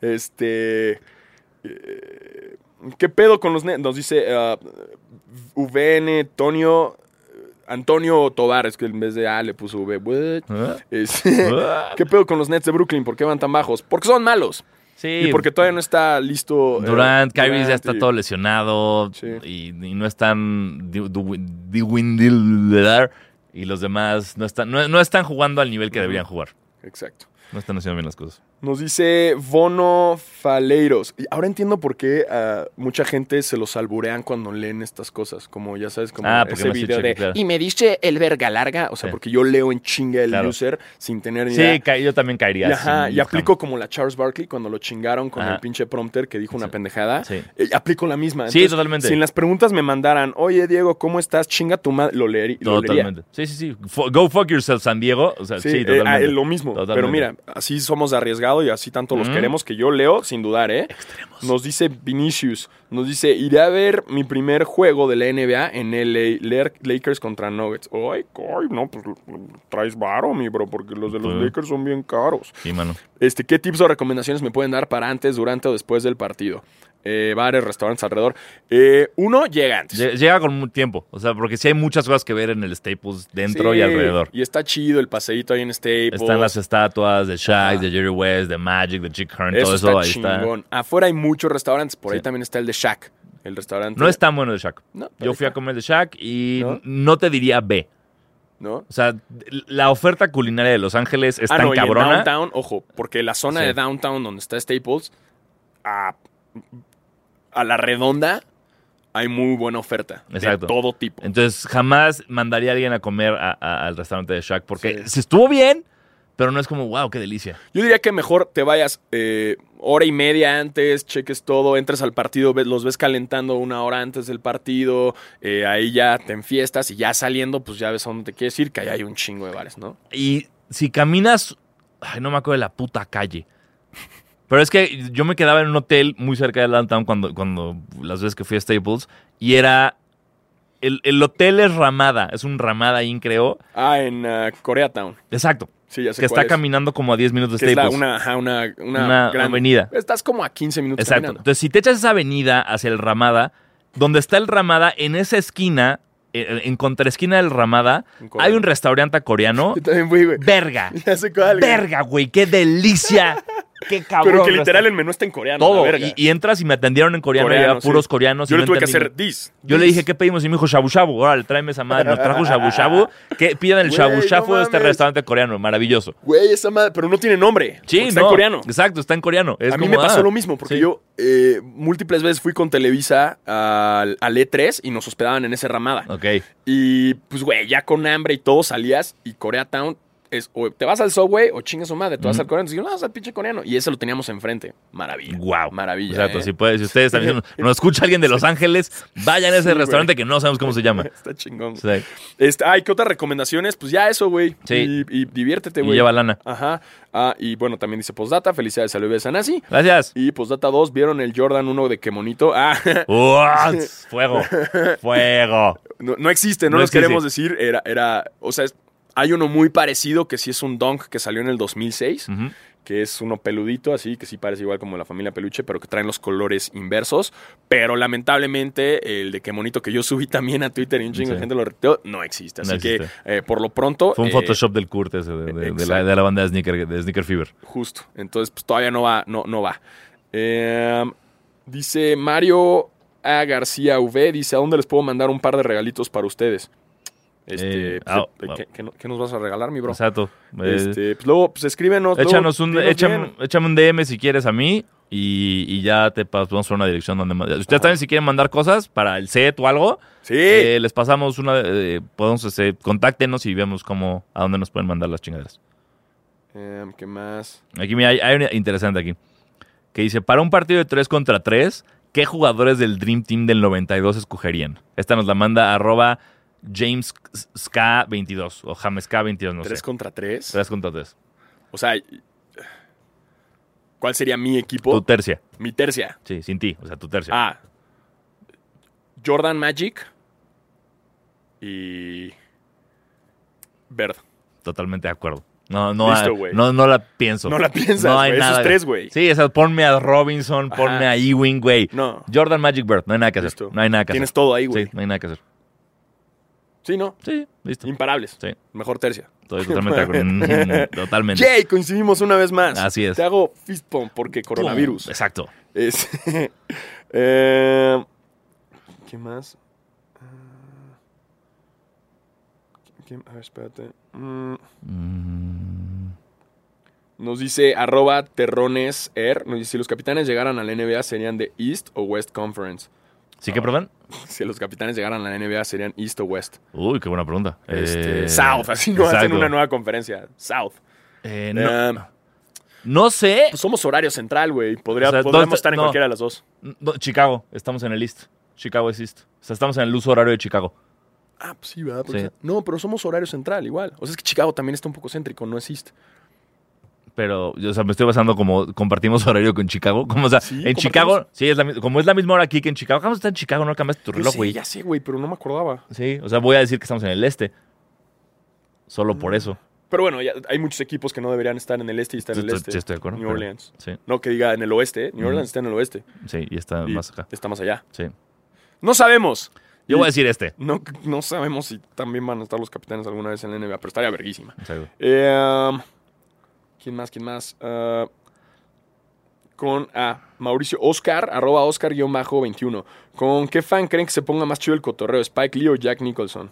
Speaker 1: Este. eh, ¿Qué pedo con los ne- Nos dice ah, VN, Tonio, eh, Antonio Tobar. Es que en vez de A le puso V. What?
Speaker 2: ¿Ah?
Speaker 1: Es-
Speaker 2: Ah.
Speaker 1: ¿Qué pedo con los Nets de Brooklyn? ¿Por qué van tan bajos? Porque son malos.
Speaker 2: Sí.
Speaker 1: Y porque todavía no está listo. eh,
Speaker 2: Durant, Kyrie ya
Speaker 1: Durant
Speaker 2: está
Speaker 1: y-
Speaker 2: todo lesionado
Speaker 1: Sí.
Speaker 2: y, y no están di- du- dwindler y los demás no están, no, no están jugando al nivel que deberían jugar.
Speaker 1: Exacto.
Speaker 2: No están haciendo bien las cosas.
Speaker 1: Nos dice Bono Faleiros. Y ahora entiendo por qué a mucha gente se los alburean cuando leen estas cosas. Como ya sabes, como
Speaker 2: Ah, porque
Speaker 1: ese
Speaker 2: no se
Speaker 1: video
Speaker 2: checa,
Speaker 1: de.
Speaker 2: claro.
Speaker 1: Y me dice el verga larga. O sea,
Speaker 2: Sí.
Speaker 1: porque yo leo en chinga el
Speaker 2: Claro.
Speaker 1: user sin tener ni idea.
Speaker 2: Sí, ca- yo también caería.
Speaker 1: Y, ajá,
Speaker 2: sin
Speaker 1: y
Speaker 2: scam.
Speaker 1: aplico como la Charles Barkley cuando lo chingaron con
Speaker 2: Ajá.
Speaker 1: el pinche prompter que dijo una pendejada.
Speaker 2: Sí.
Speaker 1: Eh, aplico la misma.
Speaker 2: Sí, totalmente.
Speaker 1: Si en las preguntas me mandaran, oye Diego, ¿cómo estás? Chinga tu madre. Lo, leerí- lo leería.
Speaker 2: Totalmente. Sí, sí, sí. Fu- Go fuck yourself, San Diego. O sea, sí,
Speaker 1: Sí, eh, ah,
Speaker 2: totalmente.
Speaker 1: eh, lo mismo. Pero
Speaker 2: Totalmente.
Speaker 1: mira, así somos de arriesgado y así tanto los
Speaker 2: Mm.
Speaker 1: queremos que yo leo sin dudar, ¿eh? Extremos. Nos dice Vinicius, nos dice, iré a ver mi primer juego de la NBA en LA, Ler- Lakers contra Nuggets. Ay, coy, no, pues traes varo, mi bro, porque los de los
Speaker 2: Pues.
Speaker 1: Lakers son bien caros.
Speaker 2: Sí, mano.
Speaker 1: Este, ¿Qué tips o recomendaciones me pueden dar para antes, durante o después del partido? Eh, bares, restaurantes alrededor. Eh, uno, llega antes.
Speaker 2: Lle- Llega con mu- tiempo. O sea, porque sí hay muchas cosas que ver en el Staples dentro
Speaker 1: Sí,
Speaker 2: y alrededor.
Speaker 1: Y está chido el paseíto ahí en Staples.
Speaker 2: Están las estatuas de Shaq,
Speaker 1: Ajá.
Speaker 2: de Jerry West, de Magic, de Chick Hearn,
Speaker 1: Eso
Speaker 2: todo eso
Speaker 1: está
Speaker 2: ahí
Speaker 1: chingón. Afuera hay muchos restaurantes. Por ahí
Speaker 2: Sí.
Speaker 1: también está el de Shaq, el restaurante.
Speaker 2: está. No es tan bueno de Shaq.
Speaker 1: No, pero
Speaker 2: Yo
Speaker 1: ahí
Speaker 2: fui a
Speaker 1: está,
Speaker 2: comer el de Shaq y
Speaker 1: ¿No?
Speaker 2: ¿No? te diría B.
Speaker 1: ¿no?
Speaker 2: O sea, la oferta culinaria de Los Ángeles es
Speaker 1: Ah,
Speaker 2: tan
Speaker 1: no, y en
Speaker 2: cabrona.
Speaker 1: downtown, ojo, porque la zona
Speaker 2: Sí.
Speaker 1: de downtown donde está Staples, a, a la redonda hay muy buena oferta. De
Speaker 2: Exacto.
Speaker 1: todo tipo.
Speaker 2: Entonces, jamás mandaría a alguien a comer a- a- al restaurante de Shaq porque se estuvo bien, pero no es como, wow, qué delicia.
Speaker 1: Yo diría que mejor te vayas eh, hora y media antes, cheques todo, entres al partido, ves- los ves calentando una hora antes del partido, eh, ahí ya te enfiestas y ya saliendo, pues ya ves a dónde te quieres ir, que ahí hay un chingo de bares, ¿no?
Speaker 2: Y si caminas, ay, no me acuerdo de la puta calle. Pero es que yo me quedaba en un hotel muy cerca de downtown cuando, cuando las veces que fui a Staples y era el, el hotel es Ramada, es un Ramada ahí, creo.
Speaker 1: Ah, en ah, Koreatown.
Speaker 2: Exacto,
Speaker 1: Sí, ya sé
Speaker 2: que
Speaker 1: cuál
Speaker 2: está
Speaker 1: es.
Speaker 2: caminando como a 10 minutos de
Speaker 1: Que es la-
Speaker 2: Staples.
Speaker 1: una, ajá, una, una,
Speaker 2: Una
Speaker 1: gran-
Speaker 2: avenida.
Speaker 1: Estás como a 15 minutos
Speaker 2: Exacto.
Speaker 1: caminando.
Speaker 2: Entonces, si te echas esa avenida hacia el Ramada, donde está el Ramada, en esa esquina, eh, en contraesquina del Ramada,
Speaker 1: Un coreano.
Speaker 2: hay un restaurante coreano.
Speaker 1: Yo también fui, güey.
Speaker 2: Verga.
Speaker 1: Ya sé cuál, güey.
Speaker 2: Verga, güey. Qué delicia. Qué cabrón.
Speaker 1: Pero que literal
Speaker 2: restaurante.
Speaker 1: el menú está en coreano.
Speaker 2: todo.
Speaker 1: la verga.
Speaker 2: Y, y entras y me atendieron en coreano,
Speaker 1: Coreano,
Speaker 2: había puros
Speaker 1: sí.
Speaker 2: coreanos.
Speaker 1: Yo
Speaker 2: y
Speaker 1: le
Speaker 2: no
Speaker 1: tuve que
Speaker 2: entendí.
Speaker 1: hacer this.
Speaker 2: Yo le
Speaker 1: this.
Speaker 2: dije, ¿qué pedimos? Y me dijo, shabu shabu. Órale, tráeme esa madre. Nos trajo shabu shabu. Que pidan el
Speaker 1: Güey,
Speaker 2: shabu
Speaker 1: no
Speaker 2: shabu de este
Speaker 1: mames.
Speaker 2: restaurante coreano. Maravilloso.
Speaker 1: Güey, esa madre, pero no tiene nombre.
Speaker 2: Sí,
Speaker 1: porque Está
Speaker 2: no,
Speaker 1: en coreano.
Speaker 2: Exacto, está en coreano. Es
Speaker 1: a mí
Speaker 2: como,
Speaker 1: me pasó
Speaker 2: ah,
Speaker 1: lo mismo, porque
Speaker 2: sí.
Speaker 1: yo eh, múltiples veces fui con Televisa al, al E3 y nos hospedaban en ese ramada.
Speaker 2: Ok.
Speaker 1: Y pues, güey, ya con hambre y todo salías y Koreatown es, o te vas al subway o chingas su madre, te vas
Speaker 2: Ujú.
Speaker 1: al coreano. Y yo, no, vas al pinche coreano. Y ese lo teníamos enfrente. Maravilla.
Speaker 2: Wow.
Speaker 1: Maravilla.
Speaker 2: Exacto,
Speaker 1: ¿eh?
Speaker 2: si, puede- si ustedes también nos- nos escucha alguien de Los Ángeles, vayan a ese
Speaker 1: Sí,
Speaker 2: restaurante que no sabemos cómo se llama.
Speaker 1: Está chingón.
Speaker 2: Sí.
Speaker 1: Este, ay, ¿qué otras recomendaciones? Pues ya eso, güey.
Speaker 2: Sí.
Speaker 1: Y, y diviértete,
Speaker 2: Y
Speaker 1: güey.
Speaker 2: lleva lana.
Speaker 1: Ajá. Ah, y bueno, también dice postdata. Felicidades a Luis Sanasi.
Speaker 2: Gracias.
Speaker 1: Y postdata 2, ¿vieron el Jordan 1 de qué monito? Ah,
Speaker 2: Uah, fuego. Fuego.
Speaker 1: no, no existe, no,
Speaker 2: No
Speaker 1: nos
Speaker 2: existe.
Speaker 1: queremos decir. Era, era, o sea, es- hay uno muy parecido que sí es un dunk que salió en el 2006,
Speaker 2: Ujú.
Speaker 1: que es uno peludito, así que sí parece igual como la familia peluche, pero que traen los colores inversos. Pero lamentablemente, el de qué monito que yo subí también a Twitter y un chingo de
Speaker 2: Sí.
Speaker 1: gente lo reteó, no existe.
Speaker 2: No
Speaker 1: Así
Speaker 2: existe.
Speaker 1: que eh, por lo pronto.
Speaker 2: Fue un
Speaker 1: eh,
Speaker 2: Photoshop del Kurt ese, de, de- de la,
Speaker 1: exacto.
Speaker 2: de la banda de Sneaker, de Sneaker Fever.
Speaker 1: Justo. Entonces, pues todavía no va, no, no va. Eh, dice Mario A. García V, dice, ¿a dónde les puedo mandar un par de regalitos para ustedes? Este,
Speaker 2: Eh,
Speaker 1: pues,
Speaker 2: ah,
Speaker 1: eh,
Speaker 2: ah.
Speaker 1: ¿qué, qué no- qué nos vas a regalar, mi bro?
Speaker 2: Exacto. Eh,
Speaker 1: Este, pues luego, pues escríbenos. luego,
Speaker 2: échanos un,
Speaker 1: dinos
Speaker 2: échame,
Speaker 1: bien.
Speaker 2: échame un DM si quieres a mí y, y ya te pasamos por una dirección donde mandar. Ustedes también si quieren mandar cosas para el set o algo,
Speaker 1: Sí.
Speaker 2: eh, les pasamos una, eh, podemos, este, contáctenos y vemos cómo, a dónde nos pueden mandar las chingaderas.
Speaker 1: Em, ¿Qué más?
Speaker 2: Aquí mira, hay, hay una interesante aquí. Que dice, para un partido de 3 contra 3, ¿qué jugadores del Dream Team del 92 escogerían? Esta nos la manda arroba JamesK22 o JamesK22, no
Speaker 1: ¿Tres
Speaker 2: sé.
Speaker 1: contra tres?
Speaker 2: 3 contra 3.
Speaker 1: O sea, ¿cuál sería mi equipo?
Speaker 2: Tu tercia.
Speaker 1: mi tercia.
Speaker 2: Sí, sin ti, o sea, tu tercia.
Speaker 1: Ah. Jordan Magic y Bird.
Speaker 2: Totalmente de acuerdo. No, no,
Speaker 1: Listo,
Speaker 2: ah,
Speaker 1: güey.
Speaker 2: no, no la pienso.
Speaker 1: No la piensas,
Speaker 2: No hay
Speaker 1: güey.
Speaker 2: nada
Speaker 1: Esos
Speaker 2: de-
Speaker 1: tres, güey.
Speaker 2: Sí, o sea, ponme a Robinson,
Speaker 1: Ajá.
Speaker 2: ponme a Ewing, güey.
Speaker 1: No.
Speaker 2: Jordan Magic Bird, no hay nada que hacer.
Speaker 1: Listo.
Speaker 2: No hay nada que
Speaker 1: Tienes
Speaker 2: hacer.
Speaker 1: todo ahí, güey.
Speaker 2: Sí, no hay nada que hacer.
Speaker 1: Sí, ¿no?
Speaker 2: Sí, listo.
Speaker 1: Imparables.
Speaker 2: Sí.
Speaker 1: Mejor tercia.
Speaker 2: Estoy totalmente de acuerdo. Mm, Totalmente.
Speaker 1: Jay, coincidimos una vez más.
Speaker 2: Así es.
Speaker 1: Te hago fist pump porque
Speaker 2: Pum.
Speaker 1: coronavirus.
Speaker 2: Exacto.
Speaker 1: Es- Eh, ¿Qué más? Ah, ¿qué- qué- A ver, espérate. Mm,
Speaker 2: Mm.
Speaker 1: Nos dice arroba terrones air. Nos dice, si los capitanes llegaran a la NBA serían de East o West Conference.
Speaker 2: ¿Sí que perdón?
Speaker 1: Si los capitanes llegaran a la NBA serían East o West.
Speaker 2: Uy, qué buena pregunta.
Speaker 1: Este,
Speaker 2: Eh,
Speaker 1: South, así no hacen
Speaker 2: exacto.
Speaker 1: una nueva conferencia. South.
Speaker 2: Eh, no,
Speaker 1: Um,
Speaker 2: no sé.
Speaker 1: pues somos horario central, güey. Podría-
Speaker 2: O sea,
Speaker 1: podríamos
Speaker 2: ¿dónde-
Speaker 1: estar en
Speaker 2: no.
Speaker 1: cualquiera de las dos.
Speaker 2: No, Chicago, estamos en el list. Chicago es list. O sea, estamos en el uso horario de Chicago.
Speaker 1: Ah, pues sí, ¿verdad?
Speaker 2: Porque- Sí.
Speaker 1: No, pero somos horario central igual. O sea, es que Chicago también está un poco céntrico, no existe.
Speaker 2: Pero, o sea, me estoy basando como compartimos horario con Chicago. Como, o sea,
Speaker 1: Sí,
Speaker 2: en
Speaker 1: compartimos. Pues
Speaker 2: Chicago, sí, es la, mi- como es la misma hora aquí que en Chicago. Acabamos de estar en Chicago, no cambiaste tu reloj, güey.
Speaker 1: ya sé, güey, pero no me acordaba.
Speaker 2: Sí, o sea, voy a decir que estamos en el este. Solo
Speaker 1: Mm,
Speaker 2: por eso.
Speaker 1: Pero bueno, ya- hay muchos equipos que no deberían estar en el este y están en el
Speaker 2: Estoy-
Speaker 1: este.
Speaker 2: sí, estoy de acuerdo,
Speaker 1: New
Speaker 2: pero-
Speaker 1: Orleans.
Speaker 2: Sí,
Speaker 1: No, que diga en el oeste. ¿eh? New
Speaker 2: Ujú.
Speaker 1: Orleans está en el oeste.
Speaker 2: sí, y está
Speaker 1: y
Speaker 2: más acá.
Speaker 1: Está más allá.
Speaker 2: Sí.
Speaker 1: No sabemos.
Speaker 2: Yo voy a decir este.
Speaker 1: No, no sabemos si también van a estar los capitanes alguna vez en la NBA, pero estaría verguísima.
Speaker 2: Exacto.
Speaker 1: Eh, um, ¿Quién más? ¿Quién más? Ah, con a Mauricio Oscar, arroba Oscar-21. ¿Con qué fan creen que se ponga más chido el cotorreo? ¿Spike Lee o Jack Nicholson?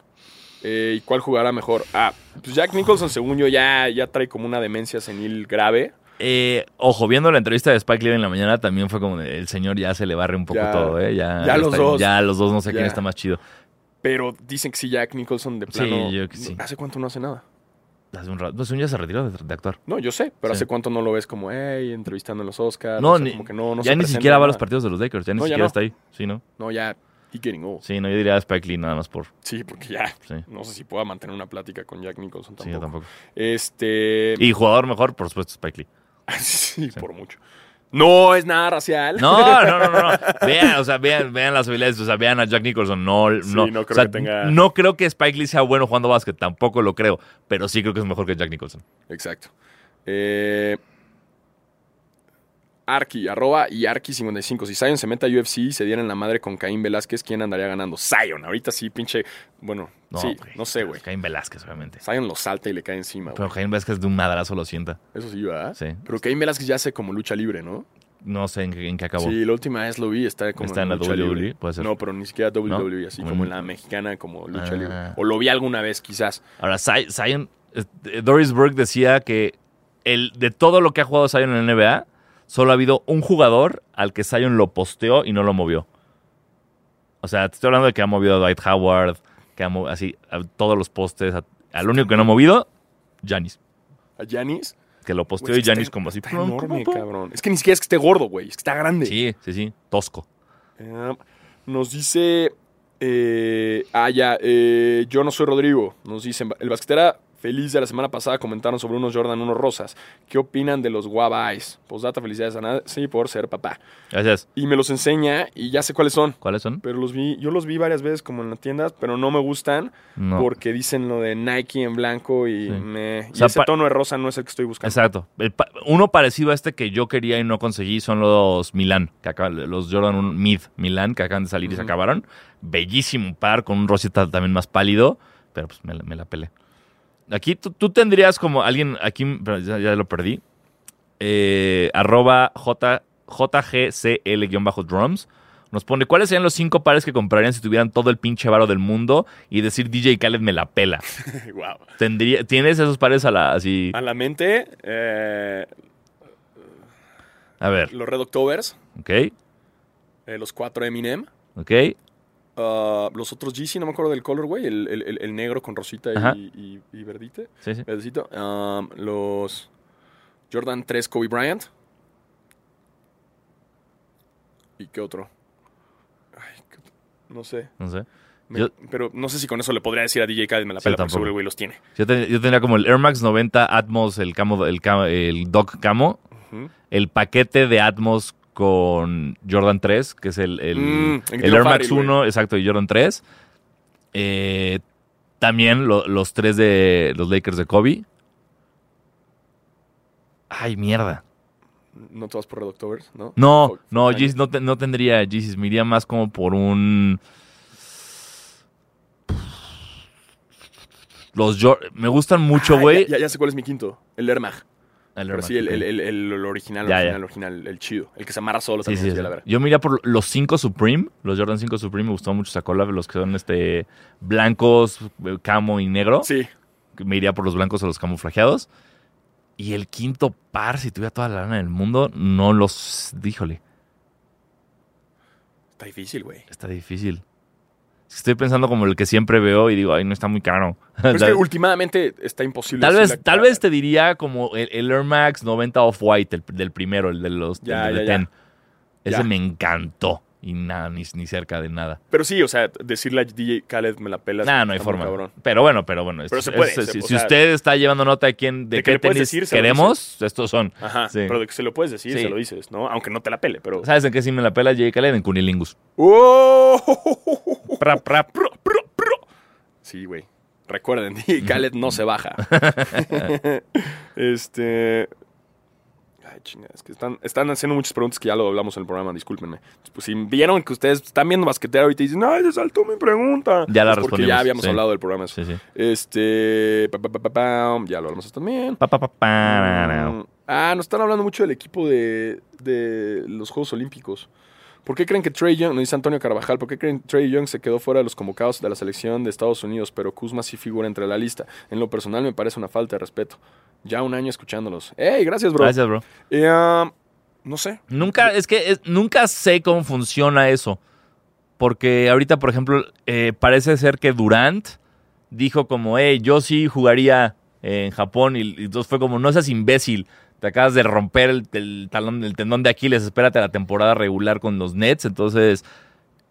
Speaker 1: Eh, ¿Y cuál jugará mejor? Ah, pues Jack Nicholson, según yo, ya, ya trae como una demencia senil grave.
Speaker 2: Eh, ojo, viendo la entrevista de Spike Lee en la mañana, también fue como de, el señor ya se le barre un poco
Speaker 1: Ya.
Speaker 2: todo, ¿eh? Ya,
Speaker 1: Ya los
Speaker 2: está-
Speaker 1: dos.
Speaker 2: Ya los dos, no sé
Speaker 1: Ya.
Speaker 2: quién está más chido.
Speaker 1: Pero dicen que sí, Jack Nicholson de
Speaker 2: Sí,
Speaker 1: plano.
Speaker 2: yo que sí.
Speaker 1: ¿Hace cuánto no hace nada?
Speaker 2: Hace un rato. No, según ya se retiró de, de actuar.
Speaker 1: No, yo sé, pero
Speaker 2: Sí.
Speaker 1: ¿hace cuánto no lo ves como, hey, entrevistando en los Oscars?
Speaker 2: No,
Speaker 1: O sea,
Speaker 2: ni-
Speaker 1: como que no, no
Speaker 2: ya
Speaker 1: se
Speaker 2: ni
Speaker 1: presenta
Speaker 2: siquiera va a los
Speaker 1: nada.
Speaker 2: partidos de los Lakers, ya ni
Speaker 1: No, ya
Speaker 2: siquiera
Speaker 1: no.
Speaker 2: está ahí. Sí, ¿no?
Speaker 1: No, ya, he getting old.
Speaker 2: Sí, no, yo diría Spike Lee nada más por.
Speaker 1: Sí, porque ya
Speaker 2: Sí,
Speaker 1: no sé si pueda mantener una plática con Jack Nicholson
Speaker 2: sí,
Speaker 1: tampoco.
Speaker 2: yo tampoco.
Speaker 1: Este.
Speaker 2: Y jugador mejor, por supuesto, Spike Lee.
Speaker 1: sí, por mucho. No es nada racial.
Speaker 2: No, no, no, no. no. Vean, o sea, vean, vean las habilidades, o sea, vean a Jack Nicholson. No,
Speaker 1: Sí,
Speaker 2: no,
Speaker 1: no creo
Speaker 2: o sea,
Speaker 1: que tenga-
Speaker 2: No creo que Spike Lee sea bueno jugando básquet, tampoco lo creo, pero sí creo que es mejor que Jack Nicholson.
Speaker 1: Exacto. Eh, Arki, arroba y Arki55. Si Zion se mete a UFC y se dieran la madre con Caín Velázquez, ¿quién andaría ganando? Zion, ahorita sí, pinche. Bueno,
Speaker 2: No,
Speaker 1: sí,
Speaker 2: güey.
Speaker 1: no sé, güey.
Speaker 2: Caín Velázquez, obviamente.
Speaker 1: Zion lo salta y le cae encima,
Speaker 2: Pero
Speaker 1: güey.
Speaker 2: Caín Velázquez de un madrazo lo sienta.
Speaker 1: Eso sí, ¿verdad?
Speaker 2: Sí.
Speaker 1: Pero Caín Velázquez ya hace como lucha libre, ¿no?
Speaker 2: No sé en, qué- en qué acabó.
Speaker 1: Sí, la última vez lo vi, está como
Speaker 2: Está en la
Speaker 1: lucha
Speaker 2: WWE,
Speaker 1: libre.
Speaker 2: puede ser.
Speaker 1: No, pero ni siquiera WWE, así
Speaker 2: Como
Speaker 1: como
Speaker 2: en-
Speaker 1: en la mexicana, como lucha
Speaker 2: Ah.
Speaker 1: libre. O lo vi alguna vez, quizás.
Speaker 2: Ahora, Zi- Zion, eh, Doris Burke decía que el, de todo lo que ha jugado Zion en la NBA, solo ha habido un jugador al que Zion lo posteó y no lo movió. O sea, te estoy hablando de que ha movido a Dwight Howard, que ha movido así, a todos los postes. a- al único que no ha movido, Janis.
Speaker 1: A Janis.
Speaker 2: Que lo posteó
Speaker 1: Güey,
Speaker 2: y
Speaker 1: está-
Speaker 2: Janis como así.
Speaker 1: Está
Speaker 2: plum,
Speaker 1: enorme,
Speaker 2: plum, plum.
Speaker 1: cabrón. Es que ni siquiera es que esté gordo, güey. Es que está grande.
Speaker 2: Sí, sí, sí. Tosco.
Speaker 1: Eh, nos dice. eh, ah, ya. eh, yo no soy Rodrigo. Nos dicen. El basquetera feliz de la semana pasada comentaron sobre unos Jordan, unos rosas. ¿Qué opinan de los Guava Eyes? Posdata, felicidades a Nancy por ser papá.
Speaker 2: Gracias.
Speaker 1: Y me los enseña y ya sé cuáles son.
Speaker 2: ¿Cuáles son?
Speaker 1: Pero los vi, yo los vi varias veces como en las tiendas, pero no me gustan
Speaker 2: No.
Speaker 1: porque dicen lo de Nike en blanco y,
Speaker 2: Sí.
Speaker 1: meh. Y
Speaker 2: O sea,
Speaker 1: ese
Speaker 2: pa-
Speaker 1: tono de rosa no es el que estoy buscando.
Speaker 2: Exacto. El pa- uno parecido a este que yo quería y no conseguí son los Milan, que acaban- los Jordan 1 Mid Milan, que acaban de salir y se
Speaker 1: Ujú.
Speaker 2: acabaron. Bellísimo par, con un rosita también más pálido, pero pues me, la- me la pelé. Aquí tú, tú tendrías como alguien, aquí pero ya, ya lo perdí, eh, arroba J, JGCL-drums. Nos pone, ¿cuáles serían los cinco pares que comprarían si tuvieran todo el pinche varo del mundo? Y decir, DJ Khaled me la pela.
Speaker 1: Guau.
Speaker 2: Tendría, ¿Tienes esos pares a la, así?
Speaker 1: A la mente, eh,
Speaker 2: A ver,
Speaker 1: los Red Octobers,
Speaker 2: ok.
Speaker 1: eh, los cuatro Eminem.
Speaker 2: ¿Ok?
Speaker 1: Ah, los otros GC, no me acuerdo del color, güey. El, el- el- el negro con rosita
Speaker 2: Ajá.
Speaker 1: y, y- y verdite.
Speaker 2: Sí, sí.
Speaker 1: Verdecito. Ah, los Jordan 3 Kobe Bryant. ¿Y qué otro? Ay, qué otro. No sé.
Speaker 2: No sé.
Speaker 1: Me-
Speaker 2: Yo-
Speaker 1: pero no sé si con eso le podría decir a DJ Khaled me la
Speaker 2: Sí,
Speaker 1: pela, porque
Speaker 2: tampoco.
Speaker 1: seguro el güey los tiene.
Speaker 2: Yo, ten- yo tendría como el Air Max 90 Atmos, el, camo, el, ca- el Doc Camo,
Speaker 1: Ujú.
Speaker 2: el paquete de Atmos con Jordan 3, que es el, el,
Speaker 1: Mm, el que
Speaker 2: el
Speaker 1: tiene
Speaker 2: Air
Speaker 1: Farrell,
Speaker 2: Max 1, exacto, y Jordan 3. Eh, también lo- los tres de los Lakers de Kobe. Ay, mierda.
Speaker 1: No te vas por Red Octobers, ¿no?
Speaker 2: No,
Speaker 1: Fuck,
Speaker 2: no,
Speaker 1: ay,
Speaker 2: Yeezys no, te- no tendría Jesus. Me iría más como por un. Los Jor- Me gustan mucho,
Speaker 1: Ah,
Speaker 2: güey.
Speaker 1: Ya, ya- ya sé cuál es mi quinto. El Ermag.
Speaker 2: El
Speaker 1: Pero
Speaker 2: Air
Speaker 1: sí,
Speaker 2: Max,
Speaker 1: el,
Speaker 2: ok.
Speaker 1: el, el, el- el original,
Speaker 2: Ya,
Speaker 1: original,
Speaker 2: ya.
Speaker 1: original, el chido. El que se amarra solo
Speaker 2: Sí,
Speaker 1: también,
Speaker 2: sí,
Speaker 1: sí,
Speaker 2: sí.
Speaker 1: la verdad.
Speaker 2: Yo me iría por los 5 Supreme, los Jordan 5 Supreme, me gustó mucho esa cola, los que son este blancos, eh, camo y negro.
Speaker 1: Sí,
Speaker 2: Me iría por los blancos o los camuflajeados. Y el quinto par, si tuviera toda la lana del mundo, no los. Díjole,
Speaker 1: Está difícil, güey.
Speaker 2: está difícil. Estoy pensando como el que siempre veo y digo, ay, no está muy caro.
Speaker 1: Pero Pues es que
Speaker 2: Tal-
Speaker 1: últimamente está imposible.
Speaker 2: Tal
Speaker 1: decirle
Speaker 2: vez,
Speaker 1: a-
Speaker 2: tal vez te diría como el, el Air Max 90 Off-White, el- del primero, el de los
Speaker 1: Ya,
Speaker 2: el de
Speaker 1: ya, ya.
Speaker 2: 10. Ese
Speaker 1: Ya.
Speaker 2: me encantó. Y nada, ni, ni cerca de nada.
Speaker 1: Pero sí, o sea, decirle a DJ Khaled me la pelas.
Speaker 2: Nada, no hay
Speaker 1: está muy
Speaker 2: forma.
Speaker 1: cabrón.
Speaker 2: Pero bueno, pero bueno.
Speaker 1: Pero
Speaker 2: esto-
Speaker 1: se puede,
Speaker 2: esto-
Speaker 1: se-
Speaker 2: si
Speaker 1: o
Speaker 2: si
Speaker 1: sea,
Speaker 2: usted está llevando nota de, quién, de,
Speaker 1: de que
Speaker 2: qué
Speaker 1: le puedes
Speaker 2: tenis
Speaker 1: decir, se lo
Speaker 2: queremos, estos son.
Speaker 1: Ajá.
Speaker 2: Sí.
Speaker 1: Pero de que se lo puedes decir,
Speaker 2: Sí.
Speaker 1: se lo dices, ¿no? Aunque no te la pele, pero.
Speaker 2: ¿Sabes en qué sí me la pela J. Khaled? En Cunilingus.
Speaker 1: ¡Oh!
Speaker 2: Pra, pra, pra.
Speaker 1: Pro, pro, pro. Sí, güey. Recuerden, DJ Khaled no se baja. este. Ay, chinga, es que están, están haciendo muchas preguntas que ya lo hablamos en el programa, discúlpenme. Pues si vieron que ustedes están viendo basquetera ahorita y dicen, ¡ay, se saltó mi pregunta!
Speaker 2: Ya la
Speaker 1: Es Porque ya
Speaker 2: respondimos,
Speaker 1: habíamos
Speaker 2: sí.
Speaker 1: hablado del programa. eso.
Speaker 2: Sí, sí.
Speaker 1: Este. pa, pa, pa, pa, pam, ya lo hablamos también.
Speaker 2: Pa, pa, pa, pa, na, na.
Speaker 1: Mm, Ah, nos están hablando mucho del equipo de, de los Juegos Olímpicos. ¿Por qué creen que Trey Young, no dice Antonio Carvajal, por qué creen que Trey Young se quedó fuera de los convocados de la selección de Estados Unidos, pero Kuzma sí figura entre la lista? En lo personal me parece una falta de respeto. Ya un año escuchándolos. ¡Ey, gracias, bro!
Speaker 2: Gracias, bro.
Speaker 1: Eh, um, no sé.
Speaker 2: Nunca, es que es- nunca sé cómo funciona eso. Porque ahorita, por ejemplo, eh, parece ser que Durant dijo como, hey, yo sí jugaría eh, en Japón. Y, y entonces fue como, no seas imbécil. Te acabas de romper el, el talón, el tendón de Aquiles. Espérate a la temporada regular con los Nets. Entonces,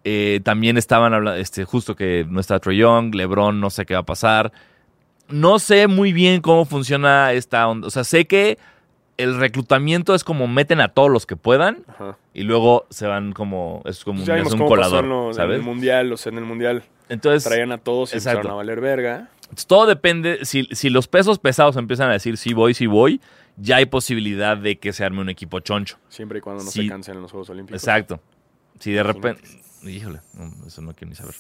Speaker 2: eh, también estaban hablando, este, justo que no está Trae Young, LeBron, no sé qué va a pasar. No sé muy bien cómo funciona esta onda. O sea, sé que el reclutamiento es como meten a todos los que puedan
Speaker 1: Ajá.
Speaker 2: y luego se van como es como
Speaker 1: Pues
Speaker 2: un,
Speaker 1: ya
Speaker 2: es
Speaker 1: vimos
Speaker 2: un
Speaker 1: cómo pasó
Speaker 2: colador,
Speaker 1: en, los- en
Speaker 2: ¿sabes?
Speaker 1: el Mundial, o sea, en el Mundial
Speaker 2: Entonces,
Speaker 1: traían a todos y
Speaker 2: Exacto.
Speaker 1: empezaron a valer verga.
Speaker 2: todo depende si, si los pesos pesados empiezan a decir sí voy, sí voy, ya hay posibilidad de que se arme un equipo choncho.
Speaker 1: Siempre y cuando no
Speaker 2: Sí.
Speaker 1: se cancelen los Juegos Olímpicos.
Speaker 2: Exacto. Si de repente. Híjole, no, eso no quiero ni saber.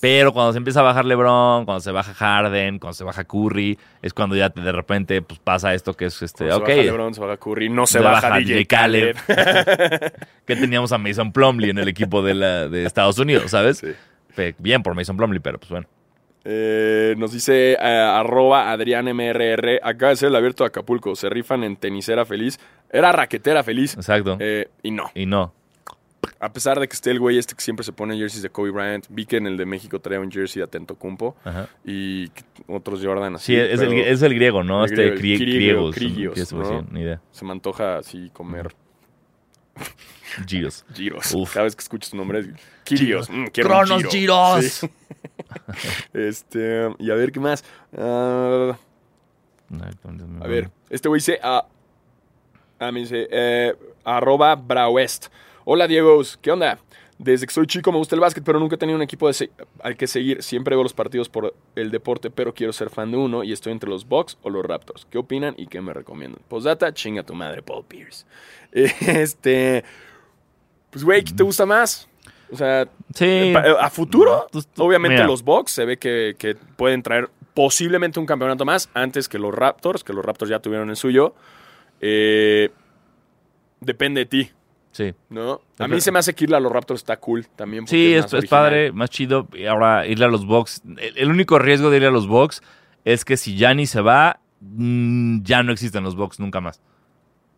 Speaker 2: Pero cuando se empieza a bajar LeBron, cuando se baja Harden, cuando se baja Curry, es cuando ya de repente pues, pasa esto que es este.
Speaker 1: Cuando
Speaker 2: ok.
Speaker 1: Se baja LeBron, se baja Curry, no se, baja, DJ Khaled.
Speaker 2: que teníamos a Mason Plumley en el equipo de, la, de Estados Unidos, ¿sabes?
Speaker 1: Sí.
Speaker 2: Fe- Bien por Mason Plumley, pero pues bueno.
Speaker 1: Eh, nos dice eh, arroba AdriánMRR. Acaba de ser el abierto de Acapulco. Se rifan en tenisera feliz. Era raquetera feliz.
Speaker 2: Exacto.
Speaker 1: Eh, y no.
Speaker 2: Y no.
Speaker 1: A pesar de que esté el güey este que siempre se pone jerseys de Kobe Bryant, vi que en el de México traía un jersey de Atento Cumpo
Speaker 2: Ajá.
Speaker 1: y que otros Jordan así.
Speaker 2: Sí, es, el,
Speaker 1: pero
Speaker 2: es el griego, ¿no?
Speaker 1: el
Speaker 2: este
Speaker 1: griego, el
Speaker 2: grie-
Speaker 1: Kirigo,
Speaker 2: griegos.
Speaker 1: Krigios,
Speaker 2: ¿qué es? Pues,
Speaker 1: ¿no?
Speaker 2: sí, ni idea.
Speaker 1: Se me antoja así comer
Speaker 2: Giros.
Speaker 1: giros.
Speaker 2: Uf.
Speaker 1: Cada vez que escucho su nombre, Kirios. Mm, quiero un
Speaker 2: ¡Cronos
Speaker 1: giro.
Speaker 2: giros!
Speaker 1: Sí. Este, y a ver qué más. Ah, A ver, este güey dice. ah, ah, me dice. eh, arroba Brawest. Hola, Diegos. ¿Qué onda? Desde que soy chico me gusta el básquet, pero nunca he tenido un equipo de se- al que seguir. Siempre veo los partidos por el deporte, pero quiero ser fan de uno y estoy entre los Bucks o los Raptors. ¿Qué opinan y qué me recomiendan? Postdata, chinga tu madre, Paul Pierce. Eh, Este. Pues, güey, ¿qué te gusta más? O sea,
Speaker 2: Sí.
Speaker 1: pa- eh, a futuro,
Speaker 2: Tú- pues, tú-
Speaker 1: obviamente
Speaker 2: mira.
Speaker 1: los Bucks se ve que, que pueden traer posiblemente un campeonato más antes que los Raptors, que los Raptors ya tuvieron el suyo. Eh, depende de ti,
Speaker 2: Sí.
Speaker 1: ¿no? A
Speaker 2: Ajá.
Speaker 1: mí se me hace que irle a los Raptors está cool también. porque
Speaker 2: Sí,
Speaker 1: es,
Speaker 2: es,
Speaker 1: más
Speaker 2: es
Speaker 1: original.
Speaker 2: padre, más chido. Y ahora irle a los box. El, el único riesgo de ir a los box es que si Gianni se va, mm, ya no existen los box nunca más.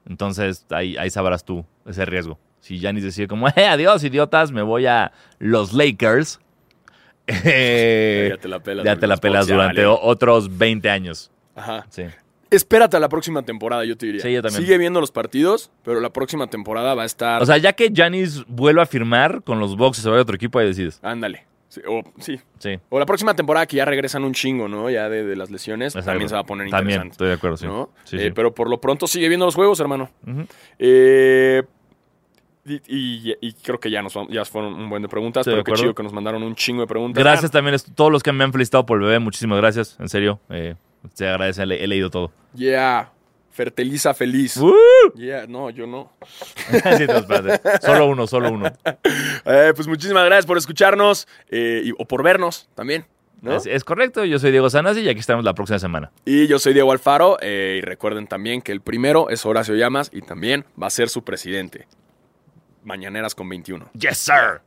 Speaker 2: Entonces ahí, ahí sabrás tú ese riesgo. Si Gianni decide como, "Eh, adiós, idiotas, me voy a los Lakers. eh,
Speaker 1: Ya te la pelas.
Speaker 2: ya
Speaker 1: güey,
Speaker 2: te la
Speaker 1: los
Speaker 2: pelas
Speaker 1: Bucks, ya
Speaker 2: durante
Speaker 1: valió.
Speaker 2: o- otros 20 años.
Speaker 1: Ajá.
Speaker 2: Sí.
Speaker 1: Espérate a la próxima temporada, yo te diría.
Speaker 2: Sí, yo también.
Speaker 1: Sigue viendo los partidos, pero la próxima temporada va a estar...
Speaker 2: O sea, ya que Giannis vuelva a firmar con los box y se va a otro equipo, ahí decides.
Speaker 1: Ándale. Sí, o, sí.
Speaker 2: Sí.
Speaker 1: O la próxima temporada que ya regresan un chingo, ¿no? Ya de, de las lesiones, también
Speaker 2: Exacto.
Speaker 1: se va a poner
Speaker 2: También,
Speaker 1: interesante.
Speaker 2: estoy de acuerdo, sí.
Speaker 1: ¿no?
Speaker 2: Sí,
Speaker 1: Eh,
Speaker 2: sí.
Speaker 1: Pero por lo pronto sigue viendo los juegos, hermano.
Speaker 2: Ujú.
Speaker 1: Eh, y, y- y creo que ya nos vamos- ya fueron un buen de preguntas,
Speaker 2: Estoy de
Speaker 1: pero qué
Speaker 2: acuerdo.
Speaker 1: chido que nos mandaron un chingo de preguntas.
Speaker 2: Gracias también a todos los que me han felicitado por el bebé. Muchísimas gracias, en serio. Eh, se agradece, le- he leído todo.
Speaker 1: Yeah. Fertiliza feliz.
Speaker 2: ¡Uh!
Speaker 1: Yeah, no, yo no.
Speaker 2: Sí, no, espérate. Solo uno, solo uno.
Speaker 1: Eh, pues muchísimas gracias por escucharnos eh, y- o por vernos también. ¿no?
Speaker 2: Es, es correcto, yo soy Diego Sanasi y aquí estamos la próxima semana.
Speaker 1: Y yo soy Diego Alfaro. eh, y recuerden también que el primero es Horacio Llamas y también va a ser su presidente. Mañaneras con 21.
Speaker 2: Yes, sir.